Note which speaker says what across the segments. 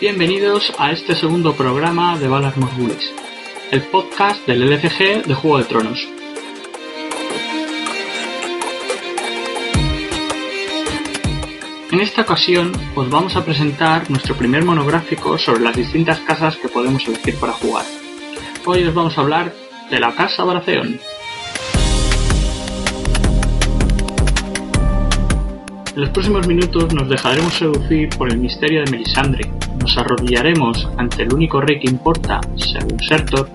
Speaker 1: Bienvenidos a este segundo programa de Balas Morgulis, el podcast del LFG de Juego de Tronos. En esta ocasión os vamos a presentar nuestro primer monográfico sobre las distintas casas que podemos elegir para jugar. Hoy os vamos a hablar de la Casa Baratheon. En los próximos minutos nos dejaremos seducir por el misterio de Melisandre, nos arrodillaremos ante el único rey que importa, según Sertor,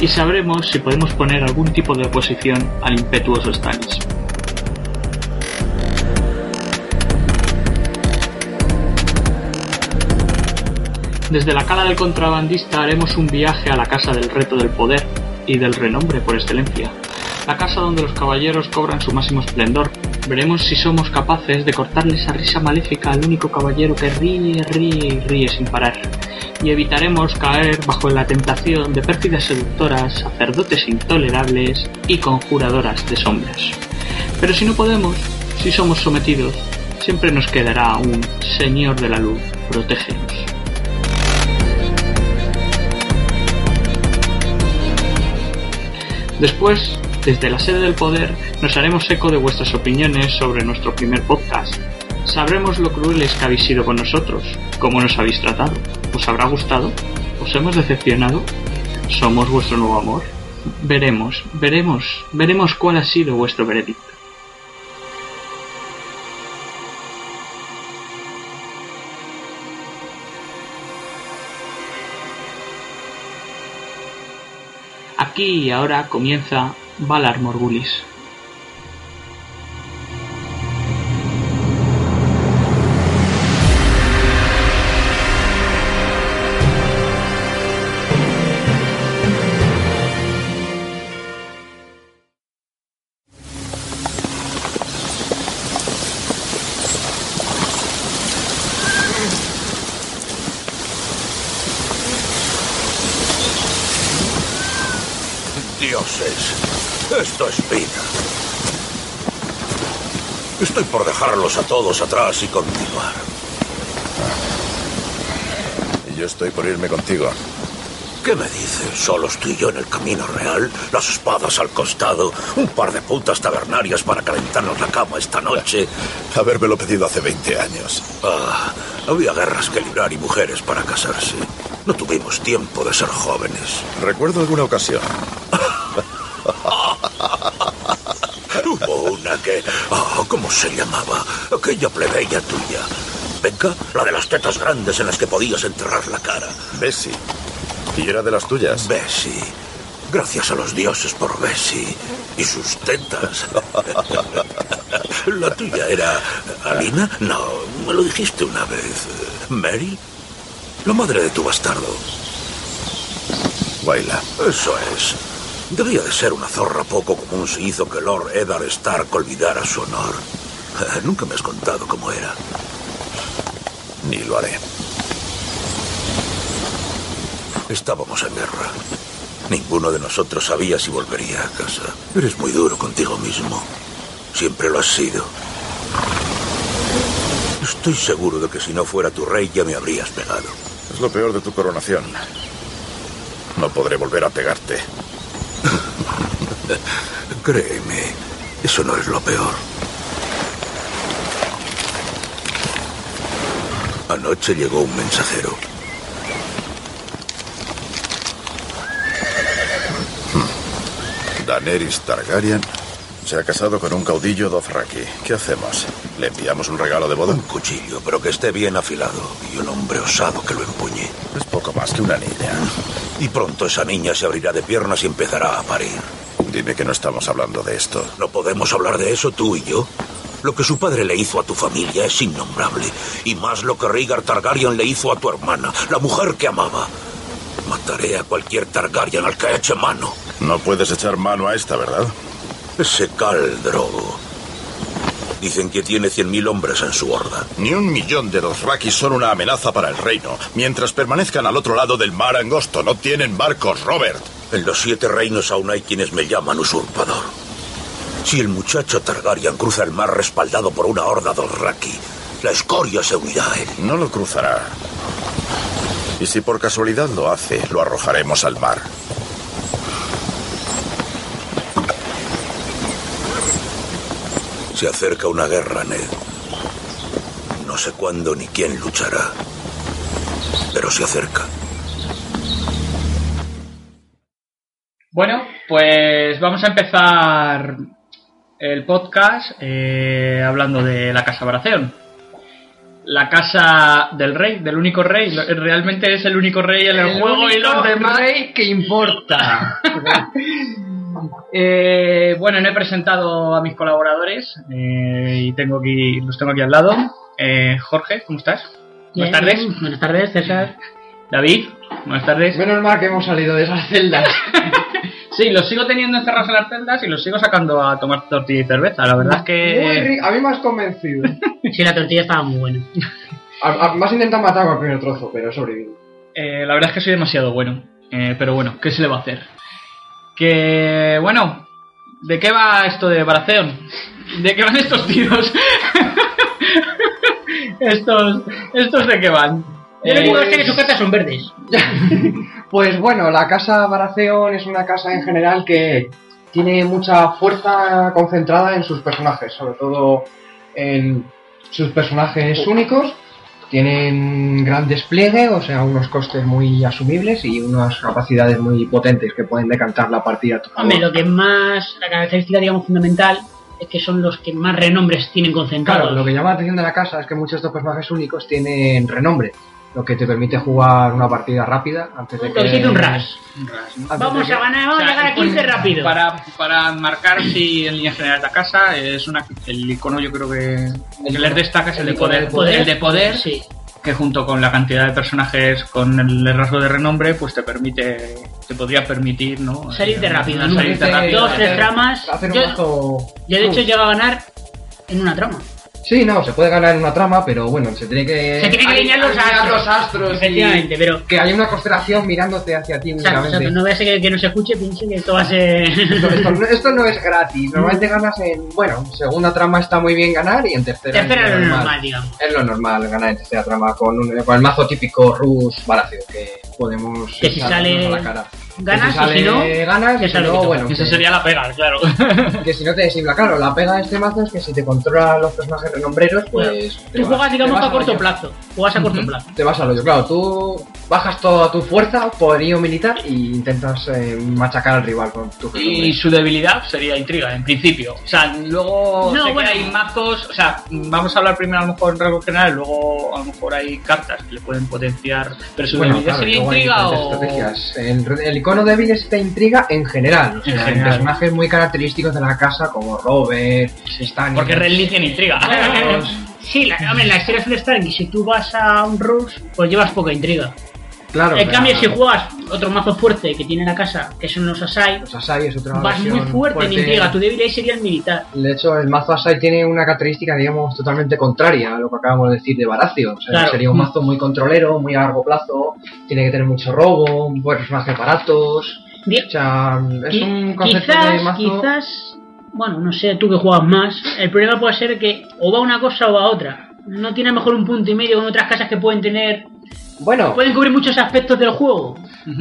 Speaker 1: y sabremos si podemos poner algún tipo de oposición al impetuoso Stannis. Desde la cala del contrabandista haremos un viaje a la casa del reto del poder y del renombre por excelencia, la casa donde los caballeros cobran su máximo esplendor. Veremos si somos capaces de cortarle esa risa maléfica al único caballero que ríe, ríe y ríe sin parar. Y evitaremos caer bajo la tentación de pérfidas seductoras, sacerdotes intolerables y conjuradoras de sombras. Pero si no podemos, si somos sometidos, siempre nos quedará un Señor de la Luz, protégenos. Después, desde la sede del poder, nos haremos eco de vuestras opiniones sobre nuestro primer podcast. Sabremos lo crueles que habéis sido con nosotros, cómo nos habéis tratado. ¿Os habrá gustado? ¿Os hemos decepcionado? ¿Somos vuestro nuevo amor? Veremos, veremos, veremos cuál ha sido vuestro veredicto. Aquí y ahora comienza Valar Morgulis.
Speaker 2: Dioses, esto es vida. Estoy por dejarlos a todos atrás y continuar.
Speaker 3: Y yo estoy por irme contigo.
Speaker 2: ¿Qué me dices? ¿Solo estoy yo en el camino real? Las espadas al costado, un par de putas tabernarias para calentarnos la cama esta noche.
Speaker 3: Habérmelo pedido hace 20 años.
Speaker 2: Ah, había guerras que librar y mujeres para casarse. No tuvimos tiempo de ser jóvenes.
Speaker 3: Recuerdo alguna ocasión.
Speaker 2: Hubo una que... ah, ¿Cómo se llamaba? Aquella plebeya tuya. Venga, la de las tetas grandes en las que podías enterrar la cara.
Speaker 3: Bessie. Y era de las tuyas.
Speaker 2: Bessie. Gracias a los dioses por Bessie y sus tetas. la tuya era... ¿Alina? No, me lo dijiste una vez. ¿Mary? La madre de tu bastardo.
Speaker 3: Baila.
Speaker 2: Eso es. Debía de ser una zorra poco común se hizo que Lord Eddard Stark olvidara su honor. Nunca me has contado cómo era.
Speaker 3: Ni lo haré.
Speaker 2: Estábamos en guerra. Ninguno de nosotros sabía si volvería a casa. Eres muy duro contigo mismo. Siempre lo has sido. Estoy seguro de que si no fuera tu rey ya me habrías pegado.
Speaker 3: Es lo peor de tu coronación. No podré volver a pegarte.
Speaker 2: Créeme, eso no es lo peor. Anoche llegó un mensajero.
Speaker 3: Hmm. Daenerys Targaryen se ha casado con un caudillo dothraki. ¿Qué hacemos? ¿Le enviamos un regalo de boda?
Speaker 2: Un cuchillo, pero que esté bien afilado y un hombre osado que lo empuñe.
Speaker 3: Es poco más que una niña.
Speaker 2: Y pronto esa niña se abrirá de piernas y empezará a parir.
Speaker 3: Dime que no estamos hablando de esto.
Speaker 2: ¿No podemos hablar de eso tú y yo? Lo que su padre le hizo a tu familia es innombrable. Y más lo que Rhaegar Targaryen le hizo a tu hermana, la mujer que amaba. Mataré a cualquier Targaryen al que eche mano.
Speaker 3: No puedes echar mano a esta, ¿verdad?
Speaker 2: Ese Khal Drogo. Dicen que tiene 100.000 hombres en su horda.
Speaker 3: Ni un millón de Dothraki son una amenaza para el reino. Mientras permanezcan al otro lado del mar angosto, no tienen barcos, Robert.
Speaker 2: En los siete reinos aún hay quienes me llaman usurpador. Si el muchacho Targaryen cruza el mar respaldado por una horda Dothraki, la escoria se unirá a él.
Speaker 3: No lo cruzará. Y si por casualidad lo hace, lo arrojaremos al mar.
Speaker 2: Se acerca una guerra, Ned. No sé cuándo ni quién luchará, pero se acerca.
Speaker 4: Bueno, pues vamos a empezar el podcast eh, hablando de la Casa Baratheon. La casa del rey, del único rey. lo- Realmente es el único rey en el, juego y los demás.
Speaker 5: rey que importa.
Speaker 4: Eh, bueno, no he presentado a mis colaboradores eh, y tengo aquí, los tengo aquí al lado. Eh, Jorge, ¿cómo estás?
Speaker 5: Bien,
Speaker 4: Buenas tardes.
Speaker 5: bien. Buenas tardes, César.
Speaker 4: David, buenas tardes.
Speaker 5: Menos mal que hemos salido de esas celdas.
Speaker 4: Sí, los sigo teniendo encerrados en las celdas y los sigo sacando a tomar tortilla y cerveza. La verdad es
Speaker 6: Muy
Speaker 4: que.
Speaker 6: rico, a mí me has convencido.
Speaker 5: Eh, Sí, la tortilla estaba muy buena.
Speaker 6: A- a- me has intentado matar con el primer trozo, pero he sobrevivido.
Speaker 4: eh, la verdad es que soy demasiado bueno. Eh, pero bueno, ¿qué se le va a hacer? Que. Bueno, ¿de qué va esto de Baratheon? ¿De qué van estos tiros? estos. ¿Estos de qué van?
Speaker 5: Yo lo
Speaker 4: Eh,
Speaker 5: único este que sé que sus cartas son verdes.
Speaker 6: Pues bueno, la casa Baratheon es una casa en general que tiene mucha fuerza concentrada en sus personajes, sobre todo en sus personajes únicos. Tienen gran despliegue, o sea, unos costes muy asumibles y unas capacidades muy potentes que pueden decantar la partida. a tu favor.
Speaker 5: Hombre, lo que más. La característica, digamos, fundamental es que son los que más renombres tienen concentrados.
Speaker 6: Claro, lo que llama la atención de la casa es que muchos de estos personajes únicos tienen renombre, lo que te permite jugar una partida rápida antes de
Speaker 5: Lo
Speaker 6: que...
Speaker 5: que se dice un ras.
Speaker 6: antes de
Speaker 5: Vamos
Speaker 6: que-
Speaker 5: a ganar, vamos
Speaker 4: O sea,
Speaker 5: a llegar a 15 rápido.
Speaker 4: Para, para marcar si en línea general la casa es una, el icono yo creo que el que les destaca es el, de poder, el de poder
Speaker 5: Sí.
Speaker 4: que junto con la cantidad de personajes con el rasgo de renombre pues te permite te podría permitir no
Speaker 5: Salirte
Speaker 4: Eh,
Speaker 5: rápido, ¿no?
Speaker 4: salirte
Speaker 6: Salirte
Speaker 4: rápido
Speaker 5: Dos,
Speaker 6: hacer-
Speaker 5: tres tramas.
Speaker 6: Hacer un
Speaker 5: Yo,
Speaker 6: mazo-
Speaker 5: yo, de hecho, llego a ganar en una trama.
Speaker 6: Sí, no, se puede ganar en una trama, pero bueno, se tiene que...
Speaker 5: Se tiene que alinear los
Speaker 6: alinear
Speaker 5: astros.
Speaker 6: los astros y-
Speaker 5: Efectivamente, pero.
Speaker 6: Que hay una constelación mirándote hacia ti
Speaker 5: Exacto,
Speaker 6: únicamente.
Speaker 5: exacto, no voy a ser que, que no se escuche, piense que esto va a ser.
Speaker 6: Esto, esto no- esto no es gratis, normalmente ganas en... Bueno, en segunda trama está muy bien ganar y en tercera...
Speaker 5: Tercera
Speaker 6: es
Speaker 5: era
Speaker 6: lo
Speaker 5: lo
Speaker 6: normal.
Speaker 5: normal, digamos.
Speaker 6: Es lo normal ganar en tercera trama con, un- con el mazo típico Rus Balacio que podemos
Speaker 5: Que si
Speaker 6: echarnos
Speaker 5: sale-
Speaker 6: a la cara.
Speaker 5: Ganas
Speaker 6: que si
Speaker 5: y si no.
Speaker 6: sale ganas,
Speaker 5: que
Speaker 6: y si
Speaker 5: sale
Speaker 6: no,
Speaker 5: que
Speaker 6: bueno,
Speaker 4: esa
Speaker 6: que,
Speaker 4: sería la pega claro
Speaker 6: que si no te desinfla, claro, la pega de este mazo es que si te controla los personajes renombreros, pues te
Speaker 5: Tú
Speaker 6: vas-
Speaker 5: juegas,
Speaker 6: te
Speaker 5: digamos,
Speaker 6: vas
Speaker 5: a
Speaker 6: al
Speaker 5: corto
Speaker 6: hoyo.
Speaker 5: plazo. Juegas a corto
Speaker 4: Ujú.
Speaker 5: plazo.
Speaker 6: Te vas al hoyo, claro, tú bajas toda tu fuerza, poderío militar y intentas eh, machacar al rival con tu
Speaker 4: y su debilidad sería intriga en principio o sea luego
Speaker 5: No,
Speaker 4: sé que
Speaker 5: bueno.
Speaker 4: hay mazos o sea vamos a hablar primero a lo mejor en rasgos generales luego a lo mejor hay cartas que le pueden potenciar pero su
Speaker 6: Bueno,
Speaker 4: debilidad
Speaker 6: claro,
Speaker 4: sería
Speaker 6: luego hay
Speaker 4: intriga
Speaker 6: diferentes
Speaker 4: o
Speaker 6: estrategias. El, el icono débil es esta intriga en general. O sea,
Speaker 4: En
Speaker 6: en
Speaker 4: general.
Speaker 6: personajes muy característicos de la casa como Robert, Stannis.
Speaker 4: porque Red Lee tiene intriga
Speaker 5: Bueno, Sí, la, hombre, la historia suele estar en que si tú vas a un rush, pues llevas poca intriga.
Speaker 6: Claro.
Speaker 5: en
Speaker 6: pero-
Speaker 5: cambio, si juegas otro mazo fuerte que tiene la casa, que son los Asai,
Speaker 6: Los Asai es otra
Speaker 5: vas muy
Speaker 6: versión
Speaker 5: fuerte en intriga. Tu débil ahí sería el militar.
Speaker 6: De hecho, el mazo Asai tiene una característica, digamos, totalmente contraria a lo que acabamos de decir de Baracio. O sea,
Speaker 5: Claro.
Speaker 6: Sería un mazo muy controlero, muy a largo plazo, tiene que tener mucho robo, buenos personajes baratos.
Speaker 5: Bien.
Speaker 6: O sea, es un
Speaker 5: Qui-
Speaker 6: concepto de
Speaker 5: quizás,
Speaker 6: mazo.
Speaker 5: quizás, bueno, no sé, tú que juegas más, el problema puede ser que o va una cosa o va otra. No tiene a lo mejor un punto y medio con otras casas que pueden tener,
Speaker 6: Bueno,
Speaker 5: pueden cubrir muchos aspectos del juego.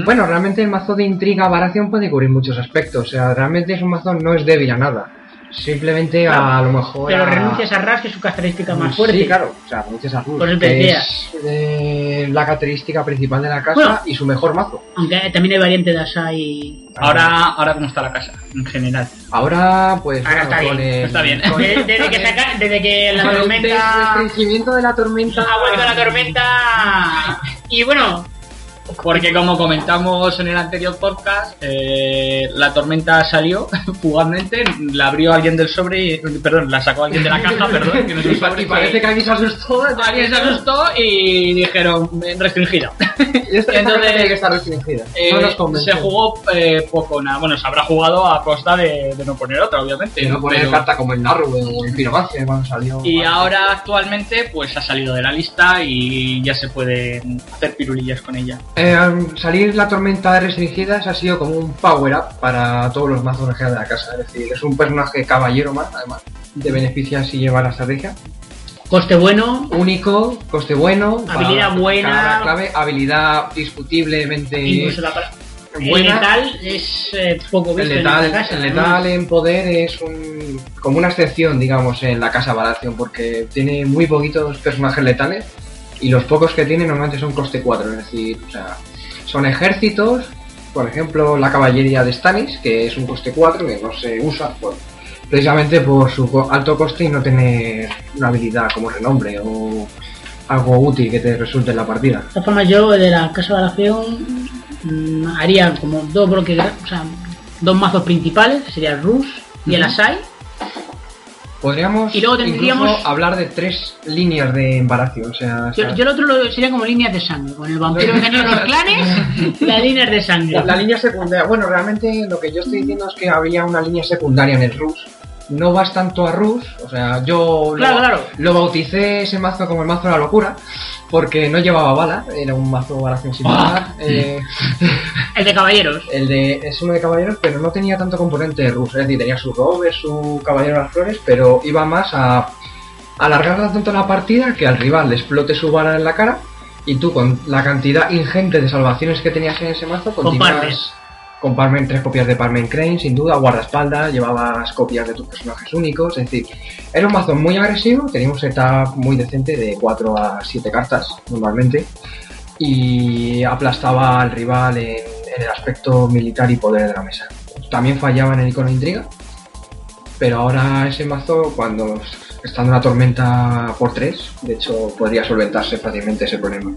Speaker 6: bueno, realmente el mazo de intriga Baración puede cubrir muchos aspectos. O sea, realmente es un mazo no es débil a nada. Simplemente a,
Speaker 5: Claro,
Speaker 6: lo mejor.
Speaker 5: Pero
Speaker 6: a- Mm,
Speaker 5: renuncias a Ras, que es su característica más fuerte.
Speaker 6: Sí, claro, o sea, muchas a
Speaker 5: Por eso te
Speaker 6: que
Speaker 5: decía.
Speaker 6: es eh, la característica principal de la casa
Speaker 5: Bueno.
Speaker 6: y su mejor mazo.
Speaker 5: Aunque eh, también hay variante de Asai.
Speaker 4: ahora ahora cómo está la casa en general
Speaker 6: Ahora, pues,
Speaker 5: Ahora está
Speaker 6: con
Speaker 5: bien,
Speaker 6: el-
Speaker 4: Ah, está bien.
Speaker 6: con-
Speaker 5: De- desde, que saca- desde que la
Speaker 6: con el des-
Speaker 5: tormenta.
Speaker 6: restringimiento de la tormenta.
Speaker 4: Ah,
Speaker 5: Ha vuelto la tormenta. Y bueno,
Speaker 4: Porque como comentamos en el anterior podcast, eh, la tormenta salió fugazmente, la abrió alguien del sobre, y, perdón, la sacó alguien de la caja, perdón, que no es un
Speaker 6: Y pa-
Speaker 4: sobre,
Speaker 6: y parece que alguien se asustó.
Speaker 4: alguien se asustó y dijeron eh, restringida.
Speaker 6: Y esta- esta
Speaker 4: Entonces,
Speaker 6: carta tiene que estar restringida.
Speaker 4: Eh,
Speaker 6: no nos
Speaker 4: se
Speaker 6: convence.
Speaker 4: jugó eh, poco, nada, bueno, se habrá jugado a costa de, de no poner otra, obviamente.
Speaker 6: Y no poner
Speaker 4: pero-
Speaker 6: carta como el Narwhal o el Piromancia cuando salió.
Speaker 4: y ahora actualmente pues ha salido de la lista y ya se pueden hacer pirulillas con ella.
Speaker 6: Eh, al salir la tormenta de restringidas ha sido como un power up para todos los mazos en general de la casa. Es decir, es un personaje caballero más, además. Te beneficia si lleva la estrategia.
Speaker 5: Coste bueno,
Speaker 6: Único, coste bueno,
Speaker 5: Habilidad
Speaker 6: palabra-
Speaker 5: buena.
Speaker 6: palabra clave, habilidad discutiblemente
Speaker 5: incluso la palabra. El
Speaker 6: buena.
Speaker 5: letal es eh, poco
Speaker 6: El
Speaker 5: visto
Speaker 6: letal,
Speaker 5: en esta casa.
Speaker 6: el
Speaker 5: además.
Speaker 6: letal en poder es un- como una excepción, digamos, en la casa Baratheon, porque tiene muy poquitos personajes letales y los pocos que tiene normalmente son coste 4, es decir, o sea, son ejércitos, por ejemplo, la caballería de Stannis, que es un coste 4 que no se usa por- precisamente por su co- alto coste y no tener una habilidad como renombre o algo útil que te resulte en la partida.
Speaker 5: De todas formas, yo de la Casa de la Feón mm, haría como dos bloques, gra- o sea, dos mazos principales, sería el Rus y el
Speaker 6: Ujú.
Speaker 5: Asai.
Speaker 6: Podríamos
Speaker 5: Y luego tendríamos-
Speaker 6: incluso habrar de tres líneas de embarazo, o sea,
Speaker 5: Yo,
Speaker 6: ¿sabes?
Speaker 5: yo el otro lo- sería como líneas de sangre, con el vampiro que tenía los clanes, las líneas de sangre.
Speaker 6: La línea secundaria, bueno, realmente lo que yo estoy diciendo es que habría una línea secundaria en el Rus. No vas tanto a Rus, o sea, yo
Speaker 5: Claro,
Speaker 6: lo,
Speaker 5: claro.
Speaker 6: lo bauticé ese mazo como el mazo de la locura, porque no llevaba bala, era un mazo
Speaker 5: Ah,
Speaker 6: balación sin bala. eh,
Speaker 5: El de caballeros.
Speaker 6: el de es uno de caballeros, pero no tenía tanto componente de Rus, es decir, tenía su rover, su caballero de las flores, pero iba más a alargar tanto la partida que al rival le explote su bala en la cara y tú con la cantidad ingente de salvaciones que tenías en ese mazo
Speaker 5: Parmen.
Speaker 6: continúas con Parmen, tres copias de Parmen Crane, sin duda, guardaespaldas, llevabas copias de tus personajes únicos, es decir, era un mazo muy agresivo, tenía un setup muy decente de 4 a 7 cartas normalmente y aplastaba al rival en, en el aspecto militar y poder de la mesa. También fallaba en el icono intriga, pero ahora ese mazo, cuando está en una tormenta por tres, de hecho podría solventarse fácilmente ese problema.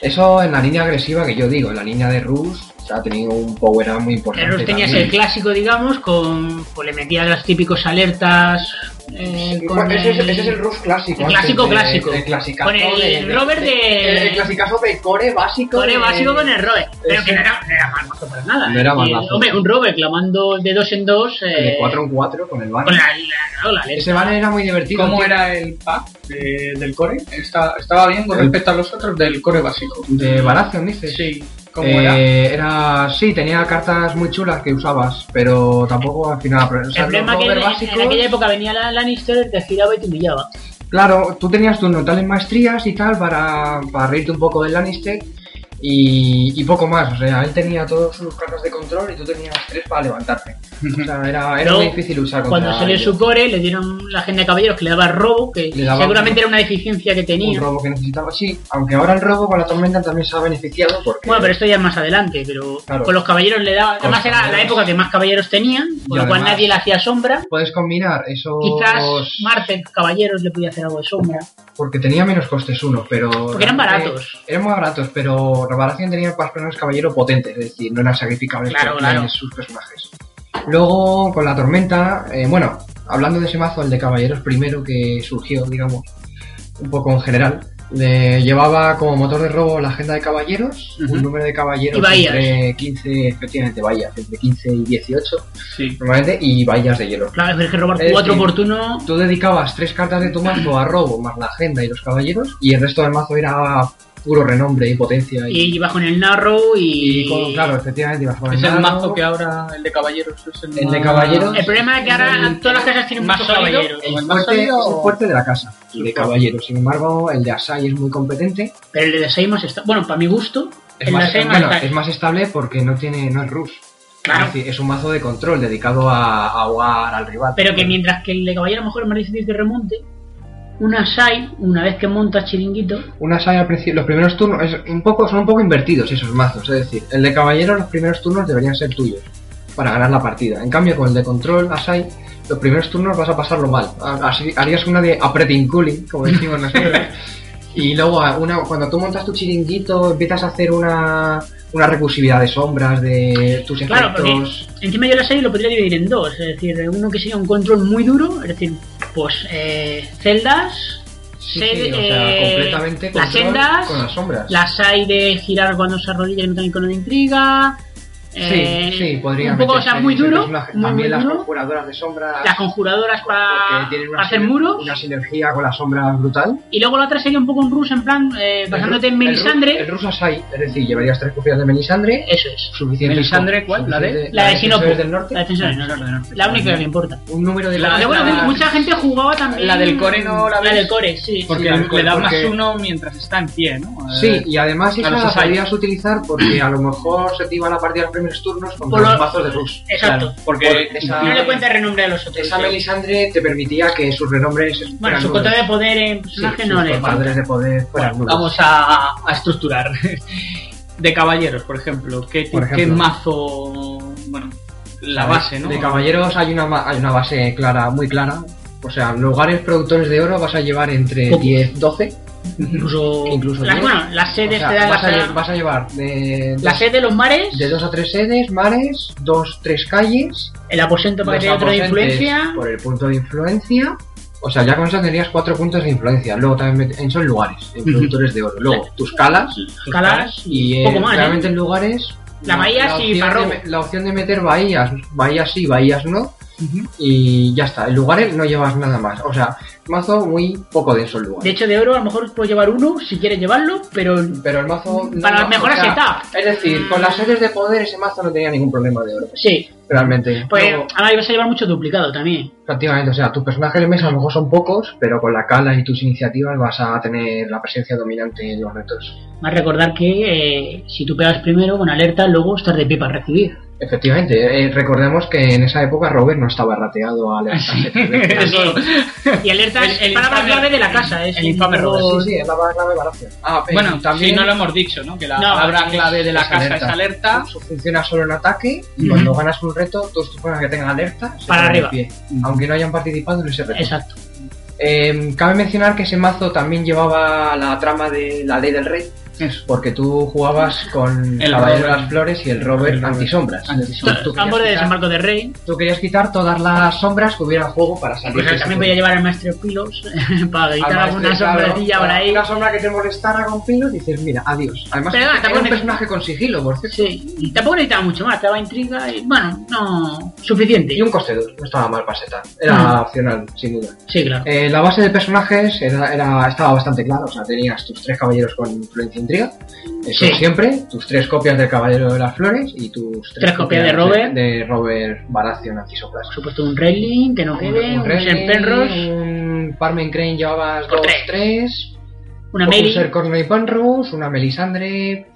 Speaker 6: Eso en la línea agresiva que yo digo, en la línea de Rus, o sea, ha tenido un power up muy importante.
Speaker 5: El Rus tenías
Speaker 6: también.
Speaker 5: el clásico, digamos, con pues le metías las típicos alertas. eh,
Speaker 6: Sí,
Speaker 5: con
Speaker 6: bueno, ese, es, ese es el Rus clásico.
Speaker 5: el
Speaker 6: antes
Speaker 5: clásico,
Speaker 6: de-
Speaker 5: clásico.
Speaker 6: El clasicazo
Speaker 5: Con el
Speaker 6: de- de-
Speaker 5: rover de-
Speaker 6: El, el clasicazo de core básico.
Speaker 5: Core
Speaker 6: de-
Speaker 5: básico con el Rover, pero
Speaker 6: Ese.
Speaker 5: que no era, no era mal mazo para nada.
Speaker 6: No era mal
Speaker 5: Y,
Speaker 6: mazo.
Speaker 5: Hombre, un Rover clamando de dos en dos.
Speaker 6: El
Speaker 5: Eh,
Speaker 6: de 4 en 4 con el banner.
Speaker 5: Con la, la- no, la alerta.
Speaker 6: Ese banner era muy divertido.
Speaker 7: ¿Cómo
Speaker 6: tío.
Speaker 7: era el pack de- del core? Está- estaba bien con
Speaker 6: El-
Speaker 7: respecto a los otros del core básico.
Speaker 6: De Baratheon, dices.
Speaker 7: Sí, ¿cómo
Speaker 6: Eh,
Speaker 7: era?
Speaker 6: era- Sí, tenía cartas muy chulas que usabas, pero tampoco al final. o sea,
Speaker 5: el problema
Speaker 6: los
Speaker 5: que en,
Speaker 6: rover
Speaker 5: en
Speaker 6: básicos-
Speaker 5: aquella época venía la Lannister, te giraba y te humillaba.
Speaker 6: Claro, tú tenías tus notales maestrías y tal para, para reírte un poco del Lannister y, y poco más. O sea, él tenía todos sus cartas de control y tú tenías tres para levantarte. O sea, era, era
Speaker 5: No,
Speaker 6: muy difícil usar contra
Speaker 5: Cuando salió
Speaker 6: ellos.
Speaker 5: su core, le dieron la agenda de caballeros que le daba robo, que
Speaker 6: Le daba
Speaker 5: seguramente era una deficiencia que tenía.
Speaker 6: Un robo que necesitaba, sí. Aunque ahora el robo con la tormenta también se ha beneficiado porque...
Speaker 5: Bueno, pero esto ya es más adelante, pero
Speaker 6: Claro.
Speaker 5: con los caballeros le daba.
Speaker 6: Con
Speaker 5: Además, era la
Speaker 6: caballeros.
Speaker 5: época que más caballeros tenían,
Speaker 6: Y
Speaker 5: con lo cual
Speaker 6: además- Pues
Speaker 5: nadie le hacía sombra.
Speaker 6: Puedes combinar esos...
Speaker 5: Quizás Marte, caballeros, le podía hacer algo de sombra.
Speaker 6: Porque tenía menos costes uno, pero...
Speaker 5: Porque eran
Speaker 6: realmente
Speaker 5: baratos.
Speaker 6: Eran muy baratos, pero Reparación tenía personajes caballero potentes, es decir, no eran sacrificables
Speaker 5: Claro,
Speaker 6: por
Speaker 5: claro.
Speaker 6: sus personajes. Luego, con la tormenta, eh, bueno, hablando de ese mazo, el de caballeros primero que surgió, digamos, un poco en general, le llevaba como motor de robo la agenda de caballeros, un número de caballeros
Speaker 5: Y bahías.
Speaker 6: entre 15, efectivamente, bahías, entre 15 y 18,
Speaker 7: Sí.
Speaker 6: normalmente, y bahías de hielo.
Speaker 5: Claro, pero es que robar
Speaker 6: Es
Speaker 5: cuatro
Speaker 6: decir,
Speaker 5: por turno.
Speaker 6: Tú dedicabas tres cartas de tu mazo a robo, más la agenda y los caballeros, y el resto del mazo era puro renombre y potencia. Y,
Speaker 5: Y ibas con el narrow y.
Speaker 6: y con- claro, efectivamente ibas con
Speaker 7: Es el
Speaker 6: nano,
Speaker 7: mazo que ahora, el de caballeros, es el,
Speaker 6: El
Speaker 7: más-
Speaker 6: de caballeros.
Speaker 4: Eh,
Speaker 5: El problema es que ahora todas las casas tienen
Speaker 7: ¿Más
Speaker 5: muchos
Speaker 7: sólido?
Speaker 5: caballeros.
Speaker 6: el
Speaker 7: ¿El más
Speaker 6: fuerte,
Speaker 7: sólido
Speaker 6: es el
Speaker 7: o-
Speaker 6: fuerte de la casa, el de
Speaker 7: fuerte.
Speaker 6: caballeros. Sin embargo, el de Asai es muy competente.
Speaker 5: Pero el de Seimas está. Bueno, para mi gusto.
Speaker 6: Es
Speaker 5: el
Speaker 6: más,
Speaker 5: de Seimas
Speaker 6: bueno,
Speaker 5: está.
Speaker 6: es más estable porque no tiene no es rush.
Speaker 5: Claro.
Speaker 6: Es, decir, es un mazo de control dedicado a a ahogar al rival.
Speaker 5: Pero que mientras que el de caballero a lo mejor es más difícil que remonte, una Sai, una vez que monta chiringuito,
Speaker 6: Una Asai al principio, los primeros turnos es un poco, son un poco invertidos esos mazos. Es decir, el de caballeros los primeros turnos deberían ser tuyos para ganar la partida. En cambio, con el de control Asai, los primeros turnos vas a pasarlo mal. Ha- así- Harías una de apreting cooling, como decimos nosotros. y luego, a una, cuando tú montas tu chiringuito, empiezas a hacer una, una recursividad de sombras, de tus
Speaker 5: Claro,
Speaker 6: efectos.
Speaker 5: porque- encima yo la Sai lo podría dividir en dos. Es decir, uno que sería un control muy duro, es decir, pues eh, celdas,
Speaker 6: Sí,
Speaker 5: sed-
Speaker 6: sí, o sea,
Speaker 5: eh,
Speaker 6: completamente
Speaker 5: las
Speaker 6: control
Speaker 5: sendas,
Speaker 6: con las sombras.
Speaker 5: la Sai de girar cuando se arrodilla y le metan icono de intriga,
Speaker 6: Sí, sí, podría
Speaker 5: eh, Un poco, o
Speaker 6: meterse
Speaker 5: sea,
Speaker 6: en
Speaker 5: muy
Speaker 6: ese
Speaker 5: duro,
Speaker 6: personaje.
Speaker 5: muy, muy
Speaker 6: También las
Speaker 5: duro.
Speaker 6: conjuradoras de sombras.
Speaker 5: Las conjuradoras
Speaker 6: porque
Speaker 5: para
Speaker 6: tienen una
Speaker 5: para Ah, hacer
Speaker 6: siner-
Speaker 5: muros.
Speaker 6: Una sinergia con las sombras brutal.
Speaker 5: Y luego la otra sería un poco un rush, en plan, eh, basándote en
Speaker 6: El ru-
Speaker 5: Melisandre.
Speaker 6: El, Rusas hay, es decir, llevarías tres copias de Melisandre.
Speaker 5: Eso es.
Speaker 6: Suficiente.
Speaker 4: ¿Melisandre cuál? ¿La de?
Speaker 5: La de Sinopo.
Speaker 6: Defensores del Norte.
Speaker 5: La de Defensores del Norte. La única que le importa.
Speaker 6: Un número de
Speaker 4: La-
Speaker 5: Pero bueno, mu- mucha gente jugaba también.
Speaker 4: la del core no la ves.
Speaker 5: del core, sí.
Speaker 4: Porque
Speaker 6: Sí,
Speaker 4: le da
Speaker 6: porque-
Speaker 4: más uno mientras está en pie, ¿no?
Speaker 6: Sí,
Speaker 4: Eh,
Speaker 6: y además
Speaker 4: Claro,
Speaker 6: esa
Speaker 4: esas
Speaker 6: la
Speaker 4: hay.
Speaker 6: podrías utilizar porque a lo mejor se te iba la partida los primeros turnos con
Speaker 5: Por
Speaker 6: los
Speaker 5: lo-
Speaker 6: mazos de Rus.
Speaker 5: Exacto.
Speaker 4: claro, porque
Speaker 6: Porque esa-
Speaker 5: No le cuenta el renombre a los otros.
Speaker 6: Esa
Speaker 5: sí.
Speaker 6: Melisandre te permitía que sus renombres.
Speaker 5: Bueno,
Speaker 6: fueran
Speaker 5: su
Speaker 6: nulos.
Speaker 5: cota de poder en
Speaker 6: Sí,
Speaker 5: personaje
Speaker 6: sus
Speaker 5: no le falta.
Speaker 6: padres de poder fueran nulos.
Speaker 4: vamos a, a estructurar. De caballeros, por ejemplo, ¿qué,
Speaker 6: Por
Speaker 4: qué
Speaker 6: ejemplo.
Speaker 4: mazo. Bueno, la base, ¿no?
Speaker 6: De caballeros hay una, ma- hay una base clara, muy clara. O sea, lugares productores de oro vas a llevar entre
Speaker 5: Pocos.
Speaker 6: 10, 12.
Speaker 5: Incluso.
Speaker 6: Incluso
Speaker 5: las,
Speaker 6: diez.
Speaker 5: bueno, las
Speaker 6: O
Speaker 5: sedes
Speaker 6: sea,
Speaker 5: te dan
Speaker 6: vas, a,
Speaker 5: la,
Speaker 6: lle- vas a llevar de,
Speaker 5: la sede de los mares,
Speaker 6: de dos a tres sedes, mares, dos, tres calles,
Speaker 5: el aposento para que
Speaker 6: los
Speaker 5: tenga otra
Speaker 6: aposentes
Speaker 5: influencia.
Speaker 6: por el punto de influencia. O sea, ya con eso tendrías cuatro puntos de influencia. Luego también met- en son lugares, en
Speaker 4: Ujú.
Speaker 6: productores de oro. Luego, tus calas.
Speaker 4: Sus caras.
Speaker 5: Calas
Speaker 6: Y eh,
Speaker 5: poco más. ¿eh?
Speaker 6: realmente en lugares.
Speaker 5: La bahía sí,
Speaker 6: opción
Speaker 5: para
Speaker 6: de
Speaker 5: robo.
Speaker 6: me- La opción de meter bahías, bahías sí, bahías no.
Speaker 4: Ujú.
Speaker 6: Y ya está. En lugares no llevas nada más. O sea, mazo muy poco de esos lugares.
Speaker 5: De hecho, de oro a lo mejor puedes llevar uno si quieres llevarlo, pero
Speaker 6: Pero el mazo. no-
Speaker 5: para
Speaker 6: no,
Speaker 5: mejorar
Speaker 6: o sea,
Speaker 5: setup.
Speaker 6: Es decir, con las sedes de poder ese mazo no tenía ningún problema de oro.
Speaker 5: Sí,
Speaker 6: Realmente.
Speaker 5: pues
Speaker 6: Luego,
Speaker 5: ahora ibas a llevar mucho duplicado también.
Speaker 6: prácticamente, o sea, tus personajes de mesa a lo mejor son pocos, pero con la cala y tus iniciativas vas a tener la presencia dominante en los retos.
Speaker 5: Más recordar que eh, si tú pegas primero con alerta, luego estás de pie para recibir.
Speaker 6: Efectivamente, eh, recordemos que en esa época Robert no estaba rateado a levantarse.
Speaker 4: Eso.
Speaker 5: Y alerta es
Speaker 4: El- el
Speaker 5: palabra
Speaker 4: infame-
Speaker 5: clave de la casa. Es
Speaker 4: el infame
Speaker 5: un
Speaker 4: Robert,
Speaker 5: poco-
Speaker 6: Sí, sí, es la clave Baratheon. Ah, eh,
Speaker 4: Bueno, también no lo hemos dicho, ¿no? Que la
Speaker 5: No,
Speaker 4: palabra
Speaker 5: es-
Speaker 4: clave de la
Speaker 6: es
Speaker 4: casa
Speaker 6: alerta.
Speaker 4: es alerta.
Speaker 6: Eso funciona solo en ataque y
Speaker 5: Ujú.
Speaker 6: cuando ganas un reto, todos tus personas que tengan alerta se
Speaker 5: Para
Speaker 6: ponen de
Speaker 5: arriba.
Speaker 6: pie, aunque no hayan participado en ese reto.
Speaker 5: Exacto.
Speaker 6: Eh, cabe mencionar que ese mazo también llevaba la trama de la ley del rey,
Speaker 4: Eso.
Speaker 6: porque tú jugabas con
Speaker 4: El
Speaker 6: el Caballero de
Speaker 4: Robert.
Speaker 6: las Flores y el Robert,
Speaker 4: El Robert.
Speaker 6: antisombras.
Speaker 4: Antisombras.
Speaker 6: Tú, tú
Speaker 5: Ambos de
Speaker 6: querías quitar,
Speaker 5: desembarco de rey.
Speaker 6: tú querías quitar todas las sombras que hubiera en juego para salir.
Speaker 5: Pues
Speaker 6: de ese
Speaker 5: también
Speaker 6: juego.
Speaker 5: podía llevar al maestro Pilos para
Speaker 6: Al
Speaker 5: evitar alguna
Speaker 6: maestro, claro,
Speaker 5: sombratilla por
Speaker 6: para
Speaker 5: ahí.
Speaker 6: Una sombra que te molestara con pilos, dices, mira, adiós. Además,
Speaker 5: Pero nada,
Speaker 6: era
Speaker 5: tampoco
Speaker 6: un
Speaker 5: ne-
Speaker 6: personaje con sigilo, por cierto.
Speaker 5: Sí, y tampoco necesitaba mucho más, estaba intriga y bueno, no. Suficiente.
Speaker 6: Y un coste dos, no estaba mal para setar. Era
Speaker 5: Ujú.
Speaker 6: opcional, sin duda.
Speaker 5: Sí, claro.
Speaker 6: Eh, la base de personajes era, era- estaba bastante clara, o sea, tenías tus tres caballeros con influencia e intriga, eso
Speaker 5: Sí.
Speaker 6: siempre, tus tres copias del Caballero de las Flores y tus
Speaker 5: Tres copias de Robert.
Speaker 6: de, de Robert Baratheon Antisoplas.
Speaker 5: Por supuesto, un Redling que no quede, un,
Speaker 6: Renly,
Speaker 5: Ser Penrose,
Speaker 6: un Parmen Crane llevabas
Speaker 5: Por
Speaker 6: dos,
Speaker 5: tres.
Speaker 6: tres,
Speaker 5: una
Speaker 6: un
Speaker 5: Mary.
Speaker 6: Ser Corney Penrose, una Melisandre,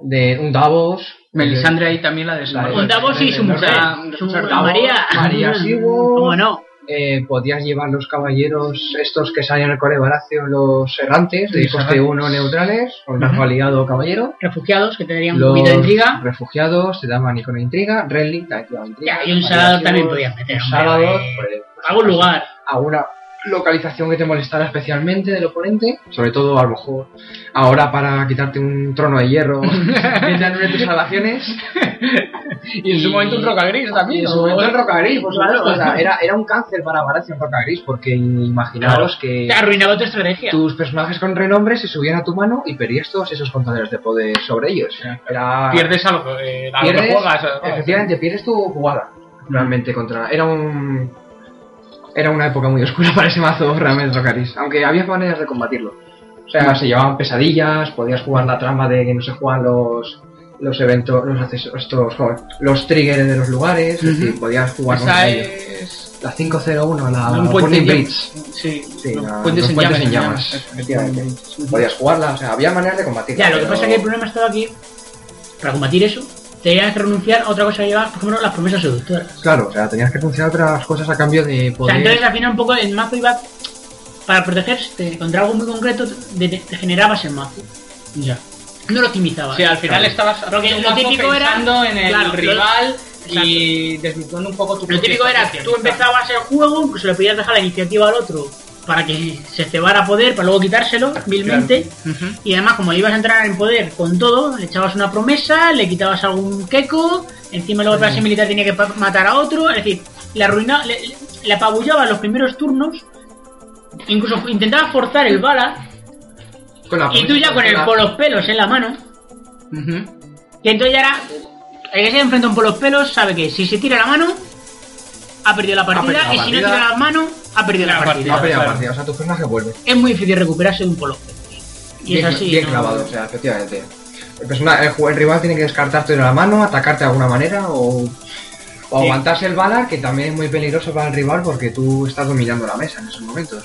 Speaker 6: de, un Davos,
Speaker 4: Melisandre ahí también la desembarcó.
Speaker 5: Un Davos
Speaker 6: eh,
Speaker 5: y su mujer.
Speaker 4: Una-
Speaker 5: Su-
Speaker 4: una-
Speaker 5: una María.
Speaker 6: María Siwo.
Speaker 5: ¿Cómo no?
Speaker 6: eh, podías llevar los caballeros estos que salían al core Baratheon, los errantes, de
Speaker 4: Los
Speaker 6: coste
Speaker 4: errantes.
Speaker 6: 1 neutrales, con
Speaker 4: Ajá.
Speaker 6: rasgo aliado o caballero.
Speaker 5: Refugiados que tendrían un
Speaker 6: Los
Speaker 5: poquito de intriga.
Speaker 6: refugiados te daban icono de intriga, Renly también te daba intriga.
Speaker 5: Ya, y un
Speaker 6: Variación,
Speaker 5: Salador también podías meter.
Speaker 6: Un
Speaker 5: hombre,
Speaker 6: Salador,
Speaker 5: eh,
Speaker 6: pues, pues,
Speaker 5: Algún lugar.
Speaker 6: A una localización que te molestara especialmente del oponente, sobre todo a lo mejor ahora para quitarte un trono de hierro mientras de tus salvaciones.
Speaker 4: Y en su momento un roca gris
Speaker 6: Y
Speaker 4: también.
Speaker 6: en
Speaker 4: ¿no?
Speaker 6: su momento el roca gris, por
Speaker 5: eh. Claro.
Speaker 6: supuesto, o sea, era, era un cáncer para Baratheon roca gris, porque imaginaros que
Speaker 5: Te arruinaba tu estrategia.
Speaker 6: tus personajes con renombre se subían a tu mano y perdías todos esos contadores de poder sobre ellos. Era...
Speaker 4: Pierdes eh, a lo que, a lo que
Speaker 6: pierdes-
Speaker 4: juegas. ¿no?
Speaker 6: Efectivamente, pierdes tu jugada. Realmente contra... Era un... Era una época muy oscura para ese mazo, realmente, Rocaris. Aunque había maneras de combatirlo. O sea, se llevaban pesadillas, podías jugar la trama de que no se juegan los los eventos, los accesos- estos, joder, los triggers de los lugares, es decir, podías jugar con
Speaker 4: Esa
Speaker 6: ellos.
Speaker 4: es.
Speaker 6: La 501, la
Speaker 4: un puente
Speaker 6: Burning
Speaker 4: en
Speaker 6: Bridge.
Speaker 4: llamas. Sí,
Speaker 6: Sí,
Speaker 4: los
Speaker 6: la-
Speaker 4: puentes
Speaker 6: los
Speaker 4: en
Speaker 6: puentes
Speaker 4: llamas.
Speaker 6: en llamas, efectivamente. Podías jugarla, o sea, había maneras de combatirla.
Speaker 5: Ya, lo que
Speaker 6: pero-
Speaker 5: pasa es que el problema estaba aquí. Para combatir eso, tenías que renunciar a otra cosa que llevabas, por ejemplo, las promesas seductoras.
Speaker 6: Claro, o sea, tenías que funcionar otras cosas a cambio de
Speaker 5: O sea,
Speaker 6: poder.
Speaker 5: entonces al final un poco el mazo iba. Para protegerse contra algo muy concreto, te, te- te generabas el mazo.
Speaker 4: Ya.
Speaker 5: No lo optimizabas.
Speaker 4: Sí, al final estabas
Speaker 5: Porque
Speaker 4: haciendo
Speaker 5: lo
Speaker 4: un mazo
Speaker 5: típico era-
Speaker 4: pensando en el
Speaker 5: claro, lo-
Speaker 4: rival y
Speaker 5: exacto.
Speaker 4: desvirtuando un poco tu
Speaker 5: Lo típico era que tú empezabas el juego, incluso le podías dejar la iniciativa al otro para que se cebara poder, para luego quitárselo vilmente. Y además, como le ibas a entrar en poder con todo, le echabas una promesa, le quitabas algún queco, encima luego clase militar tenía que pa- matar a otro, es decir, le arruinaba, le, le apabullaba los primeros turnos, incluso intentaba forzar el bala,
Speaker 6: Con la Ah,
Speaker 5: y tú ya con, el, con los pelos en la mano,
Speaker 4: Ujú.
Speaker 5: y entonces ya era El que se enfrenta por los pelos sabe que si se tira la mano, ha perdido la partida.
Speaker 6: perdido la
Speaker 5: y si no
Speaker 6: partida.
Speaker 5: tira la mano, ha perdido la,
Speaker 4: La
Speaker 5: partida.
Speaker 6: No, pero
Speaker 4: claro.
Speaker 6: partida, o sea, tu personaje vuelve.
Speaker 5: Es muy difícil recuperarse de un por los pelos. Y
Speaker 6: bien,
Speaker 5: es así.
Speaker 6: bien
Speaker 5: ¿no?
Speaker 6: clavado, o sea, efectivamente. El, persona- el, ju- el rival tiene que descartarte de la mano, atacarte de alguna manera o, o aguantarse el balar, que también es muy peligroso para el rival porque tú estás dominando la mesa en esos momentos.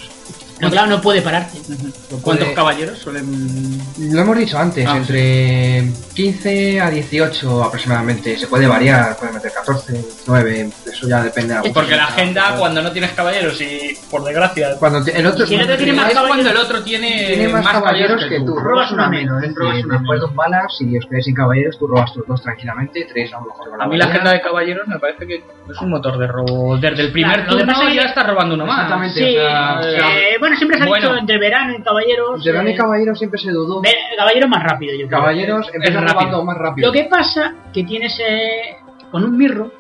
Speaker 5: No, claro, no puede pararte.
Speaker 6: No
Speaker 4: ¿Cuántos
Speaker 6: puede-
Speaker 4: caballeros suelen.?
Speaker 6: Lo hemos dicho antes,
Speaker 4: Ah,
Speaker 6: entre 15 a 18 aproximadamente. Se puede variar, puede meter 14, 9, eso ya depende de la
Speaker 4: Pues Porque la
Speaker 6: vuelta.
Speaker 4: agenda, cuando no tienes caballeros y por desgracia.
Speaker 6: Cuando te- el otro,
Speaker 5: Y si el otro tiene
Speaker 4: Es
Speaker 5: más
Speaker 6: rival
Speaker 4: cuando el otro tiene,
Speaker 6: tiene más, caballeros que tú. Robas una menos, él robas
Speaker 4: Sí,
Speaker 6: una
Speaker 4: sí,
Speaker 6: después
Speaker 4: sí.
Speaker 6: dos balas. Si os quedáis sin caballeros, tú robas tus dos tranquilamente, tres a lo mejor. con
Speaker 4: A mí la
Speaker 6: balanza.
Speaker 4: agenda de caballeros me parece que es un motor de robo. Desde el primer
Speaker 5: Claro, lo que
Speaker 4: turno
Speaker 5: pasa es que-
Speaker 4: ya estás robando uno más.
Speaker 6: Exactamente,
Speaker 5: Sí,
Speaker 6: o sea, o sea,
Speaker 5: eh, bueno, siempre se ha
Speaker 4: Bueno.
Speaker 5: dicho entre verano y caballeros.
Speaker 6: de Verón y
Speaker 5: eh,
Speaker 6: caballeros siempre se dudó.
Speaker 5: ve- caballero más rápido, yo creo.
Speaker 6: Caballeros empiezan
Speaker 4: rápido.
Speaker 6: robando más rápido.
Speaker 5: Lo que pasa que tienes eh, con un mirro,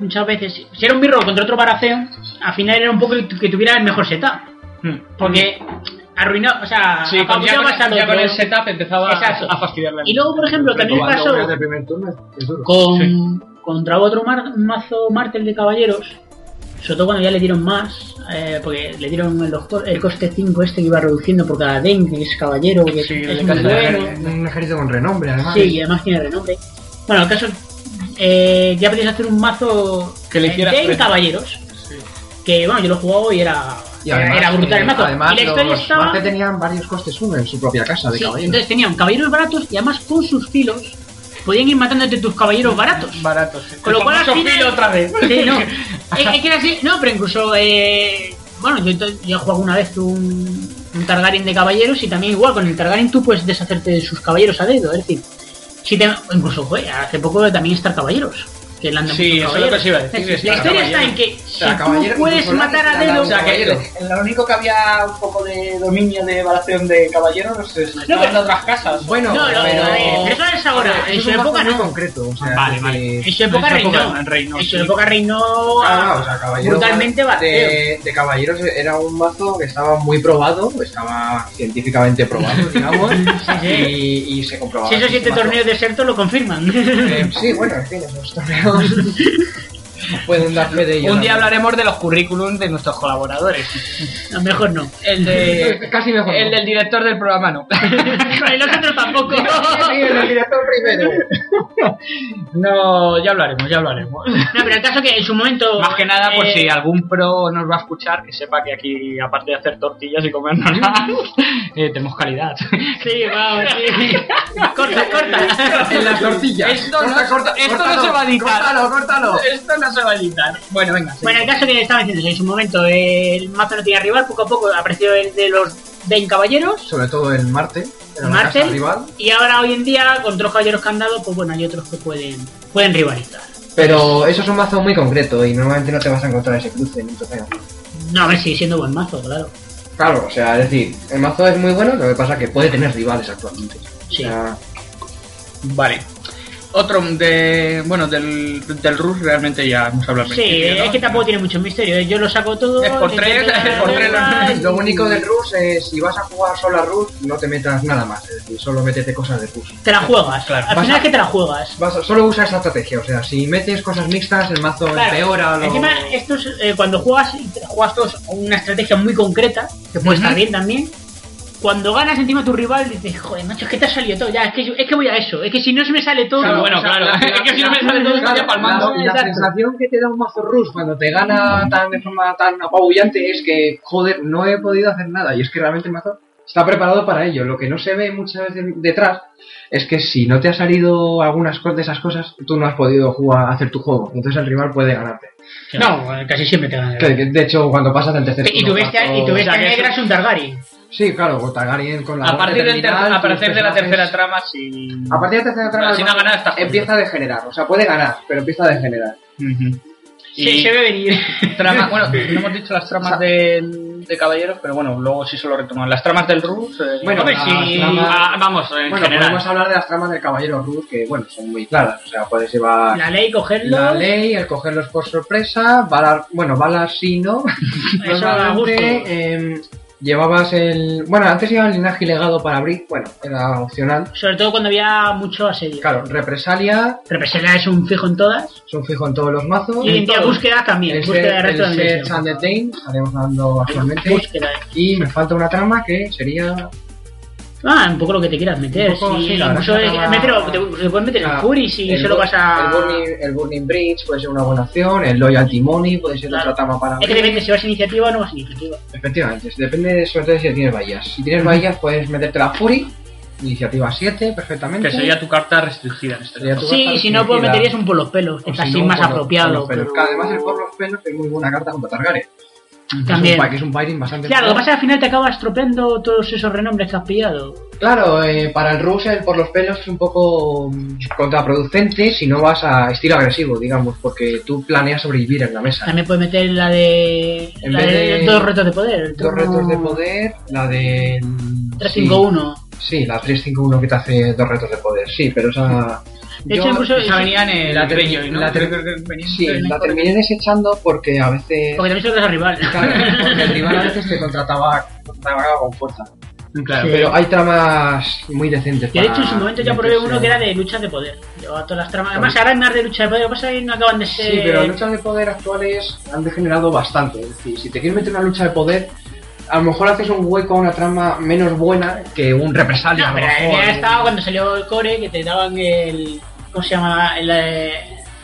Speaker 5: muchas veces, si era un mirro contra otro baraceo, al final era un poco el que tuviera el mejor setup.
Speaker 4: Hmm.
Speaker 5: Porque arruinó, o sea,
Speaker 4: Sí, con- ya,
Speaker 5: apabulabas
Speaker 4: con,
Speaker 5: al
Speaker 4: ya
Speaker 5: otro.
Speaker 4: con el setup empezaba a,
Speaker 5: Exacto.
Speaker 4: a fastidiarle.
Speaker 5: Y luego, por ejemplo, también
Speaker 6: Robando
Speaker 5: pasó
Speaker 6: una del primer turno es- es duro.
Speaker 5: con, contra otro mar- mazo martel de caballeros, sobre todo cuando ya le dieron más, eh, porque le dieron el, doctor- el coste 5 este que iba reduciendo por cada den, que es caballero, que
Speaker 4: Sí,
Speaker 5: es,
Speaker 4: el
Speaker 5: es
Speaker 4: de
Speaker 5: muy
Speaker 4: Castle
Speaker 5: bueno.
Speaker 6: Eh, Un ejército con renombre, además.
Speaker 5: Sí, y además tiene renombre. Bueno, el caso eh, ya podías hacer un mazo
Speaker 4: Que le hiciera
Speaker 5: de
Speaker 4: frente.
Speaker 5: caballeros. Que bueno, yo lo he jugado y era,
Speaker 6: Y además,
Speaker 5: era brutal
Speaker 6: eh,
Speaker 5: el mazo.
Speaker 6: Además,
Speaker 5: y la historia
Speaker 6: los
Speaker 5: estaba.
Speaker 6: Marte tenían varios costes uno en su propia casa de
Speaker 5: Sí,
Speaker 6: caballeros.
Speaker 5: entonces tenían caballeros baratos y además con sus filos podían ir matándote tus caballeros baratos.
Speaker 4: Baratos. sí.
Speaker 5: Con lo
Speaker 4: El
Speaker 5: cual, al
Speaker 4: famoso
Speaker 5: final-
Speaker 4: filo otra vez. Pues
Speaker 5: Sí, no. es, es que era así. No, pero incluso. Eh, bueno, yo, to- yo he jugado una vez un, un Targaryen de caballeros y también igual con el Targaryen tú puedes deshacerte de sus caballeros a dedo. Es decir, si te, o incluso joder, hace poco también estar caballeros. Que le andan
Speaker 4: Sí,
Speaker 5: muchos
Speaker 4: eso es
Speaker 5: caballeros.
Speaker 4: lo que os iba a decir,
Speaker 5: Es decir,
Speaker 4: Star
Speaker 5: la historia está
Speaker 4: Caballero.
Speaker 5: en que si
Speaker 6: sea,
Speaker 5: tú
Speaker 6: caballero
Speaker 5: puedes
Speaker 6: incluso
Speaker 5: matar a
Speaker 6: la- la-
Speaker 5: dedo.
Speaker 6: O sea, que-
Speaker 7: Lo único que había un poco de dominio de evaluación de caballeros es
Speaker 5: No, pero-
Speaker 7: en otras casas.
Speaker 6: Bueno,
Speaker 5: no, no, no,
Speaker 6: pero-
Speaker 5: eh, pero eso es ahora.
Speaker 6: Eso
Speaker 5: En
Speaker 6: es
Speaker 5: su
Speaker 6: un
Speaker 5: época
Speaker 6: mazo muy
Speaker 5: no.
Speaker 6: concreto. O sea,
Speaker 8: Vale,
Speaker 6: que-
Speaker 8: vale.
Speaker 5: En
Speaker 4: En su
Speaker 5: su época
Speaker 4: época
Speaker 5: reinó.
Speaker 4: reinó,
Speaker 5: En su
Speaker 4: sí.
Speaker 5: época reinó.
Speaker 6: Ah,
Speaker 5: a-
Speaker 6: o sea, caballeros
Speaker 5: brutalmente
Speaker 6: de,
Speaker 5: bateo.
Speaker 6: de caballeros era un mazo que estaba muy probado, estaba científicamente probado, digamos, Y, y se comprobaba.
Speaker 5: Si esos
Speaker 6: que ese
Speaker 5: siete
Speaker 6: mazo-
Speaker 5: torneos desiertos lo confirman.
Speaker 6: Eh, sí, bueno, en fin, esos torneos pueden dar fe de ello.
Speaker 4: Un día
Speaker 6: también.
Speaker 4: hablaremos de los currículums de nuestros colaboradores.
Speaker 5: No, mejor no.
Speaker 4: El de.
Speaker 6: Casi mejor.
Speaker 4: El del director del programa, no.
Speaker 5: El otro tampoco.
Speaker 6: Sí, el director primero.
Speaker 4: No, ya hablaremos, ya hablaremos.
Speaker 5: No, pero el caso que en su momento.
Speaker 4: Más que nada, pues, por
Speaker 5: eh,
Speaker 4: si algún pro nos va a escuchar, que sepa que aquí, aparte de hacer tortillas y comernos eh, tenemos calidad.
Speaker 5: Sí, vamos, sí. corta, corta.
Speaker 6: En las tortillas.
Speaker 4: Esto no- esto no se va a editar.
Speaker 6: Córtalo, córtalo.
Speaker 4: Esto no se va a editar. Bueno, venga.
Speaker 5: Bueno, el caso que estaba diciendo, en su momento eh, el mazo no tenía rival, poco a poco apareció el de los 20 caballeros.
Speaker 6: Sobre todo el Marte. Era una
Speaker 5: Marte.
Speaker 6: casa rival.
Speaker 5: Y ahora, hoy en día, con otros caballeros que han dado, pues bueno, hay otros que pueden, pueden rivalizar.
Speaker 6: Pero eso es un mazo muy concreto y normalmente no te vas a encontrar ese cruce en un torneo.
Speaker 5: No, a ver, sigue siendo buen mazo, claro.
Speaker 6: Claro, o sea, es decir, el mazo es muy bueno, lo que pasa es que puede tener rivales actualmente.
Speaker 5: Sí.
Speaker 6: O sea,
Speaker 4: Vale. Otro de. Bueno, del, del Rus realmente ya hemos hablado. al
Speaker 5: Sí,
Speaker 4: principio, ¿no?
Speaker 5: es que tampoco tiene mucho misterio. eh. Yo lo saco todo.
Speaker 4: Es por tres,
Speaker 5: intento
Speaker 4: es por tres
Speaker 5: ganar,
Speaker 4: las-
Speaker 5: Ah, y-
Speaker 6: lo único del Rus es si vas a jugar solo a Rus, no te metas nada más, es decir, solo métete cosas de Rus.
Speaker 5: Te la juegas.
Speaker 4: Claro.
Speaker 5: Al
Speaker 6: Vas
Speaker 5: final
Speaker 6: a-
Speaker 5: es que te la juegas.
Speaker 6: Vas a- solo usa esa estrategia, o sea, si metes cosas mixtas, el mazo
Speaker 5: Claro.
Speaker 6: empeora. Lo...
Speaker 5: Encima, esto es, eh, cuando juegas, y te la juegas todos a una estrategia muy concreta, que puede estar
Speaker 4: Ujú.
Speaker 5: bien también. Cuando ganas encima tu rival, dices, joder, macho, es que te ha salido todo. Ya, es que, yo- es que voy a eso. Es que si no se me sale todo.
Speaker 4: Claro, bueno, claro. es que si no me sale todo,
Speaker 6: Claro,
Speaker 4: estaría palmando.
Speaker 6: la, la sensación que te da un mazo Rus cuando te gana tan de forma tan apabullante es que, joder, no he podido hacer nada. Y es que realmente el mazo está preparado para ello. Lo que no se ve muchas veces detrás es que si no te ha salido algunas co- de esas cosas, tú no has podido jugar, hacer tu juego. Entonces el rival puede ganarte.
Speaker 5: No, eh, casi siempre te ganas.
Speaker 6: Que- que, de hecho, cuando pasas del tercer
Speaker 5: Y tu
Speaker 6: turno,
Speaker 5: bestia,
Speaker 6: cuarto-
Speaker 5: y tu bestia
Speaker 4: O sea, que
Speaker 5: negra es un Targaryen.
Speaker 6: Sí, claro, con Targaryen con la
Speaker 4: A
Speaker 6: muerte
Speaker 4: partir, del ter-
Speaker 6: terminal,
Speaker 4: a partir
Speaker 6: tus
Speaker 4: de la
Speaker 6: personajes-
Speaker 4: tercera trama, sí.
Speaker 6: A partir de la tercera trama,
Speaker 4: Si
Speaker 6: el
Speaker 4: no ha
Speaker 6: mazo
Speaker 4: ganado, está jodido.
Speaker 6: empieza a degenerar. O sea, puede ganar, pero empieza a degenerar.
Speaker 4: Ujú.
Speaker 5: Se,
Speaker 4: Y-
Speaker 5: se ve venir.
Speaker 4: Trama- bueno, no hemos dicho las tramas del- de, caballeros, pero bueno, luego sí se lo retoman. Las tramas del Rus. eh,
Speaker 6: Bueno,
Speaker 4: hombre,
Speaker 6: las
Speaker 4: sí,
Speaker 6: tramas-
Speaker 4: ah, vamos, en
Speaker 6: Bueno,
Speaker 4: general.
Speaker 6: podemos hablar de las tramas del Caballero Ruth, que bueno, son muy claras. O sea, puedes llevar
Speaker 5: La ley, cogerlo.
Speaker 6: la ley, el cogerlos por sorpresa, balar, bueno, balas sí, no.
Speaker 5: Eso a
Speaker 6: Normalmente,
Speaker 5: gusto.
Speaker 6: em, llevabas el. Bueno, antes llevaba el linaje y legado para abrir, bueno, era opcional.
Speaker 5: Sobre todo cuando había mucho asedio.
Speaker 6: Claro, represalia,
Speaker 5: Represalia es un fijo en todas.
Speaker 6: son fijo en todos los mazos.
Speaker 5: Y limpia búsqueda también.
Speaker 6: El
Speaker 5: búsqueda de
Speaker 6: ser,
Speaker 5: resto
Speaker 6: el
Speaker 5: de
Speaker 6: ser
Speaker 5: dimensión.
Speaker 6: and detain, estaremos hablando actualmente.
Speaker 5: Búsqueda.
Speaker 6: Y me falta una trama que sería.
Speaker 5: Ah, un poco lo que te quieras meter.
Speaker 6: Un poco,
Speaker 5: sí,
Speaker 6: sí, la
Speaker 5: incluso
Speaker 6: verdad,
Speaker 5: eh,
Speaker 6: la-
Speaker 5: meter- te, te puedes meter
Speaker 6: Ah,
Speaker 5: el Fury si
Speaker 6: el
Speaker 5: solo
Speaker 6: bur-
Speaker 5: vas a.
Speaker 6: El burning, el burning Bridge puede ser una buena opción, el Loyalty Money puede ser
Speaker 5: Claro.
Speaker 6: otra trama para.
Speaker 5: Es que depende si vas a iniciativa o no vas a iniciativa.
Speaker 6: Efectivamente, depende de, sobre todo si tienes vallas. Si tienes vallas, puedes meterte la Fury, iniciativa 7, perfectamente.
Speaker 4: Que sería tu carta restringida en este
Speaker 6: Sería
Speaker 4: caso.
Speaker 6: tu carta
Speaker 5: Sí, si no, pues
Speaker 6: restringida.
Speaker 5: meterías un por los pelos.
Speaker 6: O
Speaker 5: Es
Speaker 6: si
Speaker 5: así
Speaker 6: no,
Speaker 5: más
Speaker 6: por los-
Speaker 5: apropiado.
Speaker 6: por los pelos.
Speaker 5: pero-
Speaker 6: Que además, el por los pelos es muy buena carta contra Targaryen. Es
Speaker 5: También.
Speaker 6: un, pa- que es un fighting bastante.
Speaker 5: Claro, lo que pasa es que al final te acabas estropeando todos esos renombres que has pillado.
Speaker 6: Claro, eh, para el Rush el por los pelos es un poco mm, contraproducente si no vas a estilo agresivo, digamos, porque tú planeas sobrevivir en la mesa.
Speaker 5: También puedes meter la de.
Speaker 6: En
Speaker 5: la
Speaker 6: vez
Speaker 5: de,
Speaker 6: de-
Speaker 5: dos retos de poder.
Speaker 6: Dos
Speaker 5: el turno
Speaker 6: retos de poder, la de. mm,
Speaker 5: 351.
Speaker 6: Sí, sí, la 351 que te hace dos retos de poder, sí, pero esa.
Speaker 5: De hecho,
Speaker 6: yo-
Speaker 5: incluso.
Speaker 4: Esa venía en el
Speaker 6: La ter-
Speaker 4: Greyjoy, ¿no?
Speaker 6: la ter-
Speaker 4: Creo que venía-
Speaker 6: Sí, la terminé desechando porque a veces.
Speaker 5: Porque también se lo das al rival.
Speaker 6: Claro, porque el rival a veces te contrataba, contrataba con fuerza.
Speaker 4: Claro.
Speaker 6: Pero hay tramas muy decentes.
Speaker 5: Que de
Speaker 6: para
Speaker 5: hecho en su momento ya probé
Speaker 6: meterse-
Speaker 5: uno que era de luchas de poder. Llevaba todas las tramas. Además,
Speaker 6: Claro.
Speaker 5: ahora hay más de lucha de poder. Lo que pasa es que no acaban de ser.
Speaker 6: Sí, pero luchas de poder actuales han degenerado bastante. Es decir, si te quieres meter en una lucha de poder, a lo mejor haces un hueco a una trama menos buena que un represalia.
Speaker 5: No, pero
Speaker 6: a lo mejor. eh,
Speaker 5: ya estaba cuando salió el core que te daban el. ¿Cómo se llama? El, eh,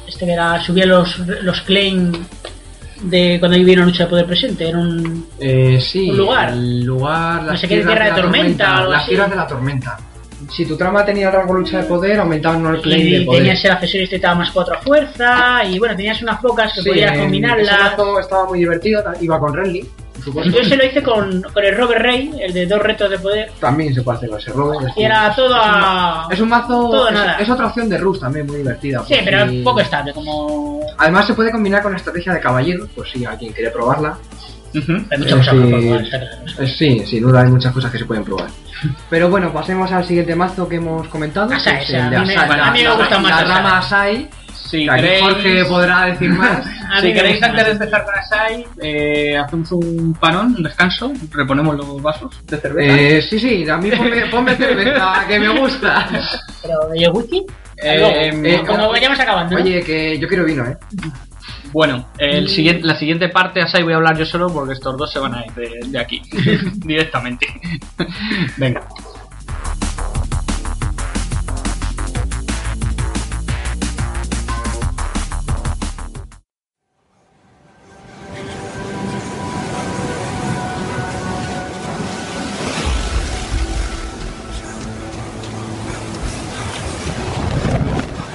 Speaker 5: este que era. Subía los, los claim de cuando había una lucha de poder presente. Era un.
Speaker 6: Eh, sí,
Speaker 5: Un lugar.
Speaker 6: El lugar, las
Speaker 5: sé qué,
Speaker 6: tierras
Speaker 5: Tierra de
Speaker 6: la
Speaker 5: Tormenta o algo
Speaker 6: Las
Speaker 5: así.
Speaker 6: tierras de la tormenta. Si tu trama tenía algo lucha de poder, aumentaban el claim de
Speaker 5: Y
Speaker 6: poder.
Speaker 5: tenías el accesorio este que te daba más cuatro a fuerza. Y bueno, tenías unas pocas que
Speaker 6: Sí,
Speaker 5: podías
Speaker 6: en- ese
Speaker 5: combinarlas.
Speaker 6: mazo estaba muy divertido, ta- iba con Renly, por supuesto.
Speaker 5: Yo se lo hice con, con el Robert Rey, el de dos retos de poder.
Speaker 6: También se puede hacer con ese robo. es
Speaker 5: Y era
Speaker 6: decir,
Speaker 5: todo a.
Speaker 6: Es un mazo.
Speaker 5: Todo
Speaker 6: es,
Speaker 5: nada.
Speaker 6: es otra opción de Rus también muy divertida.
Speaker 5: Sí,
Speaker 6: por
Speaker 5: pero
Speaker 6: si-
Speaker 5: poco estable, como.
Speaker 6: Además se puede combinar con la estrategia de caballero, por si alguien quiere probarla.
Speaker 4: Ujú.
Speaker 5: Hay muchas cosas
Speaker 6: Sí.
Speaker 5: más para jugar, está claro.
Speaker 6: Eh, Sí, sin duda hay muchas cosas que se pueden probar. Pero bueno, pasemos al siguiente mazo que hemos comentado. que
Speaker 5: Asai,
Speaker 6: es
Speaker 5: o sea,
Speaker 6: el de
Speaker 5: a mí me-
Speaker 6: Asai,
Speaker 5: a mí me
Speaker 6: la-
Speaker 5: gusta
Speaker 6: la-
Speaker 5: más
Speaker 6: la
Speaker 5: Asai.
Speaker 6: rama Asai.
Speaker 4: Si
Speaker 6: que aquí
Speaker 4: queréis,
Speaker 6: Jorge podrá decir más.
Speaker 5: A mí
Speaker 4: si
Speaker 5: me
Speaker 4: queréis
Speaker 5: gusta
Speaker 4: antes de
Speaker 5: más.
Speaker 4: empezar con Asai, eh, hacemos un panón, un descanso, reponemos los vasos de cerveza.
Speaker 6: Eh, sí, sí, a mí ponme, ponme cerveza, que me gusta.
Speaker 5: Pero, ¿y el whisky?
Speaker 4: Eh,
Speaker 5: Luego,
Speaker 4: eh,
Speaker 5: cuando Eh, vayamos acabando. ¿no?
Speaker 6: Oye, que yo quiero vino, ¿eh?
Speaker 4: Bueno,
Speaker 6: mm.
Speaker 4: el siguiente, la siguiente parte, Asai, voy a hablar yo solo porque estos dos se van a ir de, de aquí directamente. Venga.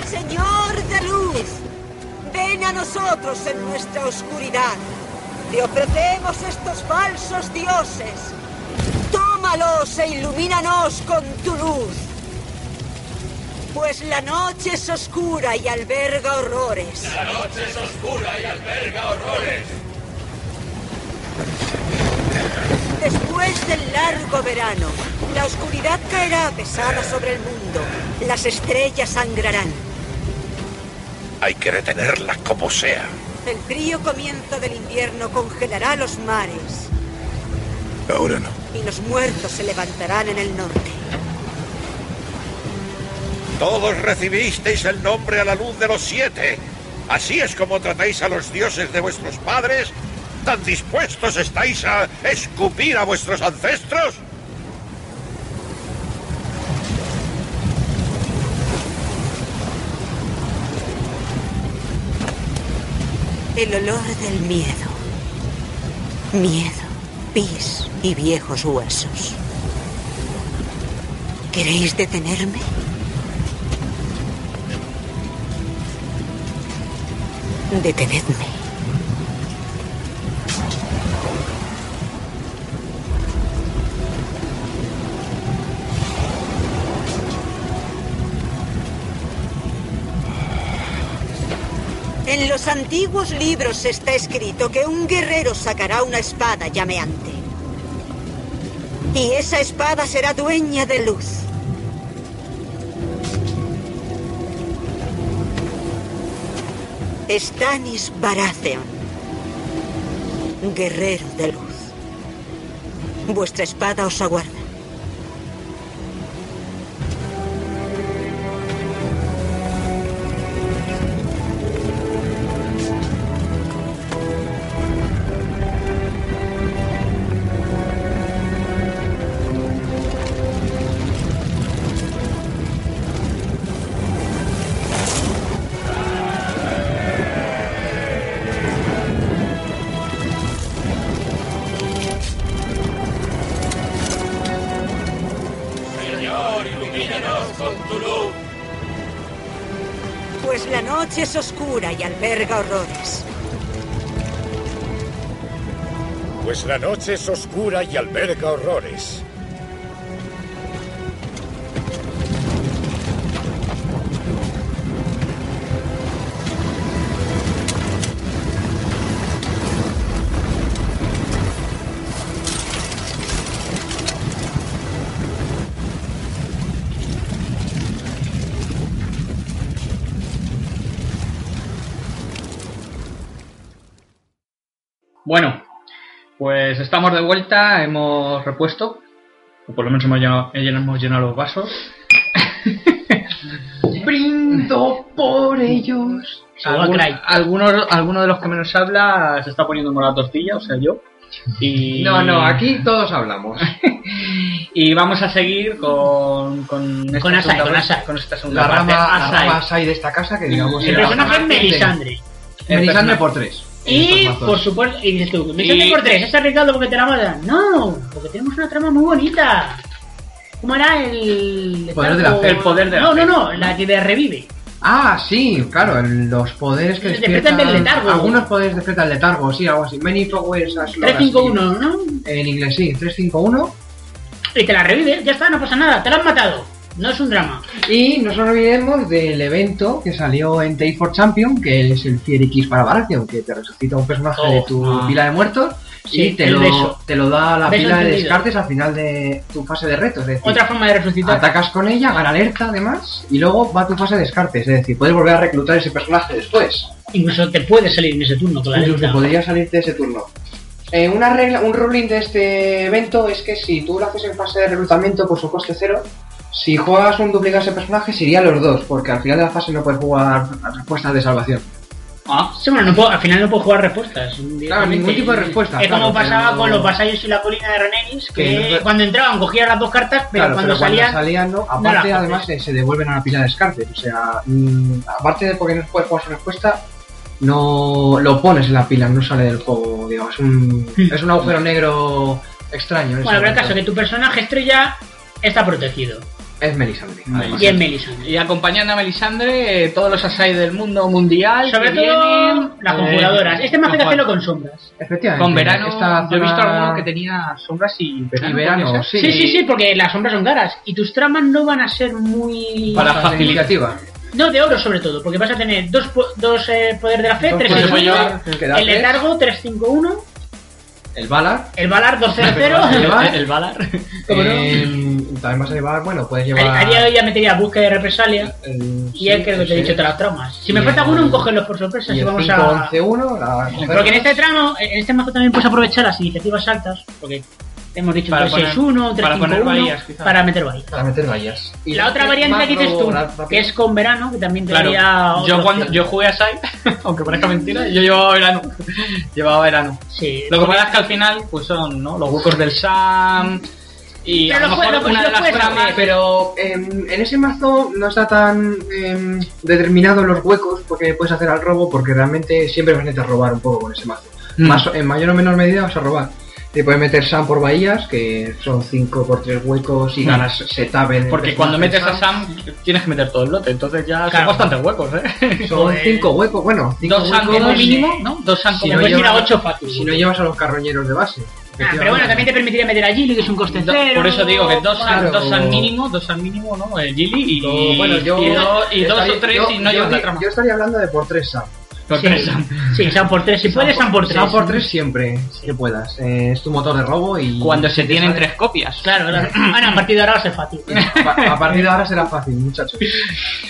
Speaker 9: Señor de luz, ven a nosotros en nuestra oscuridad. Te ofrecemos estos falsos dioses. Tómalos e ilumínanos con tu luz. Pues la noche es oscura y alberga horrores. Después del largo verano, la oscuridad caerá pesada sobre el mundo. Las estrellas sangrarán.
Speaker 2: Hay que retenerla como sea.
Speaker 9: El frío comienzo del invierno congelará los mares
Speaker 2: Ahora no.
Speaker 9: y los muertos se levantarán en el norte.
Speaker 2: Todos recibisteis el nombre a la luz de los siete. Así es como tratáis a los dioses de vuestros padres. ¿Tan dispuestos estáis a escupir a vuestros ancestros?
Speaker 9: El olor del miedo. Miedo, pis y viejos huesos. ¿Queréis detenerme? Detenedme. En los antiguos libros está escrito que un guerrero sacará una espada llameante. Y esa espada será dueña de luz. Stannis Baratheon, guerrero de luz. Vuestra espada os aguarda. Pues la noche es oscura y alberga horrores.
Speaker 3: Pues la noche es oscura y alberga horrores.
Speaker 4: Bueno, pues estamos de vuelta, hemos repuesto, o por lo menos hemos llenado, eh, hemos llenado los vasos.
Speaker 6: Brindo por ellos.
Speaker 4: Algún-
Speaker 5: Cry.
Speaker 4: alguno, alguno de los que menos habla se está poniendo como la tortilla, o sea, yo. Y,
Speaker 6: No, no, aquí todos hablamos.
Speaker 4: Y vamos a seguir con. Con, esta
Speaker 5: Con Asai,
Speaker 4: segunda
Speaker 5: con
Speaker 4: parte-
Speaker 5: Asai.
Speaker 4: con esta segunda
Speaker 6: La
Speaker 4: parte.
Speaker 6: rama, la
Speaker 4: Asai.
Speaker 6: rama Sai de esta casa que digamos
Speaker 4: El
Speaker 5: El
Speaker 6: era
Speaker 5: personaje es
Speaker 6: bastante-
Speaker 5: Melisandre.
Speaker 6: Melisandre por tres.
Speaker 5: Y
Speaker 6: Estos mazos.
Speaker 5: por supuesto, y dices tú, Melisandre
Speaker 4: Y-
Speaker 5: por tres, es arriesgado porque te la matan. No, porque tenemos una trama muy bonita. ¿Cómo era el.
Speaker 6: Poder de la fe.
Speaker 4: El poder de la
Speaker 5: No,
Speaker 4: fe.
Speaker 5: no, no, la que te revive.
Speaker 6: Ah, sí, claro, el- los poderes que
Speaker 5: Despiertan
Speaker 6: despiertan...
Speaker 5: del letargo.
Speaker 6: Algunos poderes despiertan el letargo, sí, algo así. Many powers as long as
Speaker 5: 351, ¿no?
Speaker 6: you- En inglés, sí, 351.
Speaker 5: Y te la revive, ya está, no pasa nada, te la han matado. No es un drama.
Speaker 6: Y no nos olvidemos del evento que salió en Day for Champion, que es el Fiery Kiss para Baratheon, que te resucita un personaje
Speaker 5: Oh,
Speaker 6: de tu
Speaker 5: ah.
Speaker 6: pila de muertos
Speaker 5: Sí,
Speaker 6: y te
Speaker 5: el
Speaker 6: lo,
Speaker 5: beso.
Speaker 6: te lo da la
Speaker 5: Beso
Speaker 6: pila de
Speaker 5: encendido.
Speaker 6: descartes al final de tu fase de retos. Es decir,
Speaker 5: Otra forma de resucitar.
Speaker 6: atacas con ella, gana alerta además, y luego va tu fase de descartes. Es decir, puedes volver a reclutar ese personaje después.
Speaker 5: Incluso te puede salir en ese turno con la
Speaker 6: Incluso
Speaker 5: letra.
Speaker 6: podría salir de ese turno. Eh, una regla, un ruling de este evento es que si tú lo haces en fase de reclutamiento por su coste cero, si juegas un duplicado de ese personaje serían los dos, porque al final de la fase no puedes jugar respuestas de salvación.
Speaker 4: Ah,
Speaker 5: Sí, bueno, no puedo- al final no puedo jugar respuestas. directamente.
Speaker 6: ningún tipo de respuesta,
Speaker 5: Es como
Speaker 6: claro,
Speaker 5: pasaba
Speaker 6: pero-
Speaker 5: con los vasallos y la colina de Renelis, que
Speaker 6: Que no-
Speaker 5: cuando entraban cogían las dos cartas, pero
Speaker 6: claro,
Speaker 5: cuando
Speaker 6: pero
Speaker 5: salían.
Speaker 6: cuando salían no.
Speaker 5: las
Speaker 6: Aparte,
Speaker 5: coges.
Speaker 6: además, eh, se devuelven a la pila de descartes. O sea, mm, aparte de porque no puedes jugar su respuesta, no lo pones en la pila, no sale del juego, digamos. Es un, es un agujero negro extraño. en ese
Speaker 5: Hmm. Bueno, pero el
Speaker 6: momento.
Speaker 5: caso que tu personaje estrella está protegido.
Speaker 6: Es Melisandre. además.
Speaker 5: Y es Melisandre.
Speaker 4: Y acompañando a Melisandre, eh, todos los Asai del mundo mundial.
Speaker 5: Sobre
Speaker 4: que
Speaker 5: todo
Speaker 4: vienen,
Speaker 5: las
Speaker 4: eh,
Speaker 5: conjuradoras. Este más que
Speaker 4: con-
Speaker 5: hacerlo con sombras.
Speaker 6: Efectivamente.
Speaker 4: Con verano,
Speaker 6: esta
Speaker 4: yo he visto
Speaker 6: zona-
Speaker 4: alguno que tenía sombras y verano.
Speaker 6: Y verano,
Speaker 4: ¿podría ser?
Speaker 6: sí.
Speaker 5: Sí, sí, sí, porque las sombras son caras. Y tus tramas no van a ser muy.
Speaker 4: Para
Speaker 6: Hojas de
Speaker 4: facilitar.
Speaker 6: iniciativa.
Speaker 5: No, de oro sobre todo, porque vas a tener dos, po- dos eh, poder de la fe,
Speaker 6: Dos
Speaker 5: tres
Speaker 6: poderes
Speaker 5: en
Speaker 6: de
Speaker 5: uno,
Speaker 6: la fe, que da
Speaker 5: el
Speaker 6: tres.
Speaker 5: letargo 351,
Speaker 6: El Valar.
Speaker 5: el balar
Speaker 6: Pero
Speaker 5: 200,
Speaker 6: va-
Speaker 4: El, el Valar.
Speaker 5: ¿Cómo no?
Speaker 6: eh, también vas a llevar, bueno, puedes llevar.
Speaker 5: a a día de hoy ya metería búsqueda de represalia
Speaker 6: el-
Speaker 5: y es que te he dicho todas las tramas. Si me
Speaker 6: Y
Speaker 5: falta
Speaker 6: el-
Speaker 5: alguno, cogerlos por sorpresa,
Speaker 6: Y
Speaker 5: si
Speaker 6: el
Speaker 5: vamos a...
Speaker 6: 5-11-1, la coger-
Speaker 5: Porque en este tramo, en este mazo también puedes aprovechar las iniciativas altas, porque te hemos dicho
Speaker 4: Para
Speaker 5: un 361,
Speaker 4: poner- para poner
Speaker 5: 351,
Speaker 4: bahías, quizá.
Speaker 5: para meter bahías.
Speaker 6: Para meter vallas. Ah, Y
Speaker 5: La otra variante que dices tú, que es con verano, que también te
Speaker 4: Claro,
Speaker 5: daría otra
Speaker 4: yo cuando
Speaker 5: opción.
Speaker 4: yo jugué a Sai, aunque parezca mentira, yo llevaba verano. llevaba verano.
Speaker 5: Sí.
Speaker 4: Lo que pasa es que al final, pues son, ¿no? Los huecos del Sam. Y
Speaker 5: Pero
Speaker 4: a lo
Speaker 5: lo
Speaker 4: mejor
Speaker 5: puedes- lo
Speaker 4: una de
Speaker 5: puedes
Speaker 4: las tramas,
Speaker 5: hacer.
Speaker 4: pero.
Speaker 6: Em, En, en ese mazo no está tan em, determinado los huecos porque puedes hacer al robo porque realmente siempre vas a necesitar robar un poco con ese mazo.
Speaker 4: Mm.
Speaker 6: Más o- en mayor o menor medida vas a robar. Te puedes meter Sam por bahías, que son 5 por 3 huecos y
Speaker 4: Mm.
Speaker 6: ganas setup en el
Speaker 4: Porque
Speaker 6: personaje
Speaker 4: cuando
Speaker 6: de
Speaker 4: metes a Sam, tienes que meter todo el lote, entonces ya
Speaker 5: Claro.
Speaker 4: son bastantes huecos, ¿eh?
Speaker 6: Son
Speaker 5: Joder.
Speaker 6: 5 huecos, bueno, 5
Speaker 4: Dos Sam como
Speaker 6: huecos
Speaker 4: mínimo, ¿no? Dos Sam
Speaker 6: Si
Speaker 4: como
Speaker 6: no
Speaker 5: Puedes ir
Speaker 4: mínimo.
Speaker 5: a
Speaker 6: lleva-
Speaker 5: 8 fácil.
Speaker 6: si no llevas a los carroñeros de base.
Speaker 5: Ah, pero bueno, también te permitiría meter a Gilly, que es un coste
Speaker 4: Do-
Speaker 5: cero.
Speaker 4: por eso digo que dos al
Speaker 6: claro.
Speaker 4: dos al mínimo, dos al mínimo, ¿no? El Gilly y,
Speaker 6: Yo- bueno, yo
Speaker 4: y, do- y dos
Speaker 6: estaría-
Speaker 4: o tres
Speaker 6: yo-
Speaker 4: y no
Speaker 6: yo,
Speaker 4: llevas
Speaker 6: di-
Speaker 4: la trama.
Speaker 6: Yo estaría hablando de por 3 Sam.
Speaker 4: Por tres, Sam.
Speaker 5: Sí, San por 3. Si puedes, San por 3.
Speaker 6: San por tres siempre, que puedas. Eh, es tu motor de robo y.
Speaker 1: Cuando se tienen tres copias.
Speaker 5: Claro, claro. Bueno, a partir de ahora va a ser fácil.
Speaker 6: A, a partir de ahora será fácil, muchachos.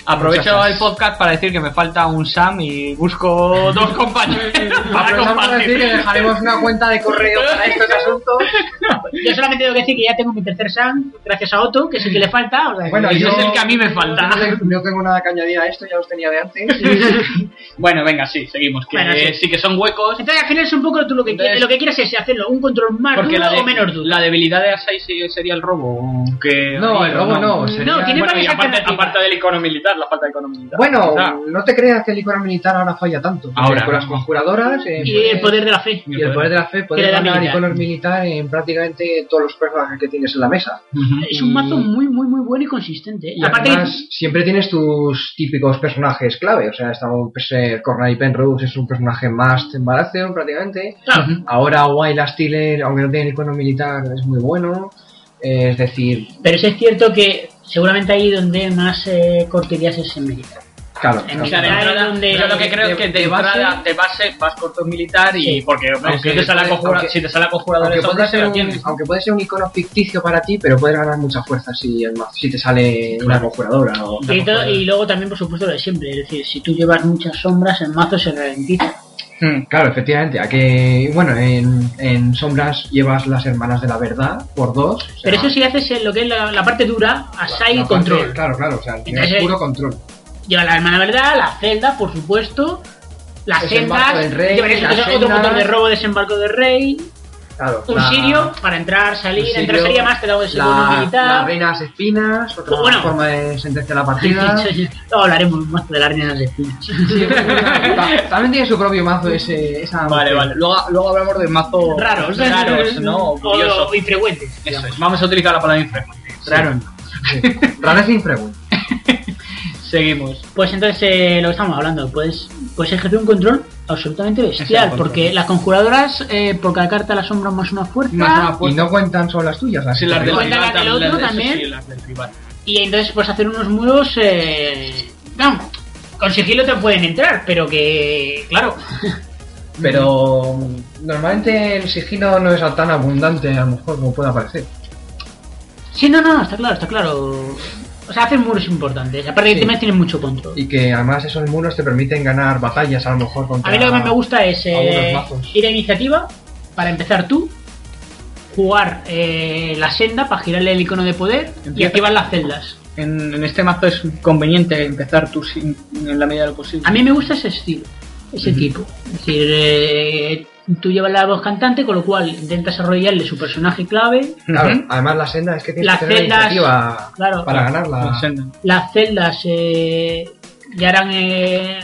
Speaker 1: Aprovecho
Speaker 6: Muchas
Speaker 1: el podcast para decir que me falta un Sam y busco dos compañeros para
Speaker 6: Aprovechamos para decir que
Speaker 1: compartir.
Speaker 6: dejaremos una cuenta de correo para estos asuntos.
Speaker 5: Yo solamente tengo que decir que ya tengo mi tercer San, gracias a Otto, que es el que le falta. o sea,
Speaker 6: Bueno,
Speaker 1: Ese
Speaker 6: yo-
Speaker 1: es el que a mí me falta.
Speaker 6: No tengo, no tengo nada que añadir a esto, ya los tenía de antes.
Speaker 1: Bueno, venga, sí, seguimos. Que
Speaker 5: Bueno, sí.
Speaker 1: sí. que son huecos.
Speaker 5: Entonces, al final es un poco tú lo que,
Speaker 1: Entonces-
Speaker 5: quieres, lo que quieres es hacerlo un control más
Speaker 1: Porque
Speaker 5: duro
Speaker 1: la, de-
Speaker 5: o menos duro.
Speaker 1: la debilidad de Asai sí sería el robo. Que
Speaker 6: No, el robo no. sería-
Speaker 5: No, tiene
Speaker 1: Bueno, y
Speaker 5: varias
Speaker 1: aparte,
Speaker 5: alternativas.
Speaker 1: aparte del icono militar, la falta de icono militar.
Speaker 6: Bueno,
Speaker 1: Ah,
Speaker 6: no te creas que el icono militar ahora falla tanto.
Speaker 1: Ahora
Speaker 6: con las
Speaker 1: mismo.
Speaker 6: conjuradoras eh,
Speaker 5: Y el poder de la fe.
Speaker 6: y el poder de la fe
Speaker 5: Que
Speaker 6: puedes
Speaker 5: le da
Speaker 6: ganar
Speaker 5: militar.
Speaker 6: iconos militar en prácticamente todos los personajes que tienes en la mesa.
Speaker 5: Es un mazo
Speaker 6: Mm.
Speaker 5: muy, muy, muy bueno y consistente. ¿eh?
Speaker 6: Y
Speaker 5: Aparte,
Speaker 6: además, siempre tienes tus típicos personajes clave. O sea, está un eh, Cornell Penrose es un personaje más en Baratheon prácticamente.
Speaker 5: claro,
Speaker 6: Ahora Wild Stiller, aunque no tiene icono militar, es muy bueno. Eh, es decir,
Speaker 5: pero sí es cierto que seguramente ahí donde más eh, corterías es en militar.
Speaker 6: claro.
Speaker 5: En
Speaker 6: ¿no?
Speaker 1: Claro,
Speaker 5: Claro,
Speaker 1: entrada-
Speaker 5: donde-
Speaker 1: yo lo que creo
Speaker 6: de-
Speaker 1: es que de,
Speaker 6: de base-
Speaker 1: entrada, de base vas corto militar y
Speaker 5: Sí.
Speaker 1: porque aunque
Speaker 6: sí,
Speaker 1: te sale a
Speaker 6: puede-
Speaker 1: conjura-
Speaker 6: aunque-
Speaker 1: si te sale a conjurador
Speaker 6: Aunque
Speaker 1: de
Speaker 6: puede,
Speaker 1: sombras, te
Speaker 6: ser
Speaker 1: lo
Speaker 6: un,
Speaker 1: tienes.
Speaker 6: aunque puede ser un icono ficticio para ti, pero puedes ganar mucha fuerza si, el mazo- si te sale una conjuradora o...
Speaker 5: Y, todo- y luego también, por supuesto, lo de siempre. Es decir, si tú llevas muchas sombras, el mazo se ralentiza.
Speaker 6: Claro, efectivamente. A que, bueno, en, en Sombras llevas las hermanas de la verdad por dos. o sea,
Speaker 5: Pero eso sí haces en lo que es la, la parte dura,
Speaker 6: la
Speaker 5: asai y
Speaker 6: parte-
Speaker 5: control.
Speaker 6: claro, claro. O sea, tienes
Speaker 5: Entonces,
Speaker 6: puro control.
Speaker 5: Lleva la hermana verdad, la celda, por supuesto. Las
Speaker 6: Desembarco
Speaker 5: sendas,
Speaker 6: del rey,
Speaker 5: lleva eso,
Speaker 6: las
Speaker 5: que es otro
Speaker 6: sendas.
Speaker 5: motor de robo, desembarco de rey,
Speaker 6: Claro,
Speaker 5: un
Speaker 6: la-
Speaker 5: sirio para entrar, salir,
Speaker 6: un
Speaker 5: entrar,
Speaker 6: sirio,
Speaker 5: salir, además te da un segundo
Speaker 6: La,
Speaker 5: militar.
Speaker 6: las reinas espinas, otra
Speaker 5: Bueno.
Speaker 6: forma de sentenciar la partida.
Speaker 5: Luego hablaremos más de las reinas de espinas.
Speaker 6: Sí, bueno, ta- también tiene su propio mazo ese, esa.
Speaker 1: Vale, vale. Luego, luego hablamos de mazo
Speaker 5: Raros,
Speaker 6: ¿eh?
Speaker 1: raros, ¿no?
Speaker 5: O-
Speaker 1: Curiosos.
Speaker 5: o infrecuentes.
Speaker 1: Eso es. Vamos a utilizar la palabra infrecuente.
Speaker 6: Raro. no. Sí. Rareza infrecuente.
Speaker 1: Seguimos.
Speaker 5: Pues entonces, eh, lo que estamos hablando, puedes, puedes ejercer un control absolutamente bestial,
Speaker 1: control.
Speaker 5: porque las conjuradoras, eh, por cada carta la sombra más una fuerza,
Speaker 6: Ah. Y no cuentan solo las tuyas, las
Speaker 1: Sí, las del
Speaker 5: Cuenta
Speaker 1: rival
Speaker 5: la del
Speaker 1: también,
Speaker 5: otro
Speaker 1: las de- eso
Speaker 5: también.
Speaker 1: sí, las del rival.
Speaker 5: y entonces puedes hacer unos muros... Eh, no, con sigilo te pueden entrar, pero que, claro,
Speaker 6: Pero mm, normalmente el sigilo no es tan abundante, a lo mejor, como pueda parecer.
Speaker 5: sí, no, no, está claro, está claro. O sea, hacen muros importantes, aparte que
Speaker 6: Sí.
Speaker 5: también tienen mucho control.
Speaker 6: Y que además esos muros te permiten ganar batallas, a lo mejor contra.
Speaker 5: A mí lo que más me gusta es eh,
Speaker 6: algunos mazos.
Speaker 5: ir a iniciativa para empezar tú, jugar eh, la senda para girarle el icono de poder y
Speaker 1: Empieza.
Speaker 5: activar las celdas.
Speaker 1: En, en este mazo es conveniente empezar tú sin- en la medida de lo posible.
Speaker 5: A mí me gusta ese estilo, ese tipo. Es decir, eh, tú llevas la voz cantante, con lo cual intentas arrollarle su personaje clave.
Speaker 6: Claro,
Speaker 1: Ujú.
Speaker 6: además la senda es que tienes
Speaker 5: ¿eh? Las
Speaker 6: que tener
Speaker 5: sendas-
Speaker 6: iniciativa
Speaker 5: Claro,
Speaker 6: para ganarla.
Speaker 1: Las sendas.
Speaker 5: las celdas eh, le harán eh,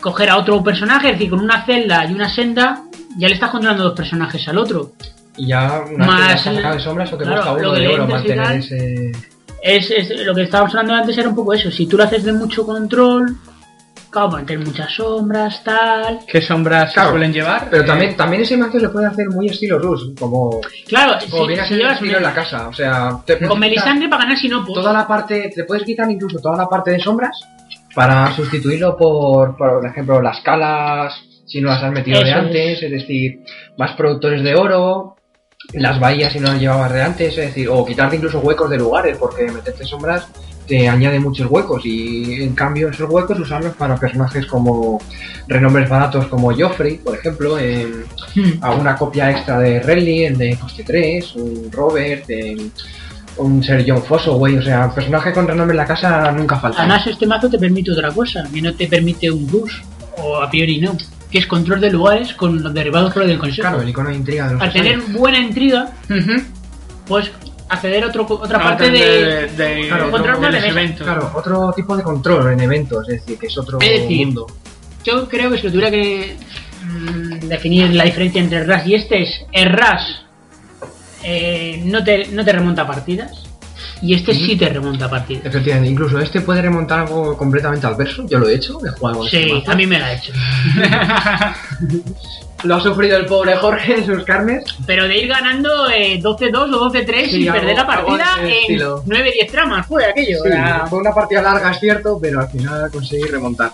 Speaker 5: coger a otro personaje, es decir, con una celda y una senda ya le estás controlando dos personajes al otro.
Speaker 6: Y ya una
Speaker 5: Más
Speaker 6: vez que la
Speaker 5: el-
Speaker 6: sacas de sombras o te
Speaker 5: claro,
Speaker 6: cuesta
Speaker 5: lo
Speaker 6: uno
Speaker 5: que
Speaker 6: de
Speaker 5: le
Speaker 6: oro
Speaker 5: entres y
Speaker 6: mantener
Speaker 5: tal.
Speaker 6: ese.
Speaker 5: es, es- lo que estábamos hablando antes era un poco eso. Si tú lo haces de mucho control, claro, mantener muchas sombras, tal.
Speaker 1: ¿Qué sombras se
Speaker 6: Claro.
Speaker 1: suelen llevar?
Speaker 6: Pero
Speaker 1: Eh,
Speaker 6: también, también ese mazo le puede hacer muy estilo Rus, como,
Speaker 5: Claro,
Speaker 6: como
Speaker 5: si,
Speaker 6: viene a
Speaker 5: si
Speaker 6: ser el
Speaker 5: llevas
Speaker 6: estilo en la casa. O sea, te puedes
Speaker 5: con
Speaker 6: quitar
Speaker 5: Melisandre para ganar pues, sinopos.
Speaker 6: toda la parte, te puedes quitar incluso toda la parte de sombras para sustituirlo por, por ejemplo, las calas, si no las has metido de
Speaker 5: Eso es.
Speaker 6: antes, es decir, más productores de oro, las bahías si no las llevabas de antes, es decir, o quitarte incluso huecos de lugares, porque meterte sombras te añade muchos huecos y en cambio esos huecos usarlos para personajes como renombres baratos como Joffrey, por ejemplo, en
Speaker 5: hmm,
Speaker 6: alguna copia extra de Renly, el de Coste 3, un Robert, el- un Ser John Fosso, güey, o sea, personaje con renombre en la casa nunca falta.
Speaker 5: Además, este mazo te permite otra cosa, que no te permite un bus, o a priori no, que es control de lugares con los derivados por el del consejo.
Speaker 6: Claro, el icono de intriga de los
Speaker 5: Al tener
Speaker 6: Osarios.
Speaker 5: buena intriga, pues acceder a otro, otra parte de...
Speaker 1: de-
Speaker 6: Claro,
Speaker 5: control
Speaker 1: de los
Speaker 5: de mesa.
Speaker 1: eventos.
Speaker 6: Claro, otro tipo de control en eventos, es decir, que es otro
Speaker 5: Es decir,
Speaker 6: mundo.
Speaker 5: Yo creo que si lo tuviera que mm, definir la diferencia entre el RAS y este es el RAS eh, no, te, no te remonta partidas y este sí te remonta partidas.
Speaker 6: Efectivamente, incluso este puede remontar algo completamente adverso, yo lo he hecho, he jugado con este
Speaker 5: Sí,
Speaker 6: mazo.
Speaker 5: a mí me la ha hecho.
Speaker 6: Lo ha sufrido el pobre Jorge en sus carnes.
Speaker 5: Pero de ir ganando eh, 12-2 o 12-3
Speaker 6: Sí,
Speaker 5: y perder la
Speaker 6: algo- algo
Speaker 5: partida
Speaker 6: de ese
Speaker 5: en
Speaker 6: estilo.
Speaker 5: 9-10 tramas, fue aquello.
Speaker 6: Sí,
Speaker 5: era-
Speaker 6: fue una partida larga, es cierto, pero al final conseguí remontar.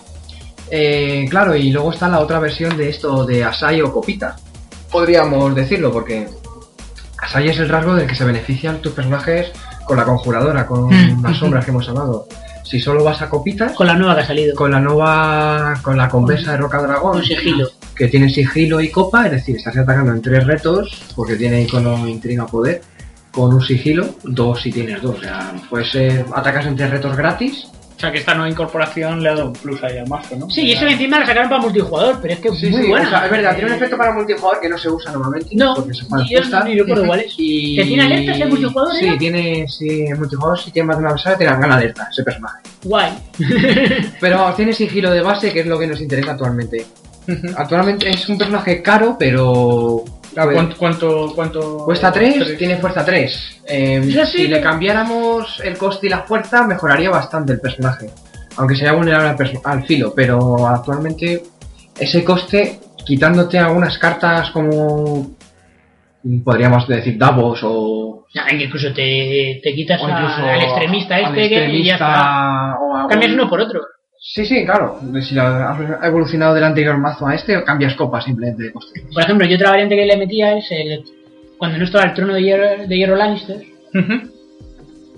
Speaker 6: Eh, claro, y luego está la otra versión de esto de Asai o Copita. Podríamos decirlo, porque Asai es el rasgo del que se benefician tus personajes con la conjuradora, con las sombras que hemos hablado. Si solo vas a Copitas,
Speaker 5: Con la nueva que ha salido.
Speaker 6: con la nueva, con la conversa de Roca Dragón,
Speaker 5: Con sigilo.
Speaker 6: que tiene sigilo y copa, es decir, estás atacando en tres retos, porque tiene icono, intriga, poder, con un sigilo, dos si tienes dos. O sea, pues atacas en tres retos gratis.
Speaker 1: O sea que esta nueva incorporación le ha dado un plus ahí al mazo, ¿no?
Speaker 5: Sí, y eso encima la sacaron para multijugador, pero es que es muy buena.
Speaker 6: o sea, es verdad, tiene un efecto para multijugador que no se usa normalmente.
Speaker 5: No,
Speaker 6: porque se puede
Speaker 5: yo
Speaker 6: ajustar.
Speaker 5: ni recuerdo cuál es.
Speaker 6: Y...
Speaker 5: ¿Que tiene alertas en multijugador,
Speaker 6: Sí,
Speaker 5: era?
Speaker 6: tiene, sí, en multijugador, si tienes más de una persona, te dan alerta ese personaje.
Speaker 5: Guay.
Speaker 6: Pero vamos, tiene sigilo de base, que es lo que nos interesa actualmente. Actualmente es un personaje caro, pero. a ver,
Speaker 1: ¿Cuánto, cuánto, cuánto-
Speaker 6: Pues-
Speaker 5: Eh,
Speaker 6: Cuesta 3, tiene fuerza 3.
Speaker 5: Ya sí.
Speaker 6: si le cambiáramos el coste y la fuerza, mejoraría bastante el personaje. Aunque sería vulnerable al, perso- al filo, pero actualmente ese coste, quitándote algunas cartas como. podríamos decir Davos o.
Speaker 5: Nada, que incluso te, te quitas
Speaker 6: o
Speaker 5: a- al extremista
Speaker 6: al
Speaker 5: este que- y ya está.
Speaker 6: extremista o a-
Speaker 5: Cambias uno por otro.
Speaker 6: Sí, sí, claro. Si la- has evolucionado del anterior mazo a este, cambias copas simplemente de coste.
Speaker 5: Por ejemplo, yo otra variante que le metía es el, cuando no estaba el trono de hierro, de hierro Lannister,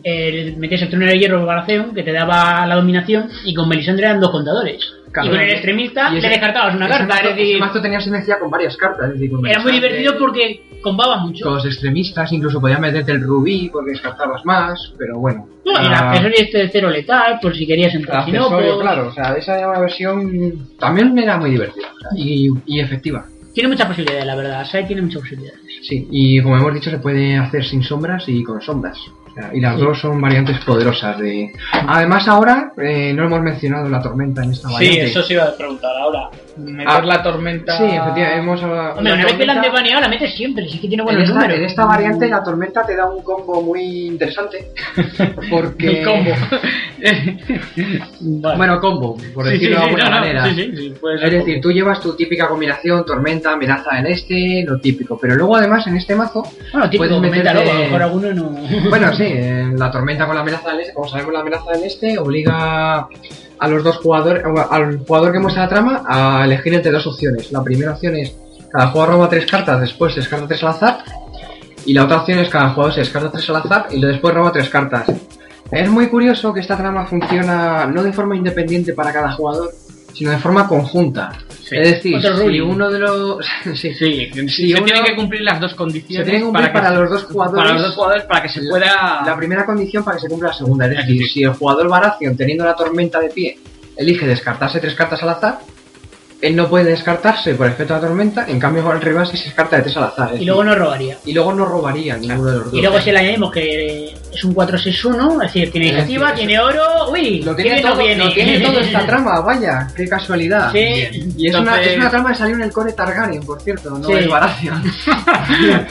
Speaker 5: el- metías el trono de hierro Baratheon que te daba la dominación y con Melisandre eran dos contadores.
Speaker 6: Claro.
Speaker 5: y con el extremista
Speaker 6: Y ese-
Speaker 5: le descartabas una
Speaker 6: Ese
Speaker 5: carta.
Speaker 6: mazo-
Speaker 5: Es decir,
Speaker 6: ese mazo tenía sinergia con varias cartas. Es decir, con
Speaker 5: era muy
Speaker 6: Melisandre,
Speaker 5: divertido porque combaba mucho.
Speaker 6: Los extremistas incluso podían meterte el rubí porque descartabas más, pero bueno.
Speaker 5: No, y el
Speaker 6: Ah,
Speaker 5: accesorio este de cero letal, por si querías
Speaker 6: el
Speaker 5: entrar. Si no,
Speaker 6: accesorio,
Speaker 5: pues-
Speaker 6: claro. O sea, esa era una versión también era muy divertida o sea, y, y efectiva.
Speaker 5: Tiene muchas posibilidades, la verdad. Sai tiene muchas posibilidades.
Speaker 6: Sí, y como hemos dicho, se puede hacer sin sombras y con sombras. O sea, y las
Speaker 5: Sí.
Speaker 6: dos son variantes poderosas de... Además ahora eh, no hemos mencionado la tormenta en esta
Speaker 1: Sí,
Speaker 6: variante.
Speaker 1: eso se iba a preguntar ahora. Meter
Speaker 6: Ah.
Speaker 1: la tormenta.
Speaker 6: Sí, efectivamente, hemos hablado...
Speaker 5: Hombre,
Speaker 6: la
Speaker 5: una vez que la han
Speaker 6: tormenta-
Speaker 5: debaneado, la metes siempre. Si es que tiene
Speaker 6: en
Speaker 5: buenos
Speaker 6: esta,
Speaker 5: números.
Speaker 6: en esta variante la tormenta te da un combo muy interesante. Porque...
Speaker 1: El combo.
Speaker 6: Bueno, combo, por
Speaker 1: Sí, sí,
Speaker 6: decirlo
Speaker 1: sí,
Speaker 6: de alguna
Speaker 1: no, no,
Speaker 6: manera.
Speaker 1: sí, sí, sí, puede ser
Speaker 6: Es decir,
Speaker 1: combo.
Speaker 6: tú llevas tu típica combinación, tormenta, amenaza en este, lo típico. Pero luego además en este mazo,
Speaker 5: Bueno, típico,
Speaker 6: puedes
Speaker 5: coméntalo,
Speaker 6: meterte-
Speaker 5: a lo mejor alguno no.
Speaker 6: bueno, sí, eh, la tormenta con la amenaza en este, como sabemos la amenaza en este, obliga a los dos jugadores, al jugador que muestra la trama a elegir entre dos opciones. La primera opción es cada jugador roba tres cartas, después se descarta tres al azar. Y la otra opción es cada jugador se descarta tres al azar y después roba tres cartas. Es muy curioso que esta trama funciona no de forma independiente para cada jugador, sino de forma conjunta. Es decir,
Speaker 5: Otro
Speaker 6: si
Speaker 5: ruling.
Speaker 6: uno de los... sí,
Speaker 1: Sí, se-
Speaker 6: Si
Speaker 1: se
Speaker 6: uno-
Speaker 1: tienen que cumplir las dos
Speaker 6: Se
Speaker 1: condiciones
Speaker 6: tiene que cumplir para, los dos jugadores.
Speaker 1: para los dos jugadores para que se pueda
Speaker 6: La primera condición para que se cumpla la segunda, es decir, si el jugador Baratheon, teniendo la tormenta de pie, elige descartarse tres cartas al azar, él no puede descartarse por efecto de la tormenta, en cambio el rival sí se descarta de tres al azar. es
Speaker 5: Y luego
Speaker 6: decir,
Speaker 5: no robaría.
Speaker 6: y luego no robaría ninguno de los dos.
Speaker 5: Y luego si le añadimos que eh, es un 4-6-1, es decir, tiene
Speaker 6: Es decir,
Speaker 5: iniciativa,
Speaker 6: eso-
Speaker 5: tiene oro, uy,
Speaker 6: lo
Speaker 5: ¿qué
Speaker 6: tiene,
Speaker 5: bien
Speaker 6: todo,
Speaker 5: nos viene?
Speaker 6: lo tiene todo esta trama, vaya, qué casualidad.
Speaker 5: Sí.
Speaker 6: Y es, una,
Speaker 1: Entonces-
Speaker 6: es una trama que salió en el core Targaryen, por cierto, no
Speaker 5: Sí.
Speaker 6: es Baratheon.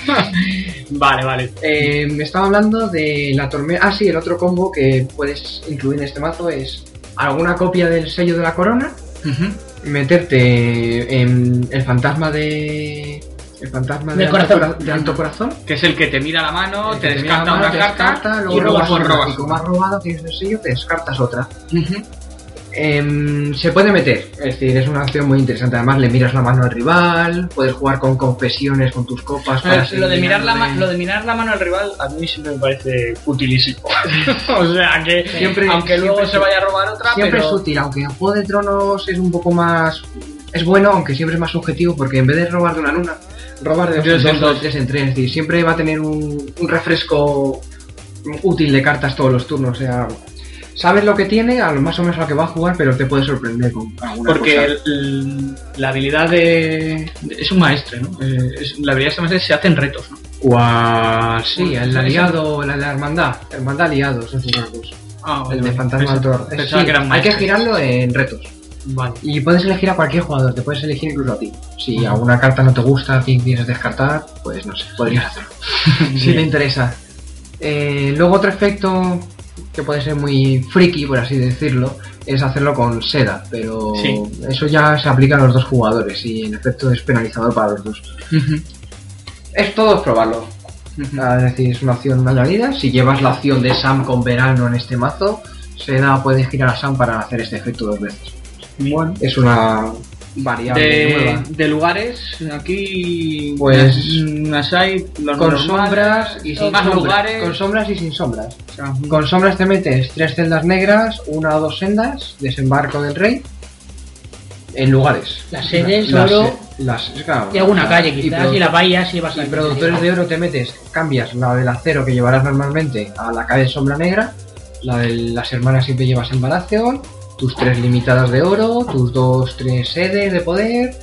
Speaker 1: vale vale
Speaker 6: Eh, me estaba hablando de la tormenta. Ah, sí, el otro combo que puedes incluir en este mazo es alguna copia del sello de la corona, meterte en el fantasma de. El fantasma
Speaker 5: De
Speaker 6: de, alto,
Speaker 5: corazón.
Speaker 6: cora- de alto corazón.
Speaker 1: que es el que te mira la mano
Speaker 6: eh,
Speaker 1: te
Speaker 6: que te
Speaker 1: descarta
Speaker 6: mira la mano,
Speaker 1: una
Speaker 6: te
Speaker 1: carta
Speaker 6: descarta,
Speaker 1: y
Speaker 6: luego
Speaker 1: robas
Speaker 6: robas
Speaker 1: por
Speaker 6: otra,
Speaker 1: robas
Speaker 6: Y como has robado, tienes el sello, te descartas otra. Em, se puede meter, es decir, es una opción muy interesante. Además, le miras la mano al rival, puedes jugar con confesiones, con tus copas. para
Speaker 1: Eh, lo
Speaker 6: seguir
Speaker 1: de mirar la ma-
Speaker 6: dándole-
Speaker 1: lo de mirar la mano al rival a mí siempre me parece utilísimo o sea que
Speaker 6: Siempre-
Speaker 1: aunque luego
Speaker 6: siempre
Speaker 1: se vaya a robar otra
Speaker 6: siempre
Speaker 1: pero
Speaker 6: es útil, aunque en Juego de Tronos es un poco más. Es bueno, aunque siempre es más subjetivo, porque en vez de robar de una en una, robar de dos,
Speaker 1: Tres en
Speaker 6: en dos,
Speaker 1: dos.
Speaker 6: tres en tres. Es decir, siempre va a tener un, un refresco útil de cartas todos los turnos. O sea, sabes lo que tiene, a lo más o menos a lo que va a jugar, pero te puede sorprender con alguna
Speaker 1: porque
Speaker 6: cosa.
Speaker 1: el- el- la habilidad de, de- es un maestre no Eh, es- la habilidad de este maestre se hace en retos no
Speaker 6: Cual- sí, el
Speaker 1: Eso-
Speaker 6: aliado, la, la hermandad, hermandad aliados, esos rasgos.
Speaker 1: ah,
Speaker 6: El de fantasma
Speaker 1: Pensaba-
Speaker 6: Altor.
Speaker 1: pensaba
Speaker 6: Sí,
Speaker 1: que eran
Speaker 6: hay que
Speaker 1: maestros.
Speaker 6: girarlo en retos.
Speaker 1: vale
Speaker 6: Y puedes elegir a cualquier jugador, te puedes elegir incluso a ti. Si alguna carta no te gusta y quieres descartar, pues no sé, podrías hacerlo. si te interesa. Eh, luego otro efecto que puede ser muy friki, por así decirlo, es hacerlo con seda, pero
Speaker 1: Sí.
Speaker 6: eso ya se aplica a los dos jugadores y en efecto es penalizador para los dos. Es todo probarlo. Ah, Es decir, es una opción añadida. Si llevas la opción de Sam con verano en este mazo, seda puedes girar a Sam para hacer este efecto dos veces.
Speaker 1: Bueno,
Speaker 6: Es una variable
Speaker 1: de,
Speaker 6: nueva.
Speaker 1: de lugares, aquí.
Speaker 6: Pues-
Speaker 1: Las hay, los
Speaker 6: Con
Speaker 1: normales,
Speaker 6: sombras y sin
Speaker 1: más
Speaker 6: sombras.
Speaker 1: lugares.
Speaker 6: Con sombras y sin sombras.
Speaker 1: o sea,
Speaker 6: Con sombras te metes tres celdas negras, una o dos sendas, desembarco del rey, en lugares.
Speaker 5: Las sedes,
Speaker 6: Las-
Speaker 5: oro
Speaker 6: las- claro,
Speaker 5: y alguna
Speaker 6: las-
Speaker 5: calle
Speaker 6: y
Speaker 5: quizás y, la bahía si vas a
Speaker 6: Y productores de oro te metes, cambias la del acero que llevarás normalmente a la calle sombra negra, la de las hermanas siempre llevas en Balación, tus tres limitadas de oro, tus dos, tres sedes de poder,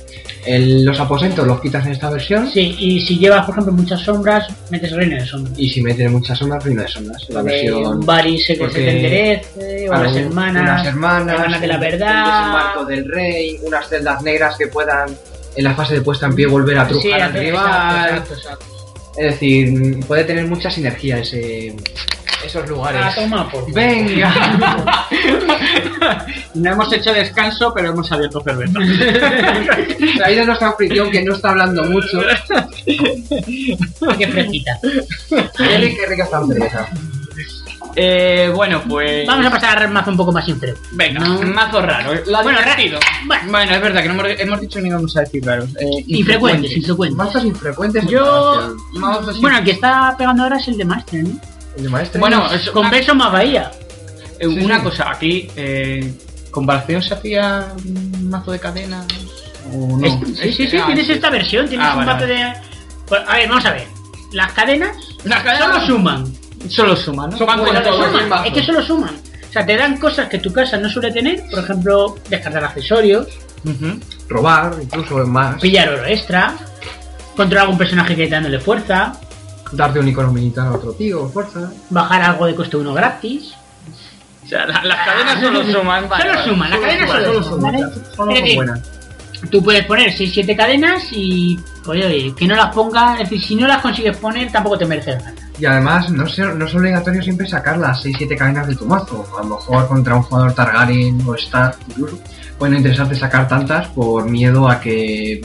Speaker 6: el- los aposentos los quitas en esta versión
Speaker 5: Sí, y si llevas, por ejemplo, muchas sombras, metes reino de sombras.
Speaker 6: y si metes muchas sombras, reino de sombras. La
Speaker 5: De
Speaker 6: versión
Speaker 5: un baris que se
Speaker 6: porque
Speaker 5: te enderece, o las
Speaker 6: algún-
Speaker 5: hermanas,
Speaker 6: unas hermanas,
Speaker 5: hermanas de la
Speaker 6: un-
Speaker 5: verdad.
Speaker 6: un desembarco del rey, unas celdas negras que puedan en la fase de puesta en pie volver a trujar al
Speaker 5: hacer-
Speaker 6: rival.
Speaker 5: exacto, exacto, exacto.
Speaker 6: Es decir, puede tener mucha sinergia ese, esos lugares.
Speaker 5: Ah, toma por
Speaker 6: Venga,
Speaker 1: No hemos hecho descanso, pero hemos abierto cerveza.
Speaker 6: se ha ido nuestra anfitrión que no está hablando mucho.
Speaker 5: qué fresquita.
Speaker 6: Qué rica, qué rica está la cerveza.
Speaker 1: Eh, bueno, pues.
Speaker 5: Vamos a pasar al mazo un poco más inferior.
Speaker 1: Venga,
Speaker 5: No.
Speaker 1: mazo raro. eh, La
Speaker 5: Bueno,
Speaker 1: divertido. Bueno, es verdad que no hemos, hemos dicho que no íbamos a decir raros. Eh,
Speaker 5: Infrecuentes,
Speaker 1: infrecuentes.
Speaker 5: infrecuentes.
Speaker 6: Mazos infrecuentes.
Speaker 5: Yo-
Speaker 6: pues
Speaker 1: Mazos
Speaker 5: Bueno, el que está pegando ahora es el de ah, Maestre, ¿no?
Speaker 6: El de maestre.
Speaker 1: Bueno, es
Speaker 5: Con
Speaker 6: ah,
Speaker 1: una,
Speaker 5: beso más bahía.
Speaker 1: eh,
Speaker 6: sí,
Speaker 1: una
Speaker 6: sí.
Speaker 1: cosa, aquí, eh, ¿comparación se hacía un mazo de cadenas? ¿O no?
Speaker 5: Es- sí, sí, sí,
Speaker 1: Ah,
Speaker 5: tienes esta versión, tienes
Speaker 1: Ah,
Speaker 5: un
Speaker 1: vale,
Speaker 5: mazo
Speaker 1: vale.
Speaker 5: de... Pues, a ver, vamos a ver. Las cadenas
Speaker 1: Las
Speaker 4: Ah,
Speaker 5: solo
Speaker 1: cadenas
Speaker 5: suman.
Speaker 1: solo suma, ¿no?
Speaker 6: Son
Speaker 1: Van con
Speaker 6: buenas,
Speaker 1: todo.
Speaker 5: Solo
Speaker 6: Todos
Speaker 5: suman,
Speaker 6: mazos.
Speaker 5: Es que solo suman. O sea, te dan cosas que tu casa no suele tener, por ejemplo, descartar accesorios,
Speaker 1: Ujú.
Speaker 6: Robar, incluso más.
Speaker 5: pillar oro extra, controlar algún personaje que dándole fuerza,
Speaker 6: Darte un icono militar a otro tío, fuerza.
Speaker 5: bajar algo de coste uno gratis.
Speaker 1: O sea, la- las cadenas solo suman. vale,
Speaker 5: solo
Speaker 1: vale.
Speaker 5: suman, las cadenas solo, suman. ¿vale?
Speaker 6: Solo
Speaker 5: Es
Speaker 6: son
Speaker 5: decir,
Speaker 6: buenas.
Speaker 5: Tú puedes poner 6-7 cadenas y, oye, oye, que no las pongas, es decir, si no las consigues poner, tampoco te mereces ganar.
Speaker 6: Y además, no, se- no es obligatorio siempre sacar las 6-7 cadenas de tu mazo. A lo mejor contra un jugador Targaryen o Stark incluso, puede no interesarte sacar tantas por miedo a que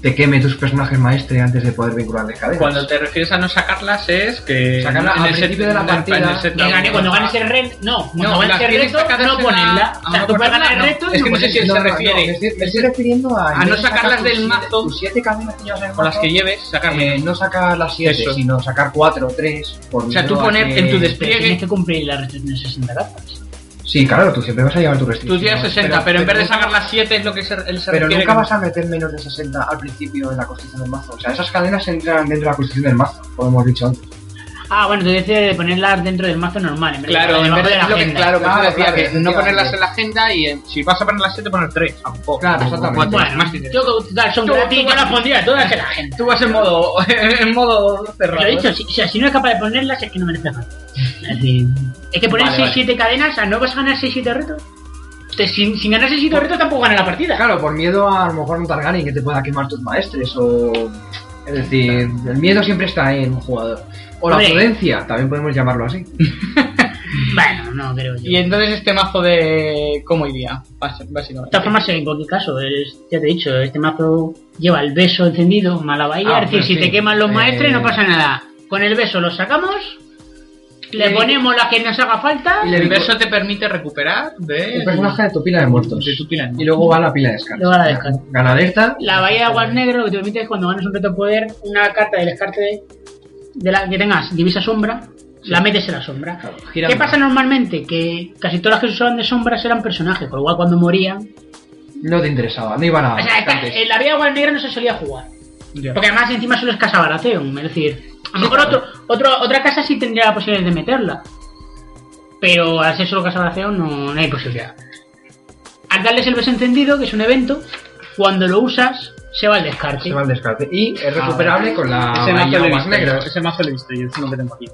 Speaker 6: te queme tus personajes maestre antes de poder vincularles cadenas.
Speaker 1: Cuando te refieres a no sacarlas es que...
Speaker 6: Sacarlas
Speaker 1: en
Speaker 6: al
Speaker 1: el set-
Speaker 6: principio de la
Speaker 1: en el- en el
Speaker 6: partida.
Speaker 1: set-
Speaker 5: Que gane- cuando ganes el reto, no, cuando
Speaker 1: No,
Speaker 5: ganes
Speaker 1: las
Speaker 5: el
Speaker 1: tienes
Speaker 5: reto,
Speaker 1: sacadas
Speaker 5: no
Speaker 1: en la-
Speaker 5: ponerla.
Speaker 1: a
Speaker 5: O sea,
Speaker 1: una
Speaker 5: tú puedes ganar el
Speaker 1: persona, no.
Speaker 5: reto y
Speaker 1: Es
Speaker 5: no
Speaker 1: que no sé
Speaker 5: ponerla.
Speaker 1: si él se refiere.
Speaker 6: me estoy, me estoy refiriendo a.
Speaker 1: A no sacarlas
Speaker 6: tus
Speaker 1: del
Speaker 6: siete-
Speaker 1: mazo.
Speaker 6: tus siete cadenas que llevas en el
Speaker 1: Con las
Speaker 6: mazo,
Speaker 1: que lleves, sacarlas.
Speaker 6: eh, no sacar las 7,
Speaker 1: Eso.
Speaker 6: sino sacar 4 o 3.
Speaker 1: O sea, tú poner en tu
Speaker 5: Pero
Speaker 1: despliegue-
Speaker 5: tienes que cumplir las restricciones 60 gafas.
Speaker 6: Sí, claro, tú siempre vas a llevar tu restricción.
Speaker 1: Tú llevas 60, pero, en vez de sacar las 7 es lo que se, él se
Speaker 6: Pero
Speaker 1: refiere
Speaker 6: nunca
Speaker 1: con-
Speaker 6: vas a meter menos de 60 al principio en la construcción del mazo. O sea, esas cadenas entran dentro de la construcción del mazo, como hemos dicho antes.
Speaker 5: Ah, bueno, tú decides de ponerlas dentro del mazo normal, en vez de
Speaker 1: Claro, en
Speaker 5: debajo
Speaker 1: vez de,
Speaker 5: de la
Speaker 1: es lo que,
Speaker 5: agenda.
Speaker 1: claro, por eso
Speaker 6: Claro,
Speaker 1: decía
Speaker 6: claro,
Speaker 1: que no
Speaker 6: efectivamente.
Speaker 1: ponerlas en la agenda y eh, si vas a poner las 7, poner 3. Tampoco.
Speaker 6: Claro, exactamente.
Speaker 1: Cuatro,
Speaker 5: Bueno,
Speaker 1: más
Speaker 5: yo
Speaker 1: dinero.
Speaker 5: que total, son
Speaker 1: Tú-
Speaker 5: gratis,
Speaker 1: tú
Speaker 5: yo
Speaker 1: vas-
Speaker 5: las pondría todas en la agenda.
Speaker 1: Tú vas en modo, en modo
Speaker 5: Lo
Speaker 1: cerrado.
Speaker 5: he dicho, si, o sea, si no es capaz de ponerlas es que no merece ganar. Es decir, es que poner
Speaker 1: Vale,
Speaker 5: 6-7 cadenas, o sea, no vas a ganar 6-7 retos. Te- sin, sin ganar 6-7 retos tampoco gana la partida.
Speaker 6: Claro, por miedo a, a lo mejor un Targaryen que te pueda quemar tus maestres o... Es decir, el miedo siempre está en un jugador. O la
Speaker 5: Hombre.
Speaker 6: prudencia, también podemos llamarlo así.
Speaker 5: Bueno, no creo yo.
Speaker 1: Y entonces este mazo de... ¿Cómo iría? Bás-
Speaker 5: De
Speaker 1: Básicamente.
Speaker 5: todas formas, en cualquier caso, es- ya te he dicho, este mazo lleva el beso encendido, mala bahía,
Speaker 6: Ah,
Speaker 5: es decir,
Speaker 6: bueno,
Speaker 5: si
Speaker 6: sí.
Speaker 5: te queman los
Speaker 6: Eh,
Speaker 5: maestres no pasa nada. Con el beso lo sacamos, le
Speaker 1: Y-
Speaker 5: ponemos la que nos haga falta,
Speaker 6: Y
Speaker 5: y
Speaker 6: le
Speaker 1: El
Speaker 6: digo,
Speaker 1: beso te permite recuperar de...
Speaker 6: un personaje de tu pila de muertos.
Speaker 1: de tu pila.
Speaker 6: Y luego va a la pila de descartes.
Speaker 5: Luego a la descarte.
Speaker 6: Ganadeta,
Speaker 5: la bahía de aguas negro lo que te permite es cuando ganas un reto de poder, una carta de descarte de, de la que tengas divisa sombra, la metes en la sombra.
Speaker 6: gira
Speaker 5: ¿Qué pasa normalmente? Que casi todas las que se usaban de sombras eran personajes, con lo cual cuando morían.
Speaker 6: no te interesaba, no iba a
Speaker 5: o sea, esta- en la vida igual negra no se solía jugar.
Speaker 1: Ya.
Speaker 5: Porque además encima solo es casa Baratheon, es decir, a lo mejor otro, otro- otra casa sí tendría la posibilidad de meterla. Pero al ser solo casa Baratheon no, no hay posibilidad. Al darles el beso encendido, que es un evento, cuando lo usas se va al descarte.
Speaker 6: Se va al descarte. Y es recuperable con la
Speaker 1: Ah, ese mazo
Speaker 6: bahía
Speaker 1: lo he
Speaker 6: aguas
Speaker 1: visto yo,
Speaker 6: negras.
Speaker 1: ese mazo lo he visto yo, es uno que tengo aquí.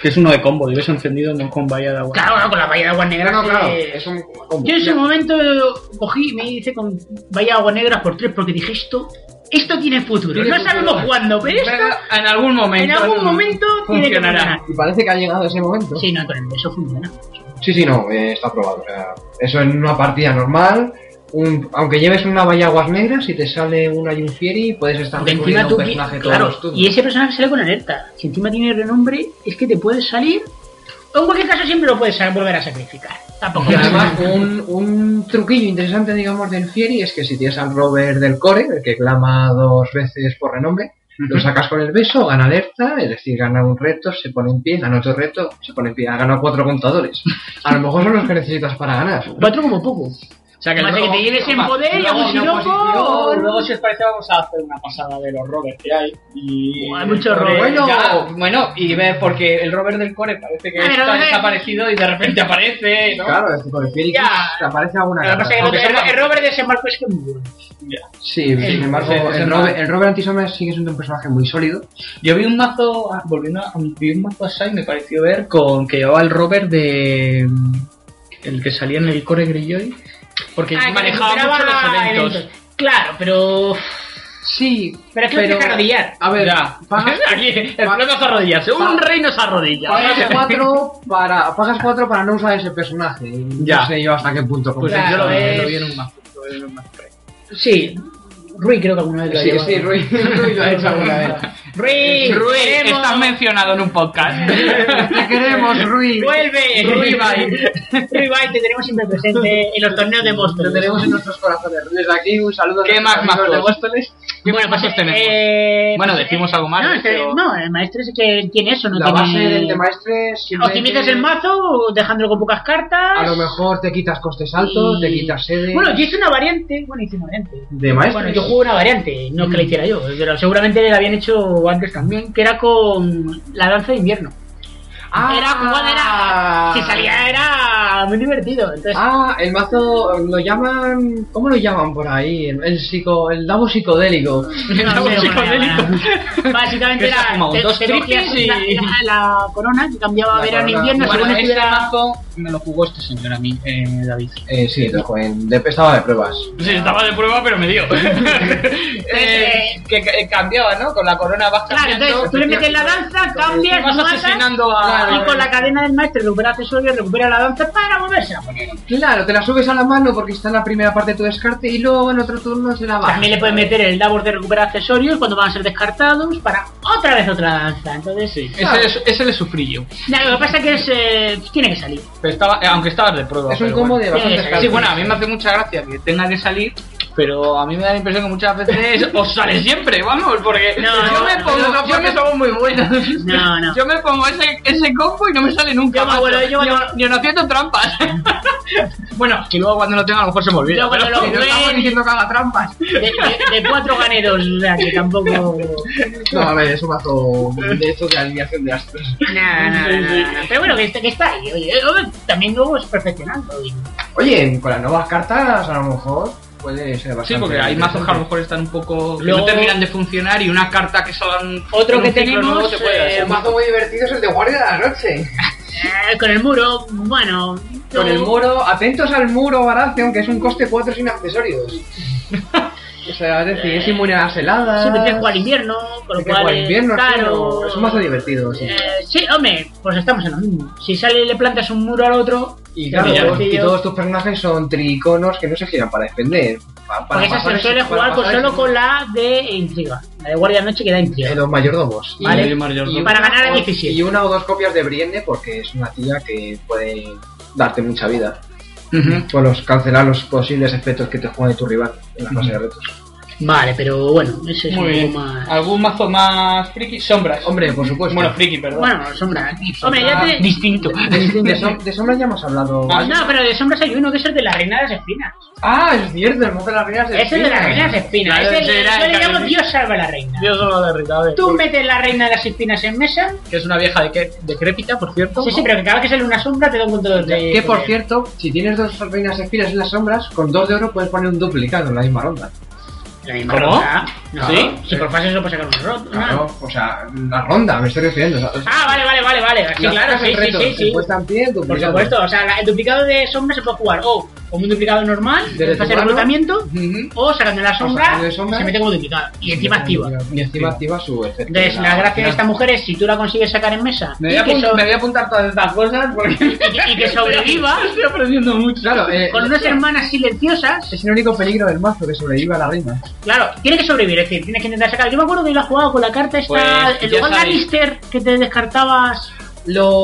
Speaker 1: Que es uno de combo, de beso encendido no con valla de agua.
Speaker 5: Claro, claro, con la bahía de agua negra.
Speaker 6: No,
Speaker 5: se-
Speaker 6: claro, es un combo.
Speaker 5: Yo en su momento cogí y me hice con vaya agua negra por tres porque dije esto, esto tiene futuro.
Speaker 6: Tiene
Speaker 5: no
Speaker 6: futuro.
Speaker 5: sabemos cuándo, pero esto
Speaker 1: Pero en algún momento...
Speaker 5: en algún momento tiene que funcionar.
Speaker 6: Y parece que ha llegado ese momento.
Speaker 5: Sí, no, con el beso funciona.
Speaker 6: Sí, sí, no, eh, está aprobado. O sea, eso en una partida normal, un- aunque lleves una valla aguas negras, si te sale una y un Fieri, puedes estar
Speaker 5: Porque encima
Speaker 6: recorriendo
Speaker 5: tú
Speaker 6: un personaje todos
Speaker 5: claro,
Speaker 6: los turnos.
Speaker 5: y ese personaje sale con alerta. Si encima tiene renombre, es que te puedes salir. O en cualquier caso siempre lo puedes sa- volver a sacrificar. Tampoco.
Speaker 6: Y además, un, un truquillo interesante, digamos, del Fieri es que si tienes al Robert del Core, el que clama dos veces por renombre, lo sacas con el beso, gana alerta, es decir, gana un reto, se pone en pie, gana otro reto, se pone en pie, ha ganado cuatro contadores. A lo mejor son los que necesitas para ganar.
Speaker 5: Cuatro como poco.
Speaker 4: O sea, que el
Speaker 5: Más de que
Speaker 4: robo-
Speaker 5: te lleves en
Speaker 4: Va,
Speaker 5: poder y a un
Speaker 7: Luego, no, pues, luego-
Speaker 5: siroco.
Speaker 7: luego, si os parece, vamos a hacer una pasada de los Robert que hay. Y...
Speaker 5: Hay mucho
Speaker 7: Robert.
Speaker 5: Robert.
Speaker 6: Bueno.
Speaker 7: Ya, bueno, y ver, porque el Robert del Core parece que
Speaker 5: A ver, a
Speaker 7: está
Speaker 5: ver.
Speaker 7: desaparecido y de repente aparece, ¿no?
Speaker 6: Claro, es que con el Fieri
Speaker 5: Ya.
Speaker 6: te aparece alguna
Speaker 5: Lo que pasa es que
Speaker 6: carta.
Speaker 5: el, otro- el- el Robert desembarco es que es muy bueno.
Speaker 6: Sí, sin embargo,
Speaker 7: sí, sí,
Speaker 6: el,
Speaker 7: sí,
Speaker 6: Robert, el Robert Antisombra sigue siendo un personaje muy sólido.
Speaker 7: Yo vi un mazo, ah, volviendo a vi un mazo así, me pareció ver con que llevaba el Robert de. El que salía en el Core Greyjoy. Porque
Speaker 5: Ah, que
Speaker 7: manejaba
Speaker 5: recuperaba
Speaker 7: mucho los eventos.
Speaker 5: eventos. Claro, pero.
Speaker 6: Sí,
Speaker 5: Pero es que lo tienes que arrodillar.
Speaker 6: A ver,
Speaker 7: Ya.
Speaker 6: pagas,
Speaker 5: Aquí, el problema es arrodillarse. Un reino se arrodilla.
Speaker 6: pagas cuatro para, pagas cuatro para no usar ese personaje.
Speaker 7: Ya.
Speaker 6: No sé yo hasta qué punto.
Speaker 7: Pues
Speaker 5: Claro,
Speaker 7: yo lo vi, lo
Speaker 5: es-
Speaker 7: vi en un mazo. lo vi en un mazo.
Speaker 5: Sí. Rui creo que alguna vez lo ha
Speaker 6: Sí,
Speaker 5: llevado.
Speaker 6: sí, Rui, Rui lo ha hecho alguna vez.
Speaker 5: Rui,
Speaker 4: Rui,
Speaker 5: queremos.
Speaker 4: estás mencionado en un podcast.
Speaker 6: Te queremos, Rui.
Speaker 5: Vuelve,
Speaker 6: Rui
Speaker 5: Rui Bai. Rui Bai, te tenemos siempre presente en los torneos de
Speaker 6: Lo
Speaker 5: Monster.
Speaker 6: tenemos en nuestros corazones. Desde aquí un saludo a
Speaker 4: ¿Qué
Speaker 6: nuestros
Speaker 4: más
Speaker 6: amigos
Speaker 4: mazos?
Speaker 6: de Móstoles.
Speaker 4: bueno, pues tenemos.
Speaker 5: Eh,
Speaker 4: Bueno,
Speaker 5: pues,
Speaker 4: decimos
Speaker 5: eh,
Speaker 4: algo más,
Speaker 5: No, es que-
Speaker 4: pero-
Speaker 5: no, el maestro es que tiene eso, no
Speaker 6: La base
Speaker 5: tiene...
Speaker 6: del de maestre simplemente-
Speaker 5: Optimizas el mazo dejándolo con pocas cartas.
Speaker 6: A lo mejor te quitas costes altos,
Speaker 5: y-
Speaker 6: te quitas sede.
Speaker 5: Bueno, yo hice una variante. Bueno, hice una variante.
Speaker 6: de maestre.
Speaker 5: Bueno, yo jugué una variante, no es que la hiciera yo, pero seguramente la habían hecho antes también, que era con la danza de invierno.
Speaker 6: Ah.
Speaker 5: era jugada, era. Si salía era muy divertido. Entonces,
Speaker 6: Ah, el mazo lo llaman. ¿Cómo lo llaman por ahí? El, el psico, el dabo psicodélico.
Speaker 5: no sé cómo era, era. Básicamente
Speaker 4: Que se ha
Speaker 5: era.
Speaker 4: fumado
Speaker 5: te-
Speaker 4: dos
Speaker 5: te cogías
Speaker 4: triples y-
Speaker 5: la, la- la corona que cambiaba
Speaker 6: La
Speaker 5: verano e
Speaker 6: corona.
Speaker 5: invierno
Speaker 7: Bueno,
Speaker 5: según
Speaker 7: este
Speaker 5: estuviera-
Speaker 7: mazo me lo jugó este señor a mí, eh, David.
Speaker 6: Eh, sí, lo jugué. en- de- Estaba de pruebas.
Speaker 4: Sí, estaba de prueba, pero me dio.
Speaker 7: Eh, que, que cambiaba, ¿no? Con la corona baja.
Speaker 5: Claro, entonces tú le metes la danza, cambias,
Speaker 7: Vas
Speaker 5: matas,
Speaker 7: asesinando a-
Speaker 5: y con la cadena del maestro recupera accesorios, recupera la danza para volverse a poner.
Speaker 6: Claro, te la subes a la mano porque está en la primera parte de tu descarte y luego en otro turno se la bajas.
Speaker 5: También le puedes meter el Davos de recuperar accesorios cuando van a ser descartados para otra vez otra danza. Entonces, sí.
Speaker 4: Ese, es- ese le sufrí yo.
Speaker 5: lo que pasa que es, eh, tiene que salir.
Speaker 7: Pero estaba, eh, aunque estabas de prueba.
Speaker 6: Es un
Speaker 7: pero
Speaker 6: combo
Speaker 7: bueno.
Speaker 6: de bastantes
Speaker 5: Sí,
Speaker 6: cartas.
Speaker 4: Sí, bueno, a mí me hace mucha gracia que tenga que salir, pero a mí me da la impresión que muchas veces os sale siempre, vamos, porque
Speaker 5: No,
Speaker 4: yo me
Speaker 5: no,
Speaker 4: pongo,
Speaker 5: no,
Speaker 4: yo me somos muy buenos.
Speaker 5: No, no.
Speaker 4: Yo me pongo ese, ese combo y no me sale nunca.
Speaker 5: Yo me
Speaker 4: macho.
Speaker 5: acuerdo, yo me
Speaker 4: Ni-
Speaker 5: acuerdo.
Speaker 4: ni no haciendo trampas. bueno, que luego cuando lo tenga a lo mejor se me olvida.
Speaker 5: Yo cuando
Speaker 4: pero-
Speaker 5: lo
Speaker 4: pero
Speaker 5: jugué-
Speaker 4: estamos diciendo que haga trampas.
Speaker 5: De, de- de cuatro gané dos, o sea que tampoco.
Speaker 6: No, a ver, es un mazo de esto de alineación de astros.
Speaker 5: Nah, nah, nah, nah. Pero bueno, que, está- que está ahí. Oye, eh, también luego es perfeccionando. y-
Speaker 6: Oye, con las nuevas cartas a lo mejor puede ser bastante.
Speaker 4: Sí, porque hay mazos que a lo
Speaker 6: interesante.
Speaker 4: mejor están un poco. que no
Speaker 5: Luego-
Speaker 4: terminan de funcionar y una carta que son.
Speaker 5: Otro
Speaker 4: con
Speaker 5: que
Speaker 4: un ciclo
Speaker 5: tenemos,
Speaker 4: nuevo te puede dar.
Speaker 5: eh,
Speaker 6: El mazo muy divertido es el de Guardia de la Noche.
Speaker 5: Eh, con el muro, bueno.
Speaker 6: Con
Speaker 5: no-
Speaker 6: el muro, atentos al muro Baratheon, que es un coste 4 sin accesorios. o sea, es decir, es inmune a las heladas.
Speaker 5: Siempre tienes que jugar invierno, con
Speaker 6: Tienes
Speaker 5: lo
Speaker 6: que
Speaker 5: cual.
Speaker 6: jugar
Speaker 5: es
Speaker 6: invierno, sí,
Speaker 5: caro.
Speaker 6: no, es un mazo divertido, sí.
Speaker 5: Eh, sí, hombre, pues estamos en lo mismo. Si sale y le plantas un muro al otro,
Speaker 6: Y
Speaker 5: es
Speaker 6: claro, pues
Speaker 5: muy
Speaker 6: todos- y
Speaker 5: sencillo.
Speaker 6: todos tus personajes son triconos que no se giran para defender. pa- para
Speaker 5: Porque esa
Speaker 6: pasar
Speaker 5: se suele
Speaker 6: ese- para
Speaker 5: jugar con-
Speaker 6: pasar
Speaker 5: solo
Speaker 6: ese-
Speaker 5: con la de intriga. La de guardia de noche que da
Speaker 6: eh,
Speaker 5: intriga.
Speaker 6: los mayordomos.
Speaker 5: Vale.
Speaker 4: Y Mario
Speaker 6: Y
Speaker 4: Jordan.
Speaker 5: Para
Speaker 6: una
Speaker 5: ganar
Speaker 6: o-
Speaker 5: es difícil.
Speaker 6: Y una o dos copias de Brienne porque es una tía que puede darte mucha vida.
Speaker 4: Ujú.
Speaker 6: Con los cancelar los posibles efectos que te juegue tu rival en la fase de retos.
Speaker 5: Vale, pero bueno, ese es
Speaker 7: Muy
Speaker 5: un
Speaker 7: bien.
Speaker 5: poco más.
Speaker 7: ¿Algún mazo más friki? Sombras.
Speaker 6: Hombre, por supuesto.
Speaker 7: Bueno, friki, perdón.
Speaker 5: Bueno, sombra. Hombre, ya te.
Speaker 4: Distinto.
Speaker 6: de, de som- de sombras ya hemos hablado.
Speaker 7: Ah,
Speaker 5: No, pero de sombras hay uno que es el de las reinas de las espinas.
Speaker 6: Ah, es cierto, el monte de las reinas.
Speaker 5: Es el de las reinas de las espinas.
Speaker 4: Claro,
Speaker 5: Es el,
Speaker 4: ese era
Speaker 5: yo
Speaker 4: el
Speaker 5: le
Speaker 4: que
Speaker 5: llamo
Speaker 4: había-
Speaker 5: Dios salva a la reina.
Speaker 7: Yo solo la de Rita,
Speaker 5: Tú metes la reina de las espinas en mesa.
Speaker 7: que es una vieja de que- decrépita, por cierto.
Speaker 5: Sí,
Speaker 7: ¿no?
Speaker 5: sí, pero que cada vez que sale una sombra te da un control de.
Speaker 6: Que por cierto, si tienes dos reinas espinas en las sombras, con dos de oro puedes poner un duplicado en la misma ronda.
Speaker 5: La misma
Speaker 4: ¿Cómo?
Speaker 5: ronda. No,
Speaker 6: ¿Sí?
Speaker 5: Si por fase eso puedes sacar un rot.
Speaker 6: Claro, o sea, la ronda, me estoy refiriendo. o sea,
Speaker 5: Ah, vale, vale, vale, vale. Sí,
Speaker 6: la
Speaker 5: claro,
Speaker 6: sacas
Speaker 5: sí,
Speaker 6: en retos,
Speaker 5: sí, sí, sí.
Speaker 6: en puesta en pie,
Speaker 5: Por
Speaker 6: duplicado.
Speaker 5: supuesto, o sea, la- el duplicado de sombra se puede jugar o como un duplicado normal,
Speaker 6: Desde
Speaker 5: de fase
Speaker 6: tu
Speaker 5: de
Speaker 6: mano.
Speaker 5: reclutamiento,
Speaker 6: Ujú.
Speaker 5: o sacando la sombra,
Speaker 6: sacando de sombra.
Speaker 5: se mete como duplicado y encima activa.
Speaker 6: Y encima activa su efecto.
Speaker 5: Entonces, la gracia de esta mujer es si tú la consigues sacar en mesa
Speaker 7: Me
Speaker 5: y
Speaker 7: voy, a
Speaker 5: que,
Speaker 7: apuntar,
Speaker 5: so-
Speaker 7: me voy a apuntar todas estas cosas porque
Speaker 5: y que- y que sobreviva
Speaker 7: estoy aprendiendo mucho.
Speaker 6: Claro, eh,
Speaker 5: con unas hermanas silenciosas,
Speaker 6: es el único peligro del mazo que sobrevive a la reina.
Speaker 5: claro, tiene que sobrevivir, es decir, tienes que intentar sacar. Yo me acuerdo que iba jugado con la carta esta,
Speaker 4: Pues,
Speaker 5: el
Speaker 4: ya
Speaker 5: lugar
Speaker 4: sabéis.
Speaker 5: Lannister que te descartabas.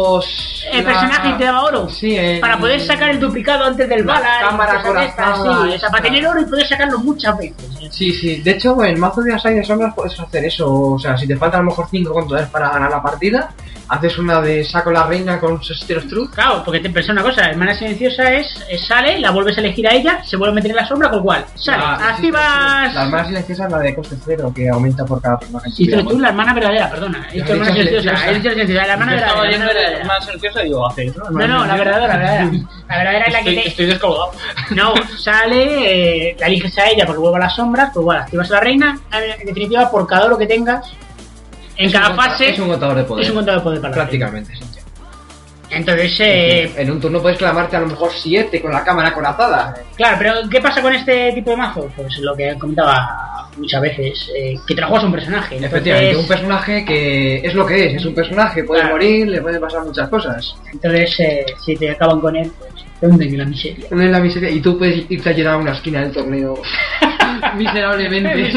Speaker 7: Los.
Speaker 5: El
Speaker 7: la-
Speaker 5: personaje te daba oro.
Speaker 7: Sí,
Speaker 6: eh,
Speaker 7: el-
Speaker 5: Para poder sacar el duplicado antes del
Speaker 7: La
Speaker 5: bala.
Speaker 7: cámara
Speaker 5: y cosas de estas,
Speaker 7: acorazada,
Speaker 5: sí, o sea,
Speaker 7: esta.
Speaker 5: para tener oro y poder sacarlo muchas veces.
Speaker 6: Sí, sí. De hecho, en mazo de Asai de Sombras puedes hacer eso. O sea, si te faltan a lo mejor 5 contadores para ganar la partida, haces una de saco la reina con Sestiros Truth.
Speaker 5: Claro, porque te pensé una cosa, hermana silenciosa es, es sale, la vuelves a elegir a ella, se vuelve a meter en la sombra, con lo cual, sale,
Speaker 6: La-
Speaker 5: activas...
Speaker 6: La hermana silenciosa es la de coste cero, que aumenta por cada personaje.
Speaker 5: Y tú, tú, la hermana verdadera, perdona. He dicho
Speaker 6: Yo he
Speaker 5: hermana
Speaker 6: dicho
Speaker 5: silenciosa,
Speaker 6: silenciosa.
Speaker 5: he dicho silenciosa, la hermana
Speaker 7: Yo estaba
Speaker 5: verdadera. la
Speaker 7: oyendo
Speaker 5: hermana
Speaker 7: de
Speaker 5: verdadera.
Speaker 7: más silenciosa y digo, hace eso.
Speaker 5: No, no, la verdadera, la verdadera. La verdadera es la que
Speaker 7: Estoy,
Speaker 5: te...
Speaker 7: estoy descolgado.
Speaker 5: No, sale, eh, la eliges a ella porque vuelve a las sombras, pues igual, activas a la reina, en definitiva, por cada oro que tengas, en
Speaker 6: Es
Speaker 5: cada
Speaker 6: un conta-
Speaker 5: fase,
Speaker 6: Es un contador de poder.
Speaker 5: es un contador de poder para la reina.
Speaker 6: Prácticamente, sí.
Speaker 5: Entonces, eh,
Speaker 6: En un turno puedes clamarte a lo mejor 7 con la cámara corazada.
Speaker 5: Claro, pero ¿qué pasa con este tipo de mazo? Pues lo que comentaba muchas veces, eh, que te la juegas a un personaje.
Speaker 6: Efectivamente, un
Speaker 5: Entonces,
Speaker 6: personaje que es lo que es, es un personaje, puede
Speaker 5: Claro.
Speaker 6: morir, le pueden pasar muchas cosas.
Speaker 5: entonces eh, si te acaban con él, pues te hunden en la miseria.
Speaker 6: No es la miseria, y tú puedes irte a llorar a una esquina del torneo miserablemente.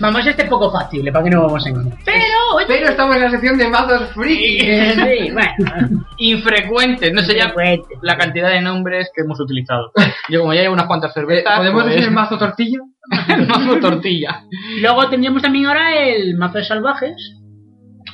Speaker 5: Vamos, este es poco factible, ¿para qué no vamos a engañar? Pero, oye,
Speaker 6: Pero estamos en la sección de mazos frikis.
Speaker 5: sí, bueno,
Speaker 7: Infrecuente, no sé ya
Speaker 5: frecuente.
Speaker 7: la cantidad de nombres que hemos utilizado. Yo, como ya llevo unas cuantas cervezas.
Speaker 6: ¿Podemos
Speaker 7: pues,
Speaker 6: decir el mazo tortilla?
Speaker 7: mazo tortilla.
Speaker 5: Luego tendríamos también ahora el mazo de salvajes,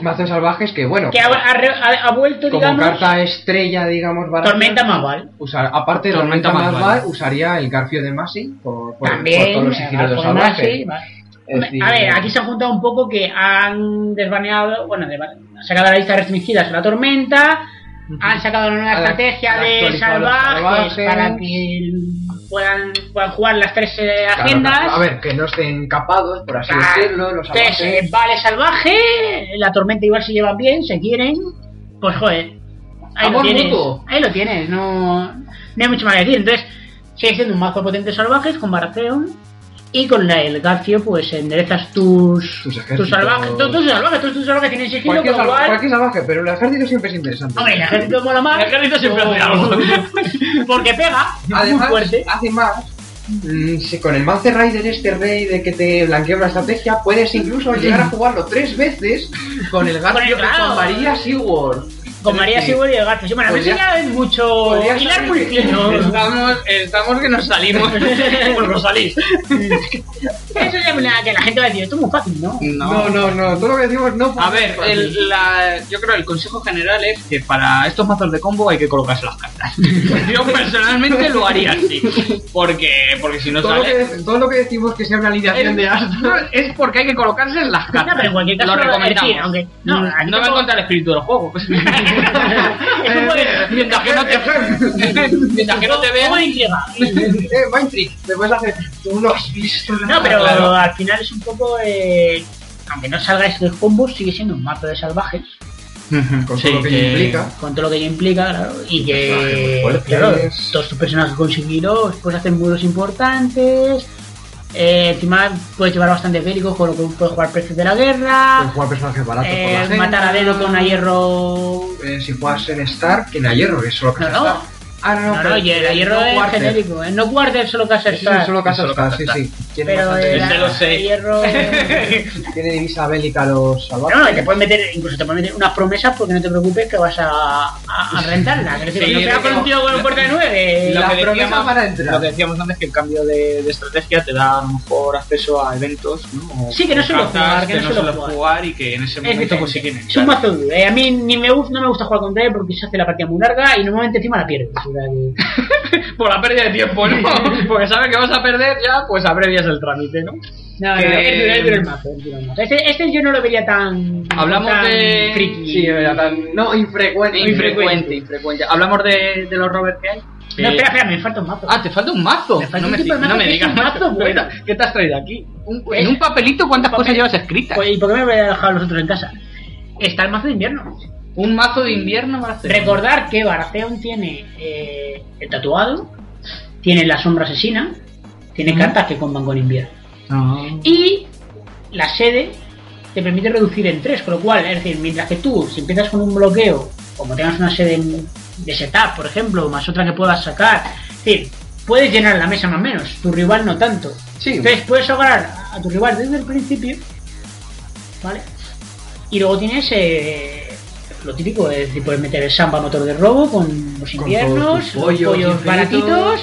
Speaker 6: Mazos salvajes que, bueno,
Speaker 5: que ha, ha re- ha- ha vuelto,
Speaker 6: como
Speaker 5: digamos,
Speaker 6: carta estrella, digamos, barata,
Speaker 5: Tormenta Maval.
Speaker 6: usar, aparte de
Speaker 7: Tormenta
Speaker 6: Tormenta más
Speaker 7: más
Speaker 6: Val, usaría el Garfio de Masi por, por, por
Speaker 5: También,
Speaker 6: todos los
Speaker 5: eh,
Speaker 6: sigilos de los
Speaker 5: por más,
Speaker 6: salvajes.
Speaker 5: sí, vale.
Speaker 6: Es
Speaker 5: Hombre,
Speaker 6: decir, eh,
Speaker 5: A ver, aquí se han juntado un poco que han desbaneado, bueno, deba- han sacado la lista restringida sobre la tormenta, han sacado una nueva
Speaker 6: Han
Speaker 5: estrategia
Speaker 6: act- han
Speaker 5: de
Speaker 6: actualizado los
Speaker 5: salvajes,
Speaker 6: salvajes.
Speaker 5: para que puedan, puedan jugar las tres eh,
Speaker 6: claro,
Speaker 5: agendas.
Speaker 6: claro, a ver, que no estén capados, por así
Speaker 5: Claro.
Speaker 6: decirlo, los
Speaker 5: Entonces,
Speaker 6: salvajes.
Speaker 5: eh, vale salvaje, la tormenta igual se llevan bien, se quieren, pues joder, ahí lo
Speaker 6: Amor
Speaker 5: tienes,
Speaker 6: mutuo.
Speaker 5: ahí lo tienes, no, no hay mucho más que decir. Entonces, sigue siendo un mazo potente de salvajes con Baratheon. Y con la- el Garfio, pues enderezas tus,
Speaker 6: Tus
Speaker 5: tus
Speaker 6: ejércitos.
Speaker 5: salvajes, todos tus salvajes, todos tus salvajes tienen sigilo,
Speaker 6: Cualquier,
Speaker 5: con lo
Speaker 6: salva-
Speaker 5: cual,
Speaker 6: cualquier salvaje, pero el ejército siempre es interesante.
Speaker 5: hombre, el ejército mola más. El ejército siempre hace algo. Porque pega, es muy
Speaker 6: Además,
Speaker 5: fuerte.
Speaker 6: además mm, si con el Mance Rider, este rey de que te blanquea una estrategia, puedes incluso llegar a jugarlo tres veces con el gato
Speaker 5: Con el
Speaker 6: que
Speaker 5: claro.
Speaker 6: con María Seward.
Speaker 5: Con María
Speaker 6: Es decir,
Speaker 5: Sewell y el Garfio. Sí, Bueno, a ver si
Speaker 6: podría-
Speaker 5: ya es mucho
Speaker 6: podría
Speaker 5: hilar
Speaker 6: salir
Speaker 5: muy
Speaker 6: que-
Speaker 5: fino.
Speaker 7: Estamos, estamos que nos salimos. Pues no salís.
Speaker 5: Eso es una- que la gente va a decir, esto es muy fácil, ¿no?
Speaker 6: No, no, no, todo lo que decimos no
Speaker 7: A
Speaker 6: funciona
Speaker 7: ver,
Speaker 6: así.
Speaker 7: el- la- yo creo que el consejo general es que para estos mazos de combo hay que colocarse las cartas. Yo personalmente lo haría así. Porque, porque si no
Speaker 6: todo, lo
Speaker 7: sale...
Speaker 6: que, todo lo que decimos que sea una alineación de astro.
Speaker 7: Es porque hay que colocarse en las
Speaker 5: No,
Speaker 7: cartas.
Speaker 5: pero en cualquier
Speaker 7: lo
Speaker 5: caso lo va a
Speaker 7: recomendamos.
Speaker 5: decir, aunque- no,
Speaker 7: Mm, no
Speaker 5: aquí
Speaker 7: va
Speaker 5: tampoco-
Speaker 7: a encontrar el espíritu del juego.
Speaker 6: pues.
Speaker 5: Es un buen-
Speaker 7: mientras, que no te, mientras que no te
Speaker 5: un buen
Speaker 7: vean...
Speaker 5: intriga.
Speaker 6: eh, Mind Trick, te puedes hacer. Tú no has visto nada.
Speaker 5: No, pero
Speaker 6: Claro.
Speaker 5: al final es un poco. eh, aunque no salga este combo, sigue siendo un mazo de salvajes.
Speaker 6: Con
Speaker 7: Sí,
Speaker 6: todo lo que,
Speaker 7: que-
Speaker 6: implica.
Speaker 5: Con todo lo que ello implica, claro. Y que.
Speaker 6: personajes muy fuertes.
Speaker 5: Claro, todos tus personajes con sigilo, puedes hacer pues muros importantes. eh, encima puedes llevar bastantes bélicos, con lo que puedes jugar precios de la
Speaker 6: Puedes
Speaker 5: guerra.
Speaker 6: jugar personajes baratos por la
Speaker 5: Ah. eh,
Speaker 6: agenda.
Speaker 5: matar a dedo con a hierro.
Speaker 6: Eh, si juegas en Stark, en a hierro, que es solo que
Speaker 5: No,
Speaker 6: es
Speaker 5: no.
Speaker 6: Stark. Ah, no,
Speaker 5: No,
Speaker 6: pero-
Speaker 5: no, hierro,
Speaker 6: no
Speaker 5: hierro es
Speaker 6: Quarter.
Speaker 5: genérico. eh, No guardes solo casas.
Speaker 6: Eso es solo casa Stark, sí, sí. Tiene
Speaker 5: Pero
Speaker 6: bastante-
Speaker 5: el
Speaker 7: Ese lo sé.
Speaker 5: hierro.
Speaker 6: Tiene divisa bélica los salvajes.
Speaker 5: No, no, te pueden meter, incluso te pueden meter unas promesas porque no te preocupes que vas a, a, a rentarlas. Es decir,
Speaker 7: Sí,
Speaker 5: no se
Speaker 7: lo
Speaker 5: ha
Speaker 7: que-
Speaker 5: conocido con un puerta de nueve.
Speaker 7: Lo
Speaker 6: Las
Speaker 7: que
Speaker 6: promesas
Speaker 7: decíamos-
Speaker 6: para entrar.
Speaker 7: Lo que decíamos antes que el cambio de, de estrategia te da a lo mejor acceso a eventos, ¿no? O
Speaker 5: Sí, que no suelo
Speaker 7: cartas
Speaker 5: jugar, que no suelo
Speaker 7: jugar.
Speaker 5: jugar.
Speaker 7: y que en ese
Speaker 5: Es
Speaker 7: momento pues
Speaker 5: diferente.
Speaker 7: sí que
Speaker 5: Es un mazo duro. eh. A mí ni me, gusta- no me gusta jugar contra él porque se hace la partida muy larga y normalmente encima la pierdes. O sea que-
Speaker 7: por la pérdida de tiempo, ¿no? Porque sabes que vas a perder ya, pues abrevias el trámite, ¿no?
Speaker 5: No, no,
Speaker 7: Eh,
Speaker 5: es duro, es duro el mazo. es duro el mazo. Este, este yo no lo vería tan.
Speaker 7: Hablamos
Speaker 5: tan
Speaker 7: de-
Speaker 5: friki.
Speaker 6: Sí, era tan- no, infrecuente.
Speaker 7: Infrecuente, infrecuente. Hablamos de, de los Robert que hay.
Speaker 5: No,
Speaker 7: Eh,
Speaker 5: espera, espera, me falta un mazo.
Speaker 7: Ah, te falta un mazo.
Speaker 5: Me falta
Speaker 7: no
Speaker 5: un
Speaker 7: me,
Speaker 5: tipo de
Speaker 7: digas-
Speaker 5: mazo
Speaker 7: no me
Speaker 5: que es
Speaker 7: digas.
Speaker 5: un mazo bueno.
Speaker 7: ¿Qué te has traído aquí? Un-
Speaker 5: Pues-
Speaker 7: en un papelito, ¿cuántas
Speaker 5: papel.
Speaker 7: cosas llevas escritas?
Speaker 5: Pues, ¿Y por qué me voy a dejar los otros en casa? Está el mazo de invierno.
Speaker 7: un mazo de invierno para hacer.
Speaker 5: Recordar que Baratheon tiene eh, el tatuado, tiene la sombra asesina, tiene cartas que comban con invierno. Y la sede te permite reducir en tres, con lo cual, es decir, mientras que tú, si empiezas con un bloqueo, como tengas una sede en- de setup, por ejemplo, más otra que puedas sacar, es decir, puedes llenar la mesa más o menos, tu rival no tanto.
Speaker 6: Sí,
Speaker 5: Entonces puedes ahorrar a tu rival desde el principio, ¿vale? Y luego tienes eh, lo típico es decir, puedes meter el samba motor de robo con los inviernos,
Speaker 7: todos tus
Speaker 5: los
Speaker 7: pollos
Speaker 5: pollos
Speaker 7: infinitos.
Speaker 5: baratitos.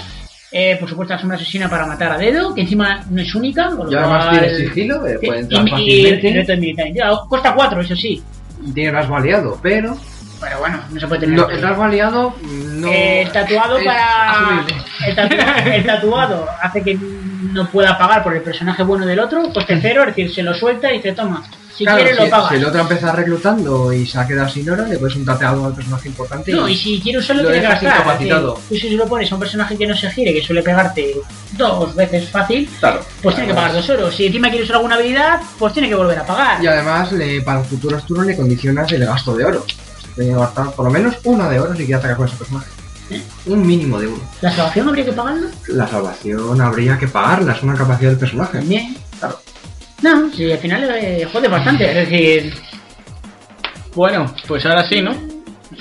Speaker 5: eh, por supuesto, es una asesina para matar a dedo, que encima no es única. con lo
Speaker 6: Y además
Speaker 5: cual-
Speaker 6: tiene sigilo, eh, puede entrar
Speaker 5: y- y-
Speaker 6: fácilmente.
Speaker 5: y reto de militancia. Cuesta 4, eso sí.
Speaker 6: Y tiene el baleado, pero.
Speaker 5: Pero bueno, no se puede tener.
Speaker 6: No,
Speaker 5: todo.
Speaker 6: el baleado no. ah,
Speaker 5: Eh, el tatuado
Speaker 6: es
Speaker 5: para.
Speaker 6: asumible.
Speaker 5: El tatuado, el tatuado hace que no pueda pagar por el personaje bueno del otro, coste cero, es decir, se lo suelta y dice: Toma, si
Speaker 6: Claro,
Speaker 5: quieres lo pagas.
Speaker 6: si el otro empieza reclutando y se ha quedado sin oro, le pones un tateado al personaje importante.
Speaker 5: No, y si quiere usarlo,
Speaker 6: Lo
Speaker 5: tiene que
Speaker 6: dejas
Speaker 5: gastar.
Speaker 6: incapacitado.
Speaker 5: es decir, Tú si se lo pones a un personaje que no se gire, que suele pegarte dos veces fácil,
Speaker 6: Claro.
Speaker 5: pues tiene que pagar dos euros. Si encima quiere usar alguna habilidad, pues tiene que volver a pagar.
Speaker 6: Y además, le, para futuros turnos le condicionas el gasto de oro. Tiene que gastar por lo menos uno de oro si quieres atacar con ese personaje.
Speaker 5: ¿Eh?
Speaker 6: Un mínimo de uno.
Speaker 5: ¿La salvación habría que pagarlo?
Speaker 6: La salvación habría que pagarla, es una capacidad del personaje.
Speaker 5: También.
Speaker 6: Claro.
Speaker 5: No, si al final eh, jode bastante. Es decir,
Speaker 7: Bueno, pues ahora sí, ¿no?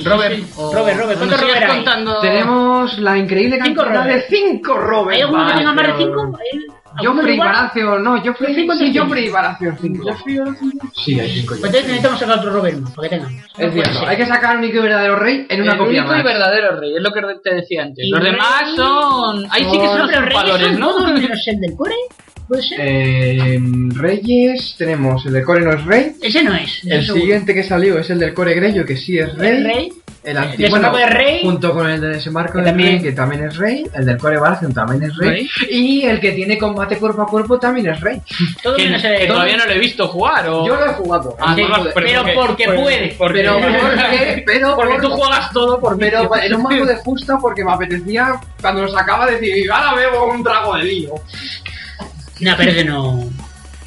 Speaker 7: Robert,
Speaker 5: sí.
Speaker 7: o-
Speaker 5: Robert, Robert,
Speaker 7: o
Speaker 5: ¿cuántos
Speaker 7: nos sigues
Speaker 5: Robert hay?
Speaker 7: contando?
Speaker 6: Tenemos la increíble
Speaker 5: Cinco
Speaker 6: cantidad
Speaker 5: Robert.
Speaker 6: de 5 Robert.
Speaker 5: ¿hay alguno que tenga más de
Speaker 6: Baratheon.
Speaker 5: 5?
Speaker 6: Joffrey Baratheon, no, Joffrey,
Speaker 5: Cinco,
Speaker 6: sí,
Speaker 5: cinco.
Speaker 6: Joffrey Baratheon 5. Sí, hay 5.
Speaker 5: Pues entonces necesitamos sacar otro Robert más, para que tenga.
Speaker 6: Es cierto, hay que sacar un único y verdadero rey en una
Speaker 7: el
Speaker 6: copia
Speaker 7: único y
Speaker 6: más.
Speaker 7: verdadero rey, es lo que te decía antes.
Speaker 5: Y
Speaker 7: Los
Speaker 5: rey-
Speaker 7: demás son... Ahí sí que son
Speaker 5: No, pero reyes
Speaker 7: usurpadores,
Speaker 5: son
Speaker 7: ¿no?
Speaker 5: todos menos el del core, ¿puede ser?
Speaker 6: Eh, reyes, tenemos el del core no es rey.
Speaker 5: Ese no es. ese
Speaker 6: El
Speaker 5: seguro.
Speaker 6: siguiente que salió es el del core Grello, que sí es rey.
Speaker 5: El rey.
Speaker 6: El
Speaker 5: El
Speaker 6: antiguo bueno,
Speaker 5: desembarco de rey.
Speaker 6: junto con el de desembarco
Speaker 5: Que
Speaker 6: de
Speaker 5: también-
Speaker 6: rey, que también es rey. El del core Baratheon también es rey. Y el que tiene combate cuerpo a cuerpo también es rey.
Speaker 5: Todo
Speaker 7: Que,
Speaker 5: menos
Speaker 7: que
Speaker 5: el del
Speaker 7: todavía no lo he visto jugar
Speaker 4: Oh.
Speaker 7: o...
Speaker 6: Yo lo he jugado.
Speaker 7: Ah,
Speaker 6: Sí,
Speaker 7: no lo has-
Speaker 5: pero porque puedes.
Speaker 7: porque-
Speaker 6: pero porque, pero
Speaker 7: porque tú
Speaker 6: por-
Speaker 7: juegas todo por
Speaker 6: pero
Speaker 7: vicio.
Speaker 6: era un mazo de justa porque me apetecía cuando lo sacaba decir, ahora bebo un trago de vino.
Speaker 5: No, pero ese no.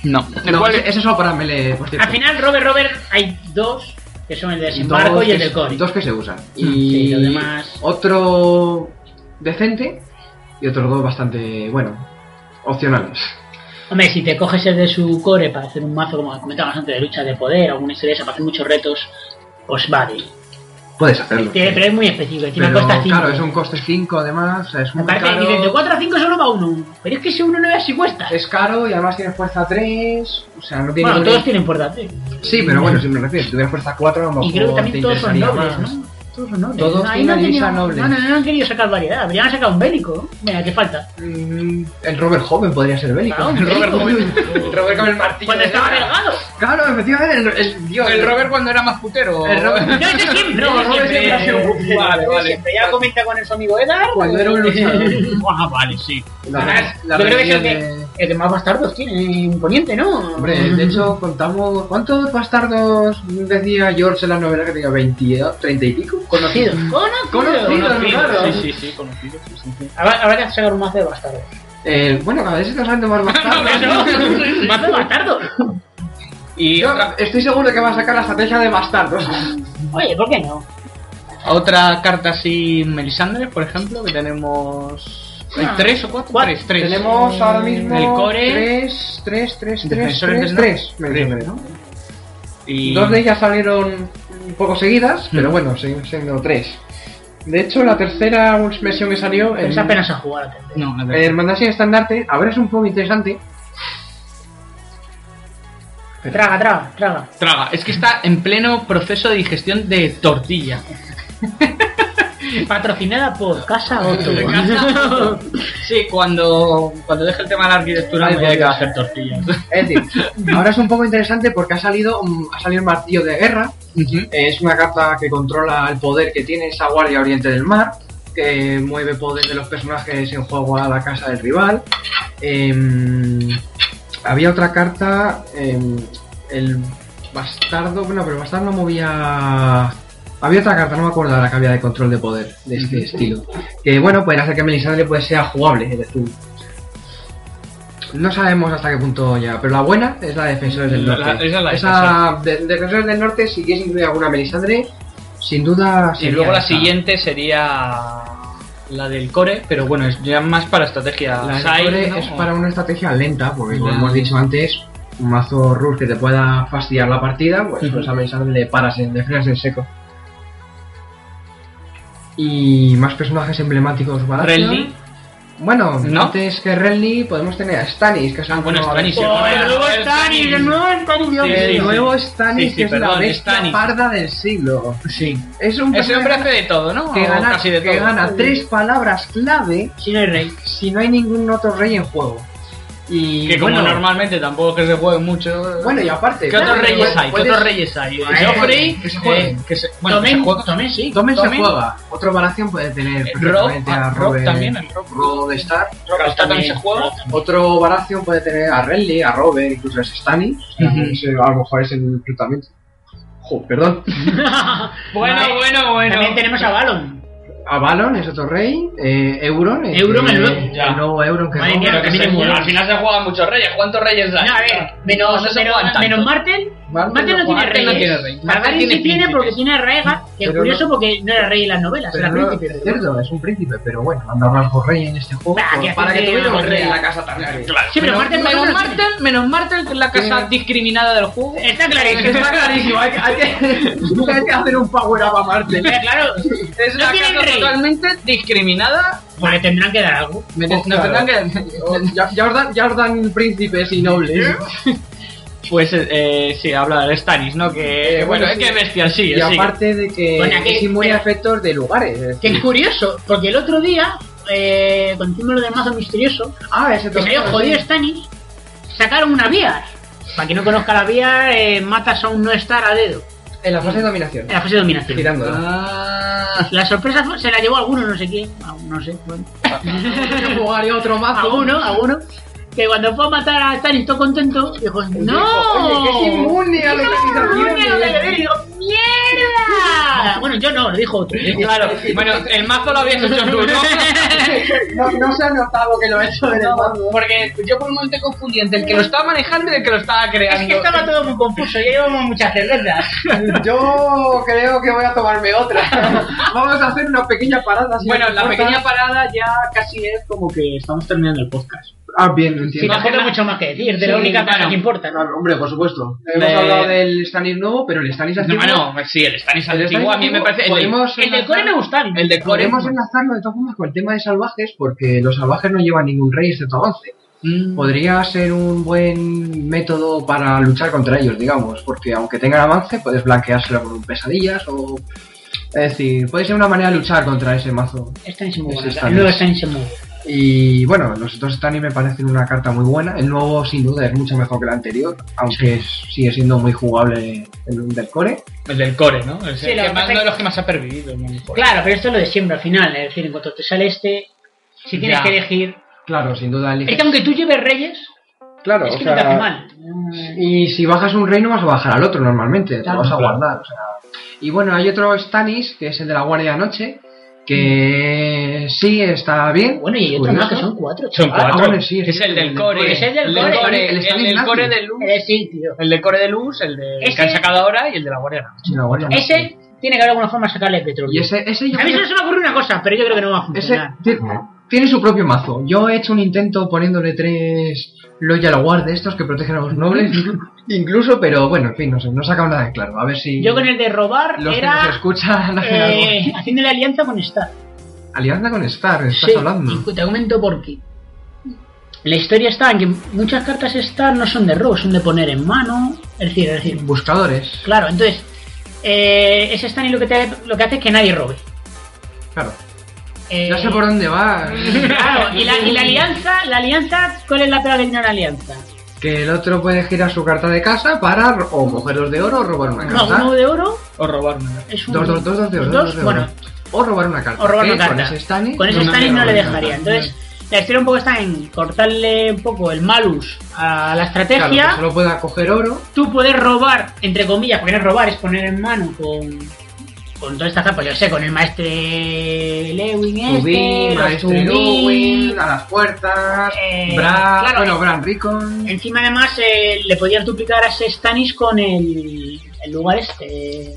Speaker 7: No.
Speaker 6: No, ese- ese es solo para melee, por cierto.
Speaker 5: Al final, Robert, Robert, hay dos que son el de desembarco
Speaker 6: Dos
Speaker 5: y el
Speaker 6: que-
Speaker 5: del core.
Speaker 6: Dos que se usan. Y
Speaker 5: sí, los demás-
Speaker 6: otro decente y otros dos bastante, bueno, opcionales.
Speaker 5: Hombre, si te coges el de su core para hacer un mazo, como comentabas antes, de lucha de poder, alguna historia esa, para hacer muchos retos, pues vale.
Speaker 6: Puedes hacerlo.
Speaker 5: Tiene- Pero es muy específico, encima
Speaker 6: Pero,
Speaker 5: cuesta 5.
Speaker 6: claro, es un coste 5 además, o sea, es muy
Speaker 5: Aparte,
Speaker 6: caro.
Speaker 5: dicen de 4 a 5 solo va uno. Pero es que ese uno no es así cuesta.
Speaker 6: Es caro y además tiene fuerza 3, o sea, no tiene
Speaker 5: Bueno,
Speaker 6: ningún-
Speaker 5: todos tienen puerta tres.
Speaker 6: Sí, pero bueno, si me refiero, si tuviera fuerza 4 a lo mejor
Speaker 5: Y creo que
Speaker 6: te
Speaker 5: también todos son
Speaker 6: interesaría
Speaker 5: nobles,
Speaker 6: más.
Speaker 5: ¿no? Todos son nobles.
Speaker 6: Todos
Speaker 5: no, ahí
Speaker 6: tienen
Speaker 5: no han
Speaker 6: lisa
Speaker 5: tenido-
Speaker 6: noble.
Speaker 5: No, no, no han querido sacar variedad. Habrían sacado un bélico. Mira, ¿qué falta?
Speaker 6: Mm, El Robert Joven podría ser bélico.
Speaker 5: Claro, un bélico.
Speaker 6: el Robert con el martillo.
Speaker 5: Cuando
Speaker 6: de
Speaker 5: estaba
Speaker 6: guerra.
Speaker 5: delgado.
Speaker 6: Claro, efectivamente, el, el, Dios,
Speaker 7: El Robert cuando era más putero.
Speaker 6: El Robert.
Speaker 5: No, ese siempre.
Speaker 6: No,
Speaker 5: ese
Speaker 6: Robert siempre ha sido un-
Speaker 7: Vale, vale.
Speaker 5: Siempre. Ya comenta con el su amigo Edgar.
Speaker 6: Cuando era un
Speaker 5: Pues,
Speaker 6: luchador.
Speaker 5: Ah, vale, sí.
Speaker 6: La,
Speaker 5: Además,
Speaker 6: la
Speaker 5: yo creo que es el
Speaker 6: rebelión
Speaker 5: que-
Speaker 6: de-
Speaker 5: El que más bastardos tiene, un poniente, ¿no?
Speaker 6: Hombre,
Speaker 5: Mm.
Speaker 6: de hecho, contamos. ¿Cuántos bastardos decía George en la novela que tenía? ¿20, 30 y pico?
Speaker 5: Conocido. Conocido.
Speaker 6: Conocido, claro.
Speaker 5: Sí, sí.
Speaker 7: sí, conocido. sí, sí, sí.
Speaker 5: Habrá, habrá que sacar un mazo de bastardos.
Speaker 6: Eh, bueno, cada vez se está saliendo más bastardos.
Speaker 5: mazo de bastardos.
Speaker 7: Y
Speaker 6: Yo
Speaker 7: otra,
Speaker 6: estoy seguro que va a sacar la estrategia de bastardos.
Speaker 5: Oye, ¿por qué no?
Speaker 7: otra carta así, Melisandre, por ejemplo, que tenemos... ¿Hay
Speaker 5: Ah,
Speaker 7: tres o cuatro?
Speaker 5: cuatro.
Speaker 7: Tres, tres.
Speaker 6: Tenemos ahora mismo.
Speaker 7: El core.
Speaker 6: 3, 3, 3, 3,
Speaker 7: Defensores del
Speaker 6: 3, 3. ¿no?
Speaker 7: Y...
Speaker 6: Dos de ellas salieron un poco seguidas,
Speaker 5: Mm.
Speaker 6: pero bueno, siguen siendo tres. De hecho, la tercera versión que salió en,
Speaker 5: Es apenas a jugar. atento.
Speaker 7: No, la
Speaker 6: en
Speaker 7: verdad.
Speaker 6: Hermandad sin estandarte, ahora es un poco interesante.
Speaker 5: Traga, traga, traga.
Speaker 7: Traga, es que está en pleno proceso de digestión de tortilla.
Speaker 5: Patrocinada por Casa Otto.
Speaker 7: De casa. Sí, cuando, cuando deje el tema de la arquitectura
Speaker 6: Ay,
Speaker 7: me voy
Speaker 6: Dios.
Speaker 7: a hacer tortillas.
Speaker 6: Es decir, ahora es un poco interesante porque ha salido, mm, ha salido el martillo de guerra, Eh, es una carta que controla el poder que tiene esa guardia oriente del mar, que mueve poder de los personajes en juego a la casa del rival. Em, había otra carta, em, el bastardo, bueno, pero el bastardo no movía... Había otra carta, no me acuerdo ahora que había de control de poder de este estilo. Que bueno, pueden hacer que Melisandre pues, sea jugable, es decir, No sabemos hasta qué punto llega, pero la buena es la de Defensores del
Speaker 7: La-
Speaker 6: Norte.
Speaker 7: la- esa es la
Speaker 6: esa de, Defensores del Norte, si quieres incluir alguna Melisandre, sin duda
Speaker 7: Y
Speaker 6: sería
Speaker 7: luego la
Speaker 6: esa.
Speaker 7: siguiente sería la del core, pero bueno, es ya más para estrategia.
Speaker 6: La de
Speaker 7: side,
Speaker 6: Core
Speaker 7: ¿no?
Speaker 6: es para una estrategia lenta, porque como
Speaker 7: Ya.
Speaker 6: hemos dicho antes, un mazo rush que te pueda fastidiar la partida, pues
Speaker 7: Ujú.
Speaker 6: pues a Melisandre le paras en defensas en seco. Y más personajes emblemáticos Baratheon.
Speaker 7: Renly.
Speaker 6: Bueno,
Speaker 4: ¿No?
Speaker 6: antes que Renly podemos tener a Stanis, que es
Speaker 4: Ah,
Speaker 6: el
Speaker 4: bueno,
Speaker 6: nuevo-
Speaker 4: Stanis,
Speaker 5: ¡Oh, el nuevo
Speaker 4: El
Speaker 5: Stanis!
Speaker 4: Stanis.
Speaker 5: ¡El nuevo Stanis! Dios
Speaker 4: Sí,
Speaker 5: mío.
Speaker 6: El nuevo
Speaker 4: Sí,
Speaker 6: Stanis,
Speaker 4: sí,
Speaker 6: que es la
Speaker 4: perdón,
Speaker 6: bestia
Speaker 4: Stanis.
Speaker 6: parda del siglo.
Speaker 4: Sí.
Speaker 6: Es
Speaker 4: Ese
Speaker 6: un
Speaker 4: hombre hace
Speaker 6: personaje
Speaker 4: de todo, ¿no?
Speaker 6: que
Speaker 4: O
Speaker 6: gana,
Speaker 4: casi de
Speaker 6: que
Speaker 4: todo.
Speaker 6: gana tres palabras clave
Speaker 5: Si no hay rey.
Speaker 6: si no hay ningún otro rey en juego. Y
Speaker 4: Que como
Speaker 6: bueno,
Speaker 4: normalmente tampoco es que se juegue mucho.
Speaker 6: bueno, y aparte,
Speaker 4: ¿Qué otros
Speaker 6: puedes-
Speaker 4: reyes hay? ¿Qué
Speaker 6: puedes-
Speaker 4: otros reyes hay?
Speaker 6: Vale,
Speaker 4: Joffrey,
Speaker 6: que se juegue.
Speaker 4: eh, que se, bueno, que
Speaker 5: Tommen.
Speaker 4: se juega Tommen, sí.
Speaker 6: Tomen se
Speaker 4: Tommen.
Speaker 6: juega. Otro variación puede tener
Speaker 4: Eh,
Speaker 6: perfectamente
Speaker 4: Rob,
Speaker 6: a
Speaker 4: ah, Rob
Speaker 6: Robert-
Speaker 4: también, el Rob.
Speaker 6: Rob Stark.
Speaker 4: Rockstar también se juega.
Speaker 6: Otro Baratheon puede tener a Renly, a Robert, incluso a Stanis. O sea,
Speaker 4: Ujú.
Speaker 6: ese A lo mejor es el reclutamiento. Jo, perdón.
Speaker 4: Bueno,
Speaker 5: Vale.
Speaker 4: bueno, bueno.
Speaker 5: También tenemos a Balon.
Speaker 6: Avalon es otro rey. eh, Euron. eh,
Speaker 5: Euron, el nuevo.
Speaker 6: el nuevo Euron que
Speaker 5: Madre
Speaker 6: roba.
Speaker 5: mía,
Speaker 4: Pero que
Speaker 5: También
Speaker 4: se
Speaker 5: es muy
Speaker 4: juega-
Speaker 5: bueno.
Speaker 4: al final se juegan muchos reyes. ¿Cuántos reyes hay?
Speaker 5: No, a ver, menos,
Speaker 4: no se
Speaker 5: menos,
Speaker 4: juegan tanto.
Speaker 5: menos Martel.
Speaker 6: Martel
Speaker 5: Martel no
Speaker 6: no
Speaker 5: tiene
Speaker 4: Martel
Speaker 5: reyes.
Speaker 4: no tiene rey. Martel tiene
Speaker 5: Targaryen sí tiene
Speaker 4: príncipes.
Speaker 5: porque tiene a Rhaegar, que es
Speaker 6: Pero
Speaker 5: curioso
Speaker 6: no-
Speaker 5: porque no era rey en las novelas,
Speaker 6: Pero
Speaker 5: era
Speaker 6: no-
Speaker 5: príncipe.
Speaker 6: es cierto, es un príncipe, pero bueno, han dado rasgos rey en este juego.
Speaker 5: Bah, que
Speaker 6: por- para que
Speaker 5: hace
Speaker 6: tuviera un
Speaker 5: rey
Speaker 6: rey en
Speaker 5: la
Speaker 6: la casa Targaryen.
Speaker 5: Sí, pero Martel por
Speaker 4: menos
Speaker 5: ejemplo, no
Speaker 4: Martel, menos Martel, que es la casa
Speaker 6: Sí.
Speaker 4: discriminada del juego.
Speaker 5: tiene- Está clarísimo.
Speaker 6: Está clarísimo, hay que, hay que- hay que hacer un power up a Martel.
Speaker 5: Está claro.
Speaker 4: Es
Speaker 5: No
Speaker 4: la
Speaker 5: tiene
Speaker 4: casa
Speaker 5: rey.
Speaker 4: totalmente discriminada.
Speaker 5: Pues le tendrán que dar algo.
Speaker 4: Me-
Speaker 6: Pues
Speaker 4: nos
Speaker 6: claro. Oh,
Speaker 4: tendrán que-
Speaker 6: Ya, ya, os dan, ya os dan príncipes y nobles.
Speaker 4: Pues eh, sí, habla de Stanis, ¿no? Que bueno, es
Speaker 6: sí.
Speaker 4: que bestia, sí.
Speaker 6: Y aparte de que
Speaker 5: Bueno, aquí-
Speaker 6: es inmune a
Speaker 5: espera.
Speaker 6: efectos de lugares. es
Speaker 5: Que
Speaker 6: decir-
Speaker 5: es curioso, porque el otro día, eh, cuando hicimos lo del mazo misterioso,
Speaker 6: Ah, ese
Speaker 5: que se
Speaker 6: torneo,
Speaker 5: había jodido
Speaker 6: sí.
Speaker 5: Stanis, sacaron una VR. Para quien no conozca la VR, eh, matas a un no estar a dedo.
Speaker 6: En la fase de dominación.
Speaker 5: En la fase de dominación.
Speaker 6: Tirándola.
Speaker 5: La sorpresa fue- se la llevó alguno, no sé quién. a- No sé, bueno.
Speaker 6: jugar y otro mazo.
Speaker 5: alguno, alguno. Que cuando fue a matar a Stanis todo contento, dijo, ¡No!
Speaker 6: Oye, que es inmune a la
Speaker 5: ¡No, no, no, no, no, no". Y
Speaker 6: organización.
Speaker 5: digo, ¡Mierda! Bueno, yo no, lo dijo otro.
Speaker 4: Claro, bueno, el mazo lo habías hecho tú, ¿no?
Speaker 6: No, no se ha notado que lo he hecho en el mazo.
Speaker 4: Porque yo por un momento confundí entre el que lo estaba manejando y el que lo estaba creando.
Speaker 5: Es que estaba todo muy confuso, ya llevamos muchas cervezas.
Speaker 6: Yo creo que voy a tomarme otra. Vamos a hacer una pequeña parada. si
Speaker 4: Bueno,
Speaker 6: no
Speaker 4: la
Speaker 6: importa.
Speaker 4: pequeña parada ya casi es como que estamos terminando el podcast.
Speaker 6: Ah, bien,
Speaker 5: Sí,
Speaker 6: entiendo.
Speaker 5: tampoco hay mucho más que decir, de la
Speaker 4: Sí,
Speaker 5: única cosa
Speaker 4: bueno.
Speaker 5: que importa, ¿no?
Speaker 6: Claro, hombre, por supuesto. Hemos
Speaker 4: Eh,
Speaker 6: hablado del Stanis nuevo, pero el Stanis
Speaker 4: No,
Speaker 6: antiguo...
Speaker 4: no, sí, el Stanis
Speaker 6: el
Speaker 4: antiguo a mí me parece. el de-
Speaker 6: Podemos
Speaker 5: El del core me gusta.
Speaker 4: El de Core.
Speaker 6: Podemos enlazarlo de todas formas con el tema de salvajes, porque los salvajes no llevan ningún rey excepto avance.
Speaker 4: Mm,
Speaker 6: Podría ser un buen método para luchar contra ellos, digamos, porque aunque tengan avance, puedes blanqueárselo con pesadillas o. Es decir, puede ser una manera de luchar contra ese mazo.
Speaker 5: Está en Shimu,
Speaker 6: Ese
Speaker 5: bueno,
Speaker 6: está
Speaker 5: el
Speaker 6: bien.
Speaker 5: nuevo está en Shimu.
Speaker 6: Y bueno, los dos Stanis me parecen una carta muy buena. El nuevo, sin duda, es mucho mejor que el anterior, aunque es- sigue siendo muy jugable el del core.
Speaker 4: El del Core, ¿no? Es
Speaker 5: Sí,
Speaker 4: el
Speaker 5: lo
Speaker 4: que
Speaker 5: que
Speaker 4: más-
Speaker 5: pasa
Speaker 4: uno de
Speaker 5: es-
Speaker 4: los que más ha pervivido. ¿no?
Speaker 5: Claro, pero esto es lo de siempre al final, es decir, en cuanto te sale este, si tienes
Speaker 4: Ya.
Speaker 5: que elegir.
Speaker 6: Claro, sin duda
Speaker 5: Es
Speaker 6: elige.
Speaker 5: que aunque tú lleves reyes,
Speaker 6: Claro,
Speaker 5: es que
Speaker 6: o
Speaker 5: no te
Speaker 6: sea,
Speaker 5: hace mal.
Speaker 6: Y si bajas un reino vas a bajar al otro normalmente,
Speaker 5: Claro,
Speaker 6: te lo vas a
Speaker 5: claro.
Speaker 6: guardar. o sea. Y bueno, hay otro Stanis, que es el de la Guardia de Noche, que sí está bien.
Speaker 5: Mm. Bueno, y hay otros
Speaker 6: curioso.
Speaker 5: más que son cuatro.
Speaker 4: Son
Speaker 6: Ah,
Speaker 4: cuatro.
Speaker 6: bueno, sí,
Speaker 4: es
Speaker 6: sí,
Speaker 4: el del Core.
Speaker 5: Es el del Core.
Speaker 6: El
Speaker 4: El,
Speaker 6: Stanis
Speaker 4: del
Speaker 6: nazi.
Speaker 4: Core de Luz.
Speaker 5: Eh, sí, tío.
Speaker 4: El del Core de Luz, el de
Speaker 5: Ese-
Speaker 4: que han sacado ahora y el de la Guardia.
Speaker 6: Sí, la Guardia de Noche.
Speaker 5: Ese tiene que haber alguna forma de sacarle petróleo.
Speaker 6: Y ese, ese yo
Speaker 5: A mí
Speaker 6: creo-
Speaker 5: solo se me ocurre una cosa, pero yo creo que no va a
Speaker 6: ese
Speaker 5: funcionar.
Speaker 6: ti- tiene su propio mazo. Yo he hecho un intento poniéndole tres Loyal Guard de estos que protegen a los nobles, incluso, pero bueno, en fin, no sé, no he sacado nada en claro. A ver si
Speaker 5: Yo con el de robar
Speaker 6: los que nos
Speaker 5: era
Speaker 6: escuchan hacen
Speaker 5: eh,
Speaker 6: algo.
Speaker 5: haciendo la alianza con Star.
Speaker 6: Alianza con Star, estás
Speaker 5: Sí,
Speaker 6: hablando.
Speaker 5: y te comento por qué. La historia está en que muchas cartas Star no son de robo, son de poner en mano. Es decir, es decir
Speaker 6: Buscadores,
Speaker 5: claro, entonces, eh, ese Stan y lo que, te, lo que hace es que nadie robe.
Speaker 6: claro.
Speaker 5: Eh,
Speaker 6: Ya sé por dónde va.
Speaker 5: Claro, y la, y la alianza, la alianza, ¿cuál es la pega que tiene una alianza?
Speaker 6: Que el otro puede girar su carta de casa para ro- o coger dos de oro o robar una
Speaker 5: No,
Speaker 6: carta.
Speaker 5: uno de oro
Speaker 4: O robarme.
Speaker 5: es un.
Speaker 6: Dos, dos, dos, dos de oro.
Speaker 5: dos,
Speaker 6: dos de
Speaker 5: bueno,
Speaker 6: oro. O robar una carta.
Speaker 5: O robar
Speaker 6: que
Speaker 5: una
Speaker 6: Con
Speaker 5: carta.
Speaker 6: ese Stanis
Speaker 5: Con ese Stannis no
Speaker 6: roba
Speaker 5: le
Speaker 6: una carta.
Speaker 5: dejaría. Entonces, la historia un poco está en cortarle un poco el malus a la
Speaker 6: Claro, pues
Speaker 5: estrategia.
Speaker 6: que solo pueda coger oro.
Speaker 5: Tú puedes robar, entre comillas, porque no es robar, es poner en mano con. Con toda esta capa, yo sé, con el maestre Lewin, este,
Speaker 6: Tubín,
Speaker 5: los
Speaker 6: Maestre
Speaker 5: Tubín,
Speaker 6: Lewin, a las puertas.
Speaker 5: eh,
Speaker 6: Bran,
Speaker 5: claro,
Speaker 6: bueno, Bran Ricon.
Speaker 5: Encima además eh, le podían duplicar a ese Stanis con el, el lugar este.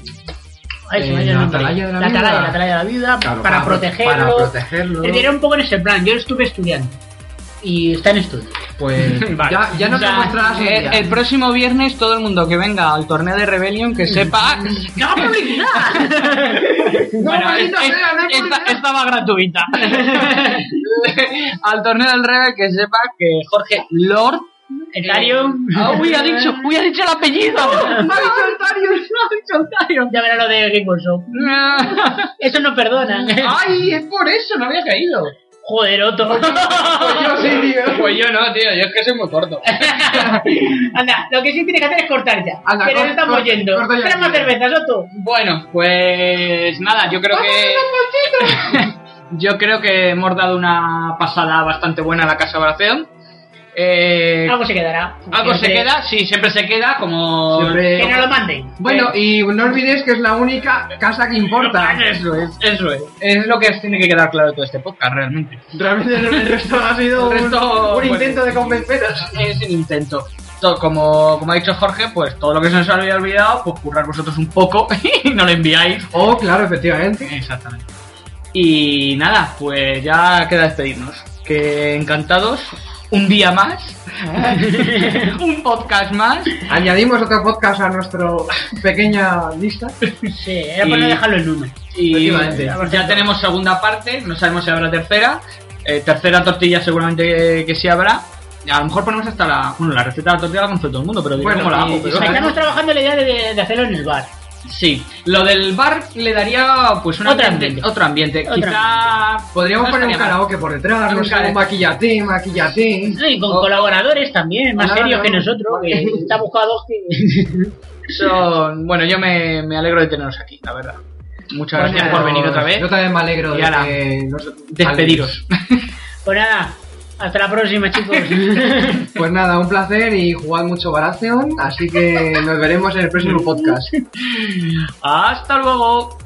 Speaker 5: Ay, se me
Speaker 6: Eh,
Speaker 5: ha ido el
Speaker 6: la
Speaker 5: nombre.
Speaker 6: atalaya de la viuda.
Speaker 5: atalaya, la atalaya de la viuda,
Speaker 6: Claro,
Speaker 5: para,
Speaker 6: pro-
Speaker 5: protegerlo.
Speaker 6: Para protegerlo.
Speaker 5: Es decir, Era un poco en ese plan, yo estuve estudiando. Y está en estudio.
Speaker 6: Pues
Speaker 4: Vale.
Speaker 6: ya, ya nos
Speaker 4: O sea,
Speaker 6: encontrarás un
Speaker 4: el,
Speaker 6: día.
Speaker 4: el próximo viernes todo el mundo que venga al torneo de Rebellion que sepa
Speaker 5: ¡No, publicidad!
Speaker 6: No,
Speaker 4: Bueno,
Speaker 6: maldita
Speaker 4: es- es-
Speaker 6: sea, no hay
Speaker 4: esta,
Speaker 6: publicidad.
Speaker 4: esta va gratuita al torneo del Rebel que sepa que Jorge Lord.
Speaker 5: Etarium.
Speaker 4: Ah, uy, ha dicho, uy, ha dicho el apellido. No ha dicho el Tarius, no ha dicho el Tarius.
Speaker 5: Ya verá lo de Game Workshop. Eso no perdona.
Speaker 4: Ay, es por eso, no había caído.
Speaker 5: Joder, Otto.
Speaker 4: Pues yo sí, tío. Pues yo no, tío, yo es que soy muy corto.
Speaker 5: Anda, lo que sí tienes que hacer es cortar ya.
Speaker 4: Anda,
Speaker 5: pero
Speaker 4: cor-
Speaker 5: no estamos
Speaker 4: corta-
Speaker 5: yendo.
Speaker 4: corta ya,
Speaker 5: Espera más
Speaker 4: tío.
Speaker 5: cervezas, Otto.
Speaker 4: Bueno, pues nada, yo creo que. yo creo que hemos dado una pasada bastante buena a la Casa Oración. Eh,
Speaker 5: Algo se quedará.
Speaker 4: algo se
Speaker 5: Siempre.
Speaker 4: queda, sí, siempre se queda, como.
Speaker 5: Que no lo manden.
Speaker 6: Bueno, y no olvidéis que es la única casa que importa.
Speaker 4: Eso es, eso es. Es lo que tiene que quedar claro de todo este podcast, realmente.
Speaker 6: Realmente el pues, resto ha sido
Speaker 4: El
Speaker 6: un,
Speaker 4: resto,
Speaker 6: un
Speaker 4: bueno.
Speaker 6: intento de convenceros.
Speaker 4: es el intento. To- como, como ha dicho Jorge, pues todo lo que se os había olvidado, pues currar vosotros un poco y no lo enviáis.
Speaker 6: Oh, claro, efectivamente.
Speaker 4: Exactamente. Y nada, pues ya queda despedirnos. Que encantados. Un día más. un podcast más.
Speaker 6: Añadimos otro podcast a nuestra pequeña lista.
Speaker 5: Sí, era para
Speaker 4: Y-
Speaker 5: no dejarlo en uno.
Speaker 4: Y
Speaker 6: Efectivamente.
Speaker 4: ya tenemos segunda parte. No sabemos si habrá tercera. Eh, tercera tortilla seguramente que sí habrá. A lo mejor ponemos hasta la... Bueno, la receta de la tortilla la conoce todo el mundo, pero diré
Speaker 6: Bueno,
Speaker 4: cómo la
Speaker 6: y-
Speaker 4: hago,
Speaker 6: y
Speaker 4: pero-
Speaker 5: Estamos trabajando la idea de, de hacerlo en el bar.
Speaker 4: Sí, lo del bar le daría pues un
Speaker 5: Otro
Speaker 4: ambiente,
Speaker 5: ambiente.
Speaker 4: otro ambiente.
Speaker 5: Otro
Speaker 4: Quizá
Speaker 6: Podríamos
Speaker 4: no
Speaker 6: poner un
Speaker 4: estaría mal.
Speaker 6: karaoke por detrás, no
Speaker 4: Un
Speaker 6: sé,
Speaker 4: karaoke.
Speaker 6: un maquillatín, maquillatín.
Speaker 5: No, Y con
Speaker 4: Oh.
Speaker 5: colaboradores también, más
Speaker 6: No,
Speaker 5: serios
Speaker 6: no.
Speaker 5: que nosotros. Que está buscado Pues que...
Speaker 4: Eso, bueno, yo me, me alegro de teneros aquí, la verdad. Muchas gracias por
Speaker 6: Pero
Speaker 4: venir otra
Speaker 6: Yo
Speaker 4: vez.
Speaker 6: también me alegro
Speaker 4: Y
Speaker 6: de
Speaker 4: ala,
Speaker 6: que nos-
Speaker 4: Despediros.
Speaker 5: Pues nada, hasta la próxima, chicos.
Speaker 6: Pues nada, un placer y jugad mucho Baratheon, así que nos veremos en el próximo podcast.
Speaker 4: Hasta luego.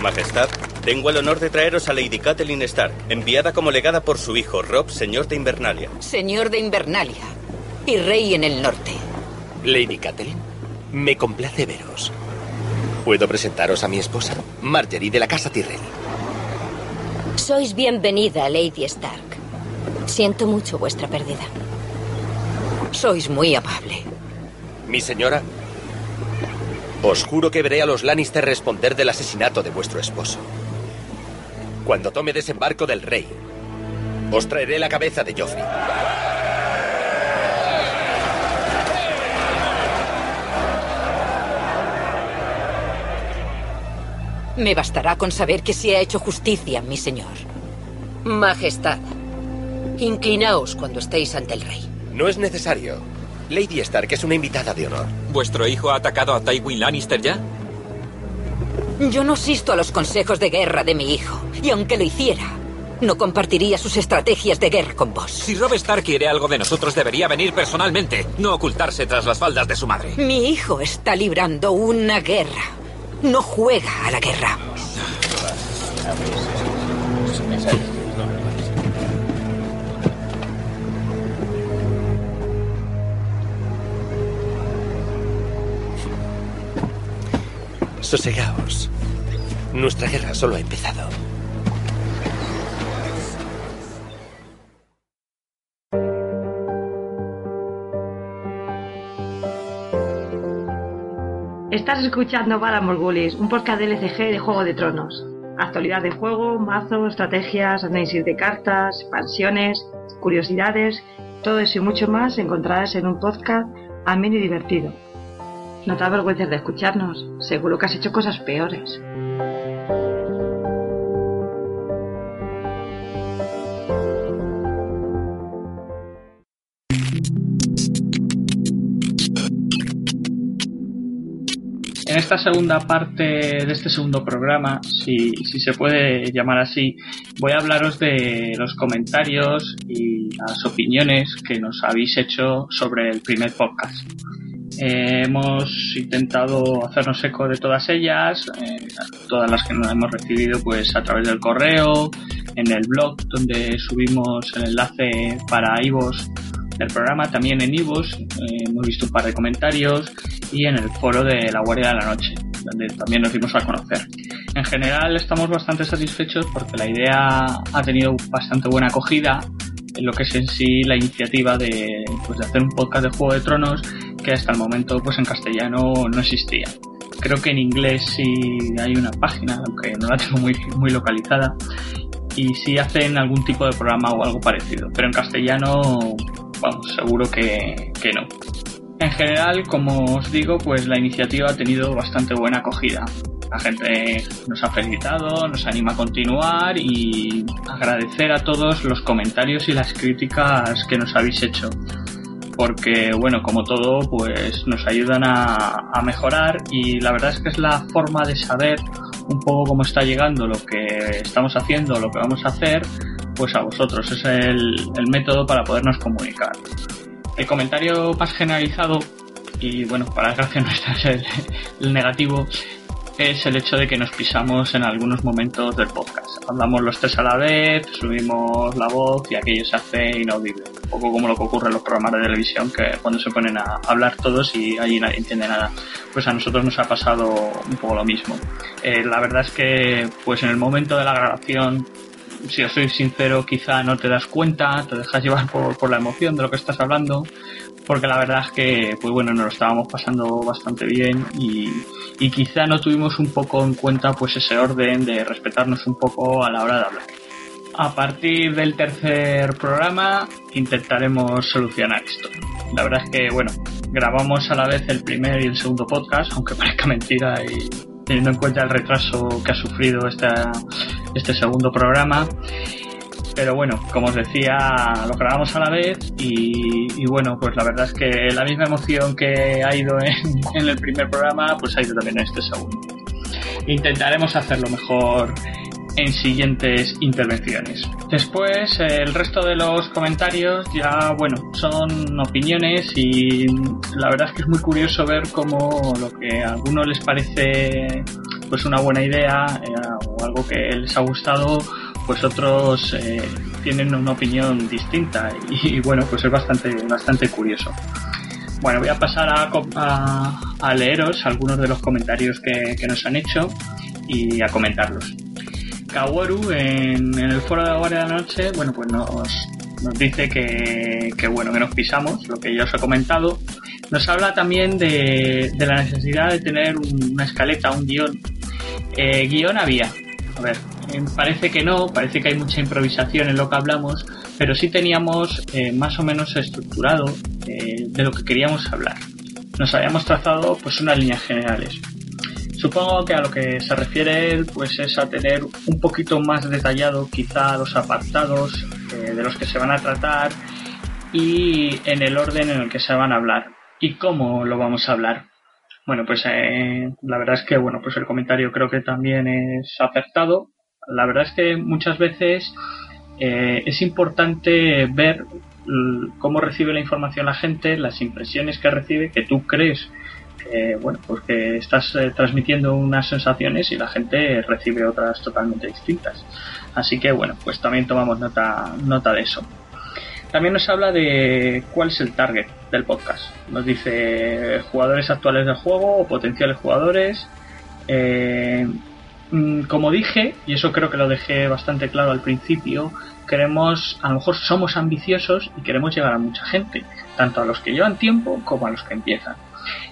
Speaker 10: Majestad, tengo el honor de traeros a Lady Catelyn Stark, enviada como legada por su hijo Rob, señor de Invernalia.
Speaker 9: Señor de Invernalia y rey en el norte.
Speaker 3: Lady Catelyn, me complace veros. ¿Puedo presentaros a mi esposa, Marjorie de la Casa Tyrell?
Speaker 9: Sois bienvenida, Lady Stark. Siento mucho vuestra pérdida. Sois muy amable.
Speaker 3: Mi señora, os juro que veré a los Lannister responder del asesinato de vuestro esposo. Cuando tome desembarco del rey, os traeré la cabeza de Joffrey.
Speaker 9: Me bastará con saber que se ha hecho justicia, mi señor. Majestad, inclinaos cuando estéis ante el rey.
Speaker 3: No es necesario. Lady Stark es una invitada de honor.
Speaker 2: ¿Vuestro hijo ha atacado a Tywin Lannister ya?
Speaker 9: Yo no asisto a los consejos de guerra de mi hijo, y aunque lo hiciera, no compartiría sus estrategias de guerra con vos.
Speaker 2: Si Rob Stark quiere algo de nosotros, debería venir personalmente, no ocultarse tras las faldas de su madre.
Speaker 9: Mi hijo está librando una guerra. No juega a la guerra.
Speaker 3: Sosegaos. Nuestra guerra solo ha empezado.
Speaker 11: Estás escuchando Valamor Gullis, un podcast de LCG de Juego de Tronos. Actualidad de juego, mazos, estrategias, análisis de cartas, expansiones, curiosidades, todo eso y mucho más encontrarás en un podcast ameno y divertido. No te avergüences de escucharnos, seguro que has hecho cosas peores.
Speaker 1: En esta segunda parte de este segundo programa, si, si se puede llamar así, voy a hablaros de los comentarios y las opiniones que nos habéis hecho sobre el primer podcast. Eh, hemos intentado hacernos eco de todas ellas, eh, todas las que nos hemos recibido pues a través del correo, en el blog donde subimos el enlace para IVOS del programa, también en IVOS, hemos visto un par de comentarios y en el foro de la Guardia de la Noche, donde también nos dimos a conocer. En general estamos bastante satisfechos porque la idea ha tenido bastante buena acogida, lo que es en sí la iniciativa de, pues, de hacer un podcast de Juego de Tronos que hasta el momento pues en castellano no existía. Creo que en inglés sí hay una página, aunque no la tengo muy, muy localizada, y sí hacen algún tipo de programa o algo parecido, pero en castellano, vamos, seguro que, que no. En general, como os digo, pues la iniciativa ha tenido bastante buena acogida. La gente nos ha felicitado, nos anima a continuar y agradecer a todos los comentarios y las críticas que nos habéis hecho. Porque, bueno, como todo, pues nos ayudan a, a mejorar y la verdad es que es la forma de saber un poco cómo está llegando lo que estamos haciendo, lo que vamos a hacer, pues a vosotros. Es el, el método para podernos comunicar. El comentario más generalizado, y bueno, para desgracia nuestra es el, el negativo, es el hecho de que nos pisamos en algunos momentos del podcast. Hablamos los tres a la vez, subimos la voz y aquello se hace inaudible. Un poco como lo que ocurre en los programas de televisión, que cuando se ponen a hablar todos y allí nadie entiende nada. Pues a nosotros nos ha pasado un poco lo mismo. Eh, la verdad es que, pues en el momento de la grabación, si os soy sincero, quizá no te das cuenta, te dejas llevar por, por la emoción de lo que estás hablando, porque la verdad es que, pues bueno, nos lo estábamos pasando bastante bien y, y quizá no tuvimos un poco en cuenta pues ese orden de respetarnos un poco a la hora de hablar. A partir del tercer programa intentaremos solucionar esto. La verdad es que, bueno, grabamos a la vez el primer y el segundo podcast, aunque parezca mentira y teniendo en cuenta el retraso que ha sufrido esta, este segundo programa pero bueno, como os decía, lo grabamos a la vez y, y, bueno, pues la verdad es que la misma emoción que ha ido en, en, el primer programa, pues ha ido también en este segundo. Intentaremos hacerlo mejor en siguientes intervenciones. Después, el resto de los comentarios ya, bueno, son opiniones y la verdad es que es muy curioso ver cómo lo que a algunos les parece pues una buena idea eh, o algo que les ha gustado pues otros eh, tienen una opinión distinta y, y, bueno, pues es bastante, bastante curioso. Bueno, voy a pasar a, a, a leeros algunos de los comentarios que, que, nos han hecho y a comentarlos. Kaworu en, en el foro de ahora de la noche, bueno, pues nos, nos dice que, que, bueno, que nos pisamos, lo que ya os he comentado. Nos habla también de, de la necesidad de tener un, una escaleta, un guión. Eh, guión había, a ver, em, parece que no, parece que hay mucha improvisación en lo que hablamos, pero sí teníamos eh, más o menos estructurado eh, de lo que queríamos hablar. Nos habíamos trazado pues unas líneas generales. Supongo que a lo que se refiere él pues es a tener un poquito más detallado quizá los apartados eh, de los que se van a tratar y en el orden en el que se van a hablar y cómo lo vamos a hablar. Bueno, pues la verdad es que bueno, pues el comentario creo que también es acertado la verdad es que muchas veces eh, es importante ver cómo recibe la información la gente, las impresiones que recibe, que tú crees que bueno, pues que estás eh, transmitiendo unas sensaciones y la gente recibe otras totalmente distintas. Así que bueno, pues también tomamos nota, nota de eso. También nos habla de cuál es el target del podcast. Nos dice jugadores actuales del juego o potenciales jugadores. Eh, como dije, y eso creo que lo dejé bastante claro al principio, queremos, a lo mejor somos ambiciosos y queremos llegar a mucha gente, tanto a los que llevan tiempo como a los que empiezan.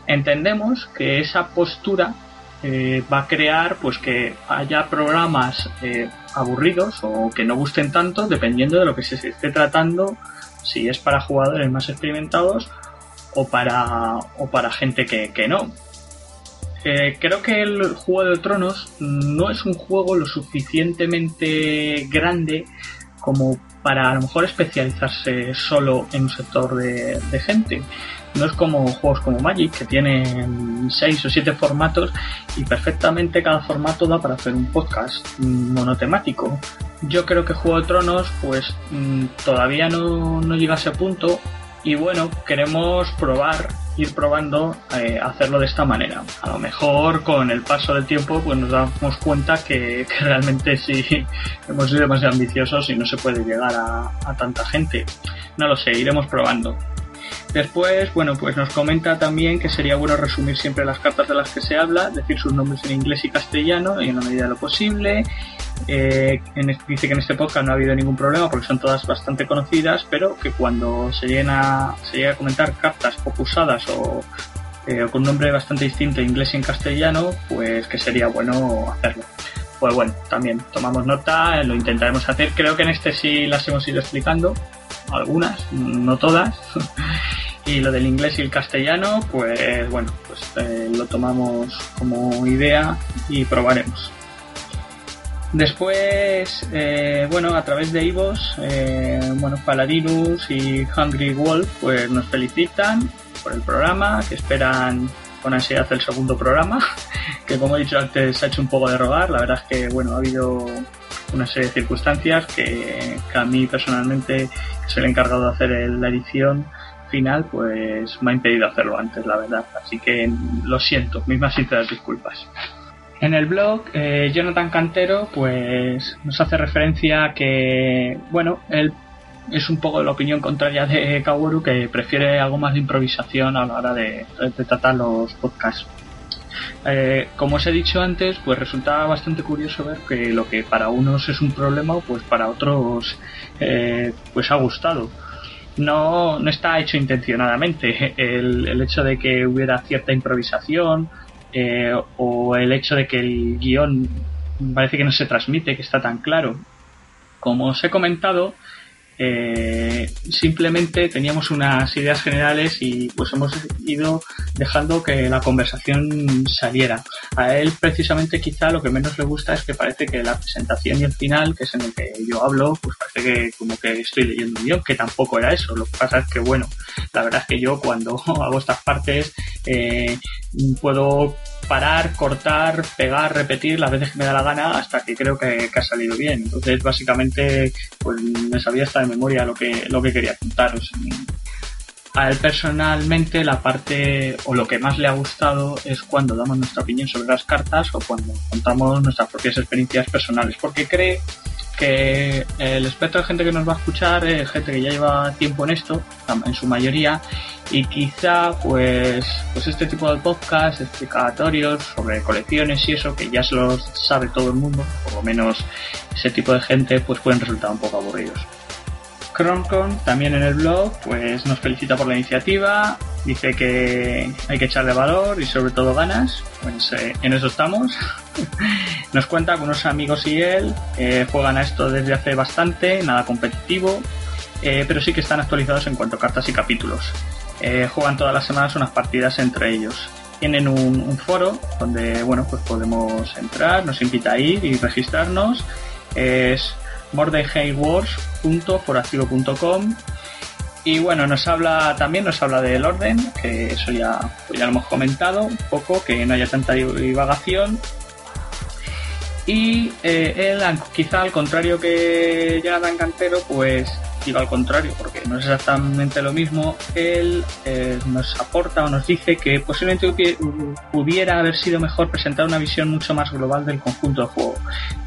Speaker 1: Entendemos que esa postura eh, va a crear pues que haya programas eh, aburridos o que no gusten tanto, dependiendo de lo que se esté tratando, si es para jugadores más experimentados o para, o para gente que, que no. Eh, creo que el Juego de Tronos no es un juego lo suficientemente grande como para a lo mejor especializarse solo en un sector de, de gente. No es como juegos como Magic, que tienen 6 o 7 formatos y perfectamente cada formato da para hacer un podcast monotemático. Yo creo que Juego de Tronos pues todavía no, no llega a ese punto y bueno, queremos probar ir probando eh, hacerlo de esta manera. A lo mejor con el paso del tiempo pues nos damos cuenta que, que realmente sí hemos sido demasiado ambiciosos y no se puede llegar a, a, tanta gente. No lo sé, iremos probando. Después, bueno, pues nos comenta también que sería bueno resumir siempre las cartas de las que se habla, decir sus nombres en inglés y castellano y en la medida de lo posible. Eh, en- dice que en este podcast no ha habido ningún problema porque son todas bastante conocidas, pero que cuando se lleguen a, se llegue a comentar cartas poco usadas o, eh, o con un nombre bastante distinto en inglés y en castellano, pues que sería bueno hacerlo. Pues bueno, también tomamos nota, eh, lo intentaremos hacer. Creo que en este sí las hemos ido explicando, algunas, no todas. y lo del inglés y el castellano, pues bueno, pues eh, lo tomamos como idea y probaremos. Después, eh, bueno, a través de Ivos, eh, bueno, Paladinus y Hungry Wolf, pues nos felicitan por el programa, que esperan con ansiedad el segundo programa, que como he dicho antes se ha hecho un poco de rogar, la verdad es que, bueno, ha habido una serie de circunstancias que, que a mí personalmente, que soy el encargado de hacer el- la edición final, pues me ha impedido hacerlo antes, la verdad. Así que lo siento, mis más sinceras disculpas. En el blog, eh, Jonathan Cantero, pues nos hace referencia a que, bueno, él es un poco la opinión contraria de Kaworu, que prefiere algo más de improvisación a la hora de, de tratar los podcasts. Eh, como os he dicho antes, pues resulta bastante curioso ver que lo que para unos es un problema, pues para otros eh, pues ha gustado no, no está hecho intencionadamente. El, el hecho de que hubiera cierta improvisación eh, o el hecho de que el guión parece que no se transmite, que está tan claro. Como os he comentado, eh, simplemente teníamos unas ideas generales y pues hemos ido dejando que la conversación saliera. A él precisamente quizá lo que menos le gusta es que parece que la presentación y el final, que es en el que yo hablo, pues parece que como que estoy leyendo un guión, que tampoco era eso. Lo que pasa es que bueno, la verdad es que yo cuando hago estas partes eh, puedo parar, cortar, pegar, repetir las veces que me da la gana hasta que creo que, que ha salido bien. Entonces, básicamente, pues me sabía hasta de memoria lo que, lo que quería contaros. A él personalmente la parte o lo que más le ha gustado es cuando damos nuestra opinión sobre las cartas o cuando contamos nuestras propias experiencias personales, porque cree que el espectro de gente que nos va a escuchar es gente que ya lleva tiempo en esto, en su mayoría, y quizá pues, pues este tipo de podcast explicatorios sobre colecciones y eso, que ya se los sabe todo el mundo, por lo menos ese tipo de gente, pues pueden resultar un poco aburridos. Croncon también en el blog pues nos felicita por la iniciativa, dice que hay que echarle valor y sobre todo ganas, pues eh, en eso estamos. nos cuenta que unos amigos y él eh, juegan a esto desde hace bastante, nada competitivo, eh, pero sí que están actualizados en cuanto a cartas y capítulos. Eh, juegan todas las semanas unas partidas entre ellos. Tienen un, un foro donde bueno pues podemos entrar, nos invita a ir y registrarnos. Es mordenhaywars.foractivo.com y bueno, nos habla también, nos habla del orden, que eso ya, pues ya lo hemos comentado un poco, que no haya tanta divagación. Y eh, él, an- quizá al contrario que Jonathan Cantero, pues digo al contrario, porque no es exactamente lo mismo, él eh, nos aporta o nos dice que posiblemente hubie- pudiera haber sido mejor presentar una visión mucho más global del conjunto del juego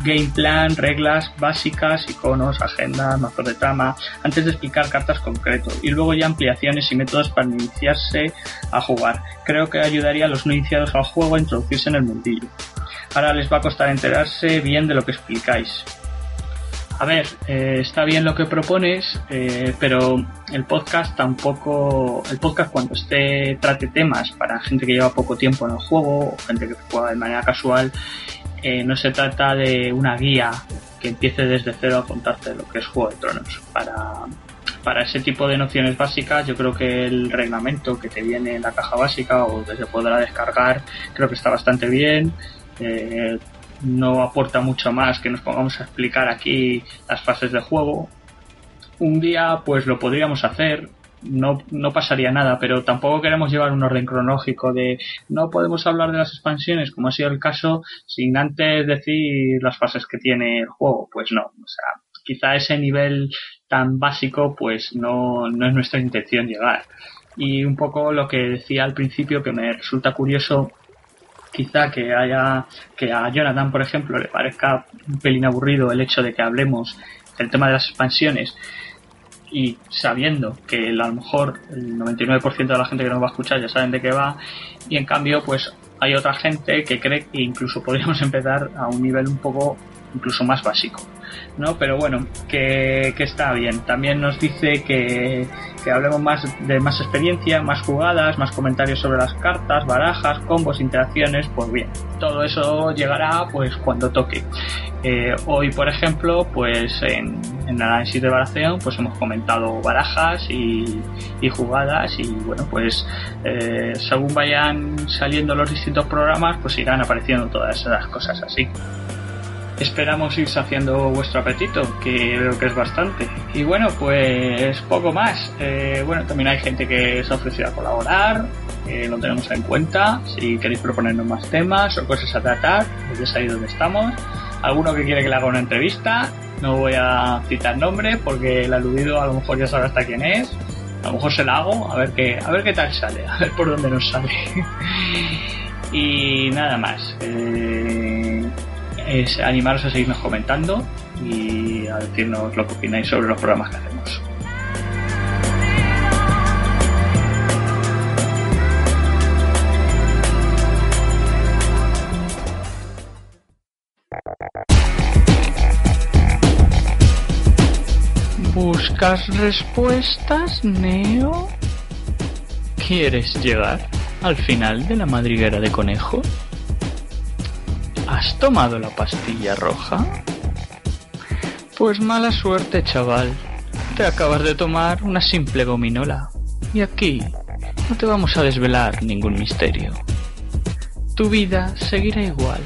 Speaker 1: game plan, reglas básicas, iconos, agendas, mazos de trama, antes de explicar cartas concreto, y luego ya ampliaciones y métodos para iniciarse a jugar. Creo que ayudaría a los no iniciados al juego a introducirse en el mundillo. Ahora les va a costar enterarse bien de lo que explicáis. A ver, eh, está bien lo que propones, eh, pero el podcast tampoco, el podcast cuando esté trate temas para gente que lleva poco tiempo en el juego o gente que juega de manera casual, eh, no se trata de una guía que empiece desde cero a contarte lo que es Juego de Tronos. Para, para ese tipo de nociones básicas, yo creo que el reglamento que te viene en la caja básica o que se podrá descargar, creo que está bastante bien. Eh, no aporta mucho más que nos pongamos a explicar aquí las fases de juego. Un día, pues lo podríamos hacer. No, no pasaría nada, pero tampoco queremos llevar un orden cronológico de no podemos hablar de las expansiones, como ha sido el caso, sin antes decir las fases que tiene el juego. Pues no, o sea, quizá ese nivel tan básico, pues no, no es nuestra intención llegar. Y un poco lo que decía al principio, que me resulta curioso quizá que haya que a Jonathan por ejemplo le parezca un pelín aburrido el hecho de que hablemos del tema de las expansiones y sabiendo que a lo mejor el 99% de la gente que nos va a escuchar ya saben de qué va y en cambio pues hay otra gente que cree que incluso podríamos empezar a un nivel un poco incluso más básico no pero bueno que, que está bien también nos dice que, que hablemos más de más experiencia más jugadas más comentarios sobre las cartas barajas combos interacciones pues bien todo eso llegará pues cuando toque eh, hoy, por ejemplo, pues en, en análisis de baración, pues hemos comentado barajas y, y jugadas y bueno, pues eh, según vayan saliendo los distintos programas, pues irán apareciendo todas esas cosas así. Esperamos ir saciando vuestro apetito, que veo que es bastante. Y bueno, pues poco más. Eh, bueno, también hay gente que se ha ofrecido a colaborar, eh, lo tenemos en cuenta. Si queréis proponernos más temas o cosas a tratar, pues ya sabéis dónde estamos. Alguno que quiere que le haga una entrevista, no voy a citar nombre porque el aludido a lo mejor ya sabe hasta quién es. A lo mejor se la hago, a ver qué, a ver qué tal sale, a ver por dónde nos sale. y nada más. Eh, es animaros a seguirnos comentando y a decirnos lo que opináis sobre los programas que hacemos.
Speaker 7: ¿Buscas respuestas, Neo?
Speaker 1: ¿Quieres llegar al final de la madriguera de conejo? ¿Has tomado la pastilla roja? Pues mala suerte, chaval. Te acabas de tomar una simple gominola. Y aquí no te vamos a desvelar ningún misterio. Tu vida seguirá igual.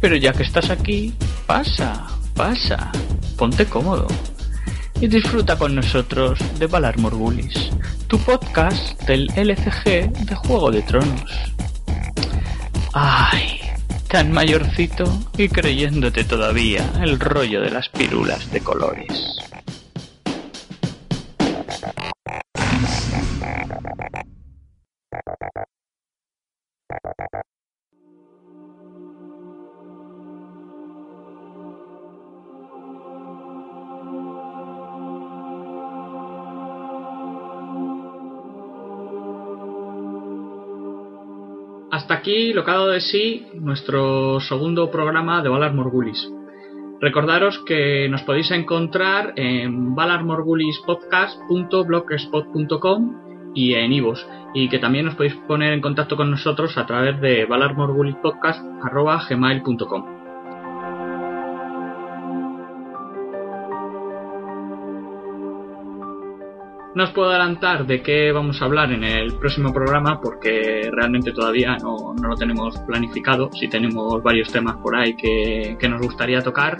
Speaker 1: Pero ya que estás aquí, pasa, pasa, ponte cómodo. Y disfruta con nosotros de Valar Morgulis, tu podcast del LCG de Juego de Tronos. Ay, tan mayorcito y creyéndote todavía el rollo de las pirulas de colores.
Speaker 8: Hasta aquí lo que ha dado de sí nuestro segundo programa de Valar Morgulis. Recordaros que nos podéis encontrar en valarmorgulispodcast.blogspot.com y en Ivos, y que también os podéis poner en contacto con nosotros a través de valarmorgulispodcast.gmail.com. No os puedo adelantar de qué vamos a hablar en el próximo programa porque realmente todavía no, no lo tenemos planificado. Sí tenemos varios temas por ahí que, que nos gustaría tocar.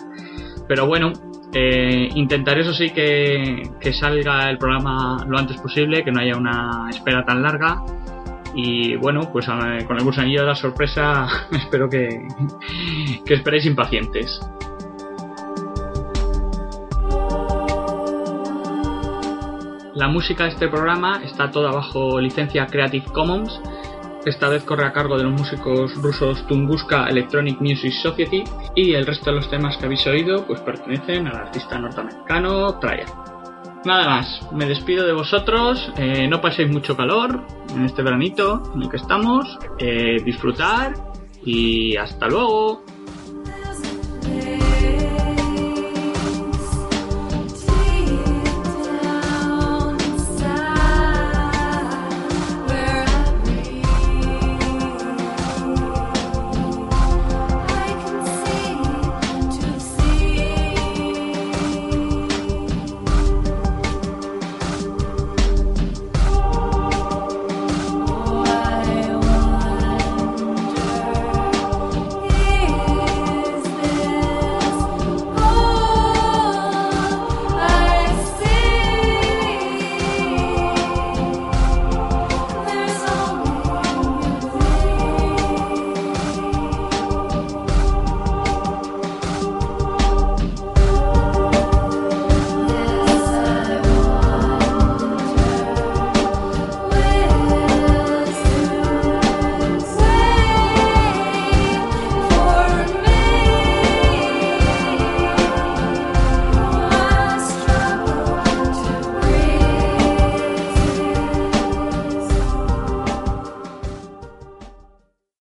Speaker 8: Pero bueno, eh, intentaré eso sí que, que salga el programa lo antes posible, que no haya una espera tan larga. Y bueno, pues eh, con el gusanillo de la sorpresa espero que, que esperéis impacientes. La música de este programa está toda bajo licencia Creative Commons. Esta vez corre a cargo de los músicos rusos Tunguska Electronic Music Society y el resto de los temas que habéis oído pues pertenecen al artista norteamericano Traya. Nada más, me despido de vosotros, eh, no paséis mucho calor en este veranito en el que estamos, eh, disfrutar y hasta luego.